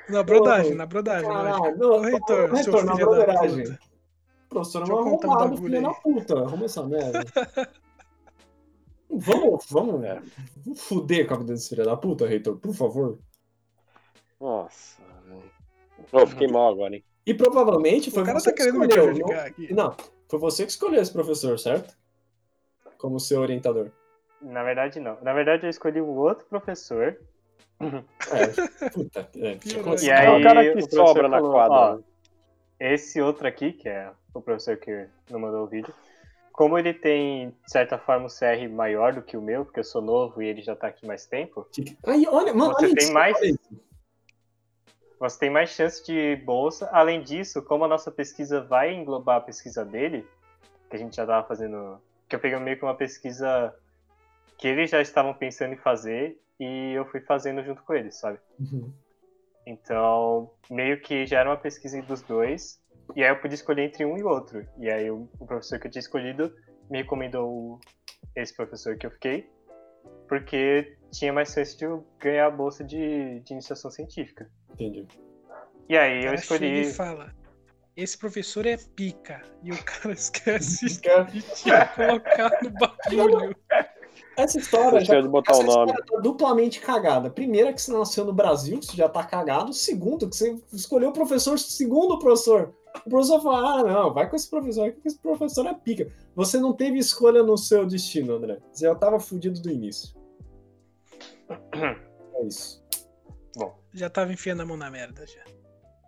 Na brodagem, Ô, na brodagem, lógico. Caralho, Ô, não, reitor, ô, Tá, seu reitor, na filho da broderagem. puta. Professor, Deixa não eu é contar um arrombado, bagulho filho aí. da puta. Arruma essa merda. vamos, vamos, É. vamos fuder com a vida desse filho da puta, reitor, por favor. Nossa, velho. Pô, fiquei mal agora, hein? E provavelmente foi O cara você tá querendo que me escolheu. prejudicar aqui. não, não, foi você que escolheu esse professor, certo? Como seu orientador. Na verdade, não. Na verdade, eu escolhi um outro professor. É, puta, é, tinha E E começado. aí, é o cara que o professor sobra na falou, ó, quadra. né? esse outro aqui, que é o professor que não mandou o vídeo, como ele tem, de certa forma, o CR maior do que o meu, porque eu sou novo e ele já tá aqui mais tempo, Aí, olha, mano, Você olha tem isso, mais? olha isso. você tem mais chance de bolsa. Além disso, como a nossa pesquisa vai englobar a pesquisa dele, que a gente já tava fazendo. Que eu peguei meio que uma pesquisa que eles já estavam pensando em fazer e eu fui fazendo junto com eles, sabe? Uhum. Então, meio que já era uma pesquisa dos dois, e aí eu podia escolher entre um e outro. E aí o, o professor que eu tinha escolhido me recomendou o- esse professor que eu fiquei, porque tinha mais chance de eu ganhar a bolsa de, de iniciação científica. Entendi. E aí eu Ela chega escolhi. E fala: Esse professor é pica. E o cara esquece Cara, de te colocar no bagulho. Essa história já Esqueceu de botar Essa o nome. história tá duplamente cagada. Primeiro, é que você nasceu no Brasil, você já tá cagado. Segundo, que você escolheu o professor, segundo o professor. O professor fala: ah, não, vai com esse professor aqui, que esse professor é pica. Você não teve escolha no seu destino, André. Você já tava fudido do início. É isso. Já tava enfiando a mão na merda já.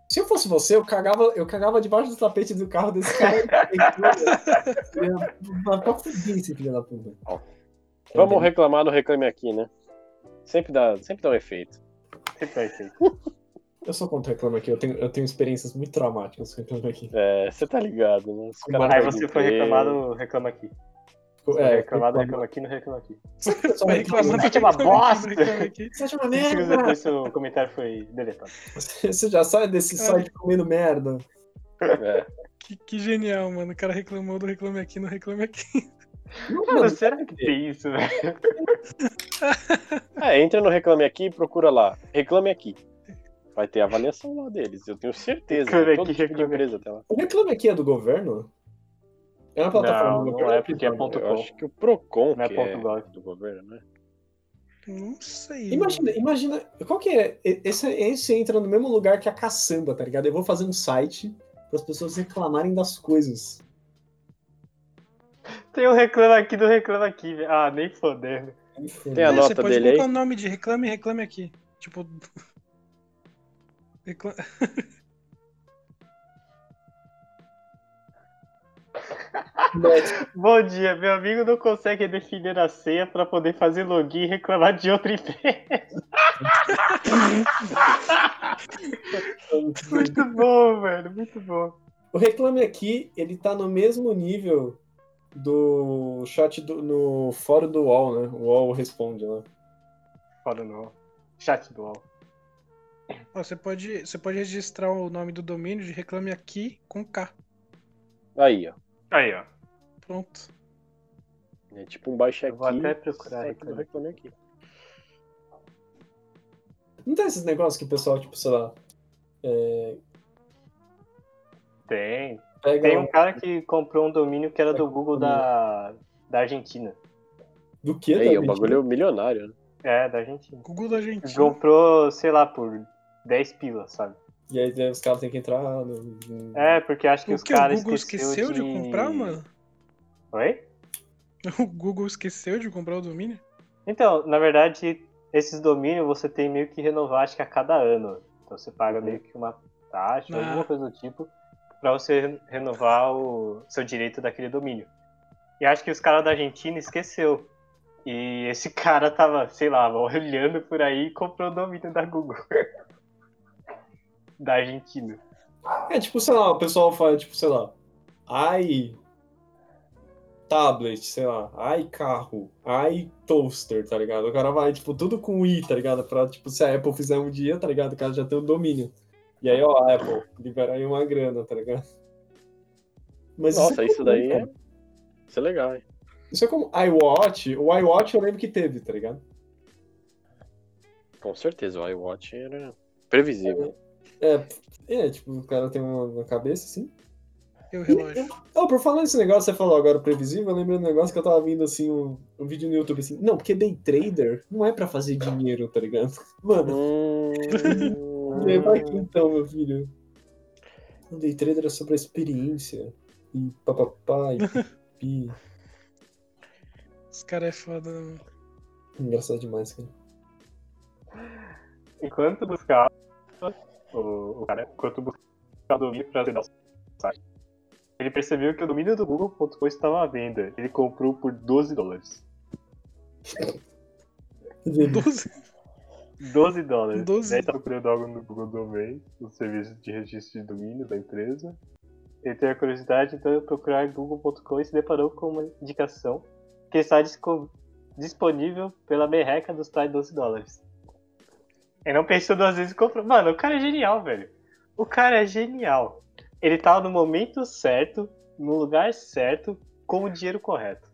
Se eu fosse você, eu cagava, eu cagava debaixo do tapete do carro desse cara. Eu ia- Mas pra fuder esse filho da puta. né? Vamos reclamar do Reclame Aqui, né? Sempre dá, sempre dá um efeito. Sempre vai ser. Eu sou contra reclama aqui, eu tenho, eu tenho experiências muito traumáticas com reclama aqui. É, você tá ligado, né? Os caras Aí fazem você foi feio. reclamado, reclama aqui. É, reclamado, reclama aqui, não reclama aqui. Sabe que eu sou Vai reclamando? reclamar Você tinha uma bosta. reclama aqui. Você acha uma Cinco segundos merda? depois seu comentário foi deletado. Você já sai desse site comendo merda. É. Que, que genial, mano. O cara reclamou do reclame aqui, não reclame aqui. Não, Cara, mano, será que tem isso, velho? É, entra no Reclame Aqui e procura lá. Reclame Aqui. Vai ter a avaliação lá deles, eu tenho certeza. Reclame Todo Aqui, tipo de Reclame empresa tem lá. o reclame aqui é do governo? É uma plataforma Não, do não governo? é, porque é ponto- Eu com. acho que o Procon, Não é que ponto é gov. do governo, né? Não sei. Imagina, imagina, qual que é? Esse, esse entra no mesmo lugar que a caçamba, tá ligado? Eu vou fazer um site para as pessoas reclamarem das coisas. Tem um reclama aqui do reclama aqui, velho. Ah, nem fodendo. Tem a É, você nota pode dele aí? colocar o nome de reclame e reclame aqui. Tipo. Recla- Bom dia, meu amigo não consegue definir a senha pra poder fazer login e reclamar de outra empresa. Muito bom, velho, muito bom. O reclame aqui, ele tá no mesmo nível do chat do, no fórum do UOL, né? O UOL responde lá. Foda não. Chat do UOL. Ó, você, pode, você pode registrar o nome do domínio de reclame aqui com K. Aí, ó. Aí, ó. Pronto. É tipo um baixa Eu aqui. vou até procurar, só que do reclame. Reclame Aqui. Não tem esses negócios que o pessoal, tipo, sei lá, é, Tem. pega Tem um- um cara que comprou um domínio que era do Google da, da Argentina. do que Aí, o bagulho é o milionário, né? É, da Argentina. Google da Argentina. Comprou, sei lá, por 10 pilas, sabe? E aí, daí os caras têm que entrar no... no- É, porque acho que O os que? O caras Google esqueceu de... comprar, mano? Oi? O Google esqueceu de comprar o domínio? Então, na verdade, esses domínios você tem meio que renovar, acho que a cada ano. Então você paga meio que uma taxa, Ah. alguma coisa do tipo, pra você re- renovar o seu direito daquele domínio. E acho que os caras da Argentina esqueceu. E esse cara tava, sei lá, olhando por aí e comprou o domínio da Google. da Argentina. É tipo, sei lá, o pessoal fala, tipo, sei lá, ai tablet, sei lá, ai carro, ai toaster, tá ligado? O cara vai, tipo, tudo com i, tá ligado? Pra, tipo, se a Apple fizer um dia, tá ligado? O cara já tem o domínio. E aí, ó, Apple, libera aí uma grana, tá ligado? Mas Nossa, isso comum, daí é. cara. Isso é legal, hein? Isso é como iWatch, o iWatch eu lembro que teve, tá ligado? Com certeza, o iWatch era previsível. É, tipo, o cara tem uma na cabeça, assim. E o relógio? Oh, por falar nesse negócio, você falou agora previsível, eu lembrei um negócio que eu tava vindo assim, um, um vídeo no YouTube assim. Não, porque day trader não é pra fazer dinheiro, tá ligado? Mano, Hum, é, vai aqui então, meu filho. O day trader é sobre a experiência. E papapá, e pipi. Os caras é foda, né, mano? Engraçado demais, cara. Enquanto buscava o, o cara, enquanto buscava o domínio para acessar o site, ele percebeu que o domínio do Google.com estava à venda. Ele comprou por 12 dólares. Quer dizer, 12. 12 dólares. tá 12. Ele está procurando algo no Google Domain, no serviço de registro de domínio da empresa. Ele teve a curiosidade, então, de procurar Google.com e se deparou com uma indicação que está disco- disponível pela merreca dos tais 12 dólares. Ele não pensou duas vezes e comprou. Mano, o cara é genial, velho. O cara é genial. Ele tava no momento certo, no lugar certo, com o dinheiro correto.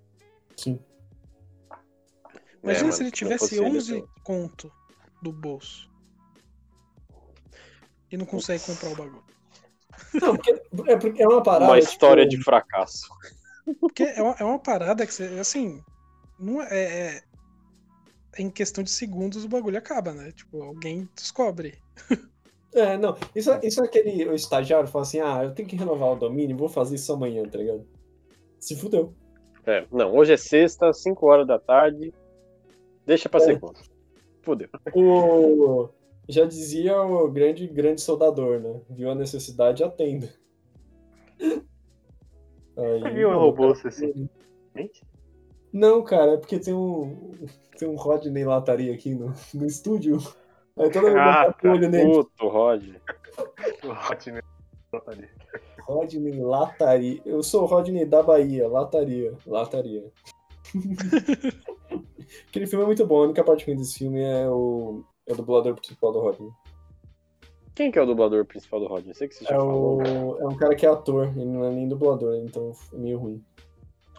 sim. é, Imagina mano, se ele não tivesse fosse 11 eu- conto do bolso. E não consegue comprar o bagulho. Não, porque é, porque é uma parada. Uma história tipo, de fracasso. Porque é uma, é uma parada que você, assim, não é, é- Em questão de segundos o bagulho acaba, né? Tipo, alguém descobre. É, não. Isso, é- isso é aquele o estagiário fala assim: ah, eu tenho que renovar o domínio, vou fazer isso amanhã, tá ligado? Se fudeu. É, não, hoje é sexta, 5 horas da tarde. Deixa pra É. segunda. Fudeu. O... Já dizia o grande, grande soldador, né? Viu a necessidade, atenda. Aí, Você viu o mano, robô cara- assim? Gente, Não, cara, é porque tem um, tem um Rodney Lataria aqui no, no estúdio. Aí toda vez eu Ah, botava o olho nele. Puto, Roger. Ótimo. Olha. Rodney Lataria. Eu sou o Rodney da Bahia. Lataria. Lataria. Aquele filme é muito bom. A única parte ruim desse filme é o, é o dublador principal do Rodney. Quem que é o dublador principal do Roger? Eu sei que você já É, falou. né? o, é um cara que é ator. Ele não é nem dublador, então é meio ruim.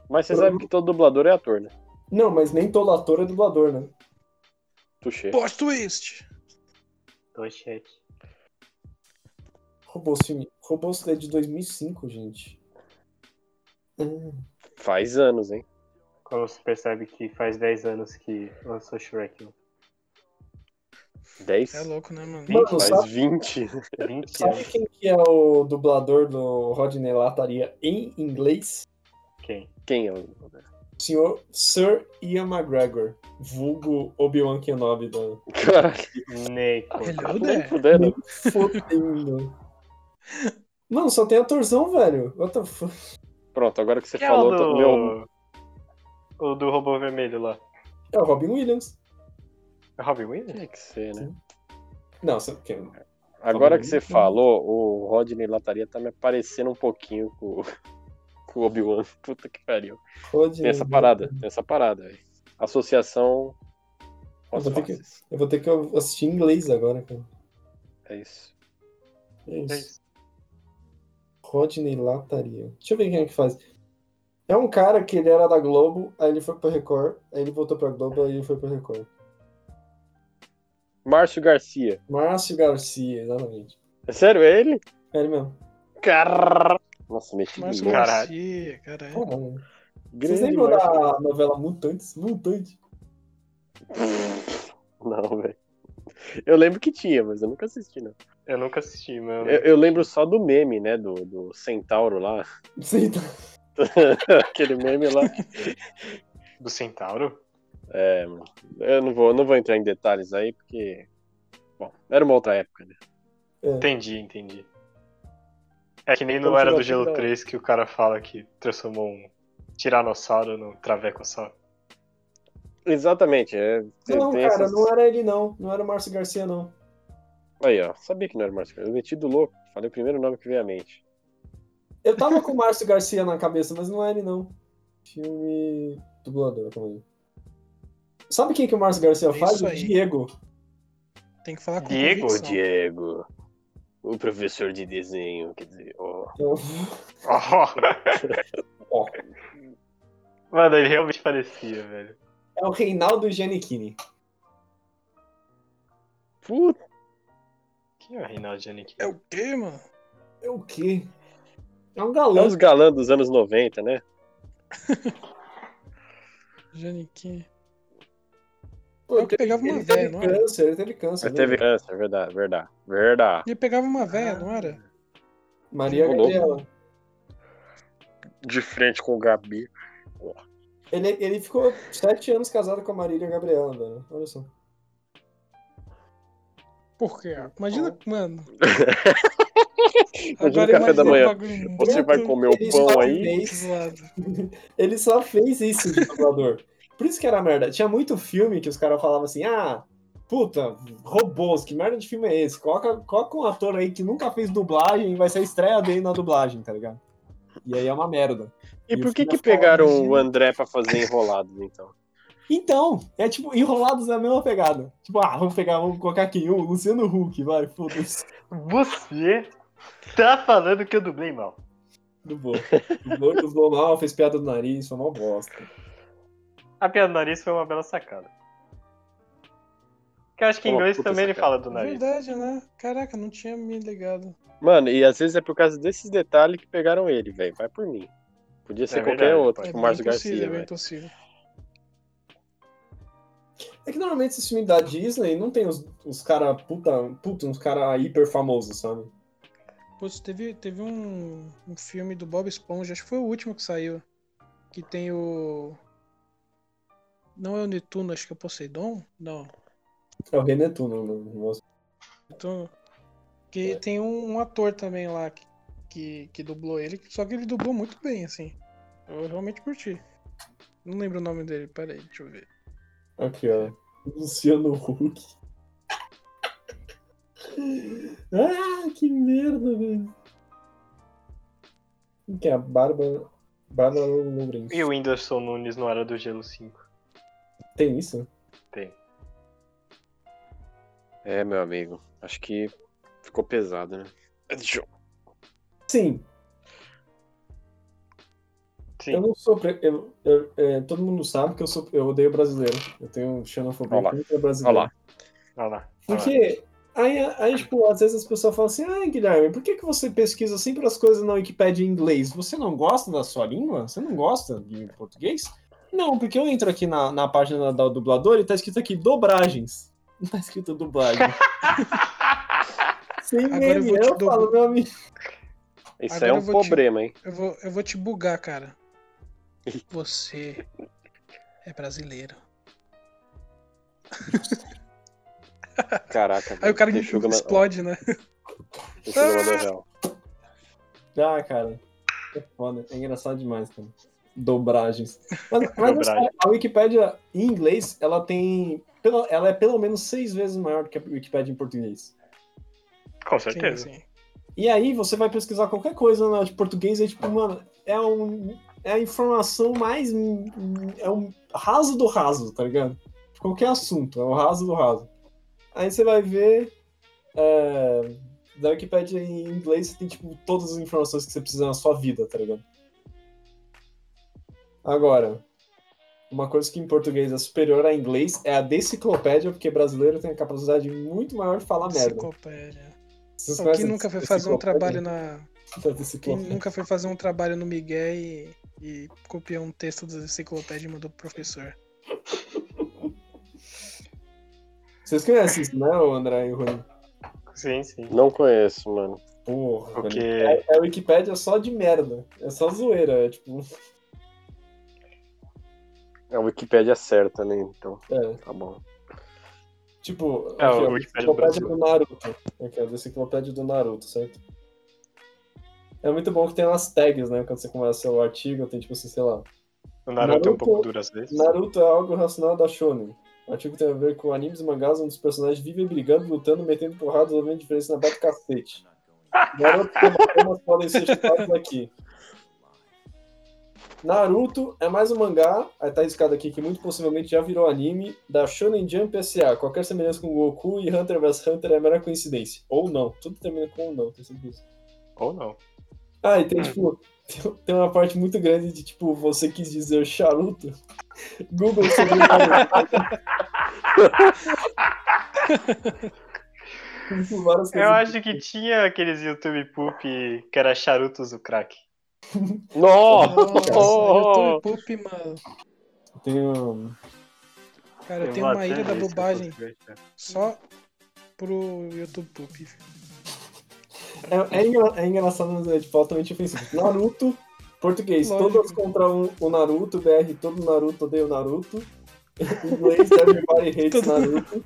Mas você sabe que todo dublador é ator, né? Não, mas nem todo ator é dublador, né? Tuxê. Plot twist! Tô cheque. Robôs filme. Robôs é de 2005, gente. Hum. Faz anos, hein? Como você percebe que faz 10 anos que lançou Shrek? né? 10? É louco, né, mano? Mano, Faz sabe- 20. 20 Sabe anos. quem que é o dublador do Rodney Lataria em inglês? Quem? Quem é o dublador? Senhor Sir Ian McGregor, vulgo Obi-Wan Kenobi da Caralho, Neiko. tá Hello nem Né? there. fudendo. fodendo. Mano, só tem atorzão, velho. What the fuck? Pronto, agora que você Que é falou, o tá- do... meu, O do robô vermelho lá. É o Robin Williams. É Robin Williams? tinha que ser, né? Não, você que Agora que você né? falou, o Rodney Lataria tá me parecendo um pouquinho com, com o Obi-Wan. Puta que pariu. Rodney. Tem essa parada, tem essa parada, velho. Associação. Eu As vou ter que- faces. Eu vou ter que assistir em inglês agora, cara. É isso. É É isso. isso. Rodney Lataria. Deixa eu ver quem é que faz. É um cara que ele era da Globo, aí ele foi pro Record, aí ele voltou pra Globo, aí ele foi pro Record. Márcio Garcia. Márcio Garcia, exatamente. É sério é ele? É ele mesmo. Caralho. Nossa, meti Mas louco. Caralho. Garcia, é. caralho. Caralho. Vocês Grande lembram Márcio- da novela Mutantes? Mutante. Não, velho. Eu lembro que tinha, mas eu nunca assisti, não. Eu nunca assisti, mas Eu, eu lembro só do meme, né? Do, do Centauro lá. Sim, tá. Aquele meme lá. do Centauro? É, mano. Eu não vou, não vou entrar em detalhes aí, porque. Bom, era uma outra época, né? Entendi, entendi. É que nem Então, no Era do tira- tira- Gelo 3 que o cara fala que transformou um tiranossauro num travecossauro. Exatamente. É, tem- Não, tem cara, essas- não é- era ele não. Não era o Márcio Garcia, não. Aí, ó. Sabia que não era Márcio Garcia. Eu meti do louco. Falei o primeiro nome que veio à mente. Eu tava com o Márcio Garcia na cabeça, mas não é ele não. Filme dublador também. Sabe quem que o Márcio Garcia É faz? isso O aí. Diego. Tem que falar com Diego, Ô, convicção. Diego. O professor de desenho, quer dizer, ó. Então, Ó. Mano, ele realmente parecia, velho. É o Reinaldo Giannichini. Puta, Quem é o Reinaldo Janik? É o quê, mano? É o quê? É um é galã. os galãs dos anos 90, né? Janiquinho. Pô, Eu que pegava uma ele véia, teve não é? era? câncer, ele teve câncer. né? Mas teve câncer, É verdade, verdade, verdade. Ele pegava uma véia, não era? Maria Ô, louco. Gabriela. De frente com o Gabi. Ele, ele ficou sete anos casado com a Marília Gabriela, velho. Olha só. Por quê? Imagina, mano. Hum, Imagina o café da um manhã. bagulho Você muito vai comer Ele o só pão aí? fez- zoado. Ele só fez isso de dublador. Por isso que era merda. Tinha muito filme que os caras falavam assim: ah, puta, robôs, que merda de filme é esse? Coloca, coloca um ator aí que nunca fez dublagem e vai ser a estreia dele na dublagem, tá ligado? E aí é uma merda. E E por o que filho que fala, pegaram o imagina. André pra fazer enrolados, então? Então, é tipo, enrolados é a mesma pegada. Tipo, ah, vamos pegar, vamos colocar aqui o Luciano Huck, vai, foda-se. Você tá falando que eu dublei mal. Dublou. Dublou, dublou mal, "Ah, fez piada do nariz, foi mal bosta. A piada do nariz foi uma bela sacada. Que eu acho que em Uma inglês puta também ele sacada. fala do É nariz. verdade, né? Caraca, não tinha me ligado. Mano, e às vezes é por causa desses detalhes que pegaram ele, velho. Vai por mim. Podia ser É qualquer verdade, outro, É tipo bem o Márcio possível, Garcia, é bem velho. possível. É que normalmente esses filmes da Disney não tem os, os caras puta, puta, uns caras hiper famosos, sabe? Putz, teve, teve um, um filme do Bob Esponja, acho que foi o último que saiu. Que tem o. Não é o Netuno, acho que é o Poseidon? Não. É o Renetuno, no nosso. Então, que tem um, um ator também lá que, que, que dublou ele, só que ele dublou muito bem, assim. Eu realmente curti. Não lembro o nome dele, peraí, deixa eu ver. Aqui, ó. Luciano Huck. Ah, que merda, velho. Quem Que é a Bárbara. Bárbara Lourenço. E o Whindersson Nunes no Hora do Gelo 5? Tem isso? Tem. É, meu amigo. Acho que ficou pesado, né? Deixa eu- Sim, Sim. eu não sou. pre- eu- eu- é, todo mundo sabe que eu, sou, eu odeio brasileiro. Eu tenho xenofobia Olha lá. contra Olha brasileiro. lá. Olha lá. olha lá. Porque aí, aí, tipo, às vezes as pessoas falam assim, ai, Guilherme, por que, que você pesquisa sempre as coisas na Wikipédia em inglês? Você não gosta da sua língua? Você não gosta de português? Não, porque eu entro aqui na, na página da dubladora e tá escrito aqui dobragens. Não tá escrito dublagem. Sem Agora eu meme, vou te eu, falo, meu amigo. Isso Agora aí é eu um vou te- problema, hein? Eu vou, eu vou te bugar, cara. Você é brasileiro. Caraca. Aí o cara Teixuga ma- explode, né? Teixuga mandou real. Ah, cara. É foda. É engraçado demais, cara. Dobragens. Mas, mas assim, Dobragem. a Wikipédia em inglês, ela tem. pelo- Ela é pelo menos seis vezes maior do que a Wikipédia em português. Com certeza. Sim, assim. sim. E aí você vai pesquisar qualquer coisa né, de português, é tipo, mano, é um. É a informação mais. É um raso do raso, tá ligado? Qualquer assunto, é o raso do raso. Aí você vai ver. É, da Wikipédia em inglês você tem, tipo, todas as informações que você precisa na sua vida, tá ligado? Agora, uma coisa que em português é superior a inglês é a deciclopédia, porque brasileiro tem a capacidade muito maior de falar Ah, merda. Psicopédia. Vocês Pô, Quem conhecem nunca foi fazer um deciclopédia? trabalho na. Da Quem deciclopédia. nunca foi fazer um trabalho no Miguel e, e copiou um texto da enciclopédia e mandou pro professor? Vocês conhecem isso, né, o André e o Rony? Sim, sim. Não conheço, mano. Porra, Rony. Porque É, é a Wikipédia só de merda. É só zoeira. É tipo. A Wikipédia é certa, né? Então, É, tá bom. tipo, aqui, É, a ó, Wikipédia do enciclopédia Brasil. do Naruto. Aqui, ó, da enciclopédia do Naruto, certo? É muito bom que tem umas tags, né? Quando você começa o artigo, tem tipo assim, sei lá. o Naruto é um Naruto- pouco duro às vezes. Naruto é algo relacionado a Shonen. O artigo tem a ver com animes e mangás onde os personagens vivem brigando, lutando, metendo porrada, resolvendo diferença na bate cacete. Naruto e Obama podem ser citados aqui. Naruto é mais um mangá, aí tá riscado aqui, que muito possivelmente já virou anime, da Shonen Jump S.A. Qualquer semelhança com Goku e Hunter vs Hunter é mera coincidência. Ou não. Tudo termina com ou não, tem sempre isso. Ou não. Ah, e É. tem tipo. tem- Tem uma parte muito grande de tipo, você quis dizer charuto? Google sobre Tipo, várias Eu coisas. acho que tinha aqueles YouTube poop que era charutos do crack. Nossa! Nossa, YouTube Poop, mano. Tem um- Cara, eu Eu tenho vou uma até ilha da ver se eu bobagem consigo achar. só pro YouTube Poop. é, é engra- é engraçado, mas é tipo, altamente ofensivo. Naruto, português, Lógico. todas contra um, o Naruto, BR, todo Naruto odeia o Naruto. Inglês, everybody hates Todo- Naruto.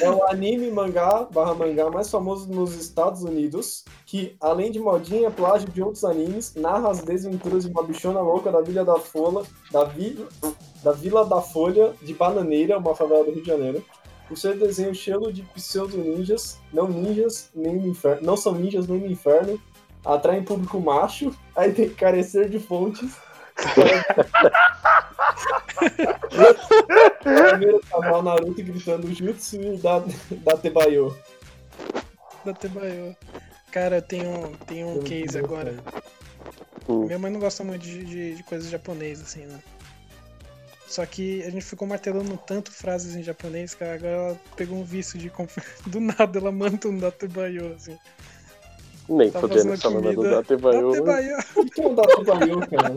É o anime mangá barra mangá mais famoso nos Estados Unidos, que, além de modinha, é plágio de outros animes, narra as desventuras de uma bichona louca da Vila da Folha, da, vi, da Vila da Folha de Bananeira, uma favela do Rio de Janeiro. O seu desenho é cheio de pseudo-ninjas, não ninjas, nem no inferno, não são ninjas nem no inferno, atraem público macho, aí tem que carecer de fontes. Primeiro canal Naruto gritando Jutsu da, da Tebayo. Da Tebaio. Cara, eu tenho, tenho um Eu case entendo, agora. Hum. Minha mãe não gosta muito de, de, de coisas japonesas, assim, né? Só que a gente ficou martelando tanto frases em japonês que agora ela pegou um vício de. conf- Do nada ela manda um Datebayo, assim. Nem Tá fudendo fazendo essa mandada do comida. Datebayo. Datebayo! O que é o da Tebayo, cara?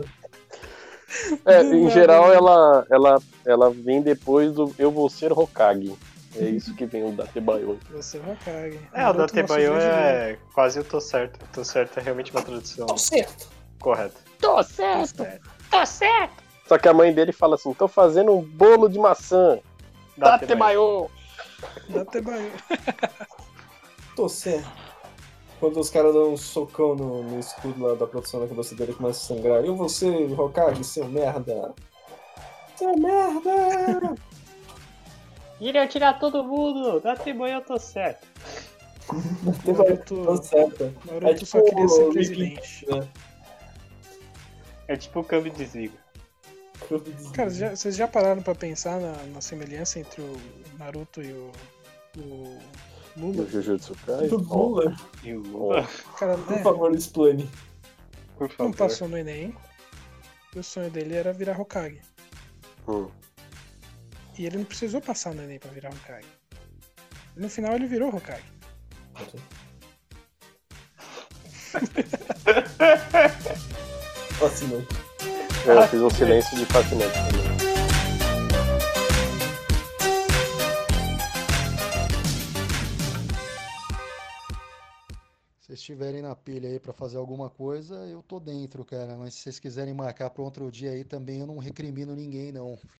É, Do em nada, geral, né? ela, ela, ela vem depois do Eu Vou Ser Hokage. É isso que vem o Datebayo. Você vai cagar. É, o da Tebayo é quase eu tô certo. Tô certo é realmente uma tradução certo. correta. Tô certo! Tô certo! Só que a mãe dele fala assim, tô fazendo um bolo de maçã. Tá Datebayo! Datebayo. Tô certo. Quando os caras dão um socão no, no escudo lá da produção na cabeça dele começa a sangrar. E você, Hokage, seu merda? Seu merda! Ele ia tirar todo mundo, da tribo eu tô certo. Naruto, Tá certo. Naruto É tipo só queria ser o presidente. É tipo o câmbio de Zigo. Cara, já- vocês já pararam pra pensar na, na semelhança entre o Naruto e o, o Do Lula? Jujutsu Do Kaisen. Lula, E o Lula, Cara, por né? favor, explane. Não por tá favor. passou no Enem. E o sonho dele era virar Hokage. Hum. E ele não precisou passar no Enem pra virar Hokage. No final ele virou Hokage. Fascinante. Eu fiz um silêncio de fascinante também. Se vocês estiverem na pilha aí pra fazer alguma coisa, eu tô dentro, cara. Mas se vocês quiserem marcar pra outro dia aí também, eu não recrimino ninguém, não.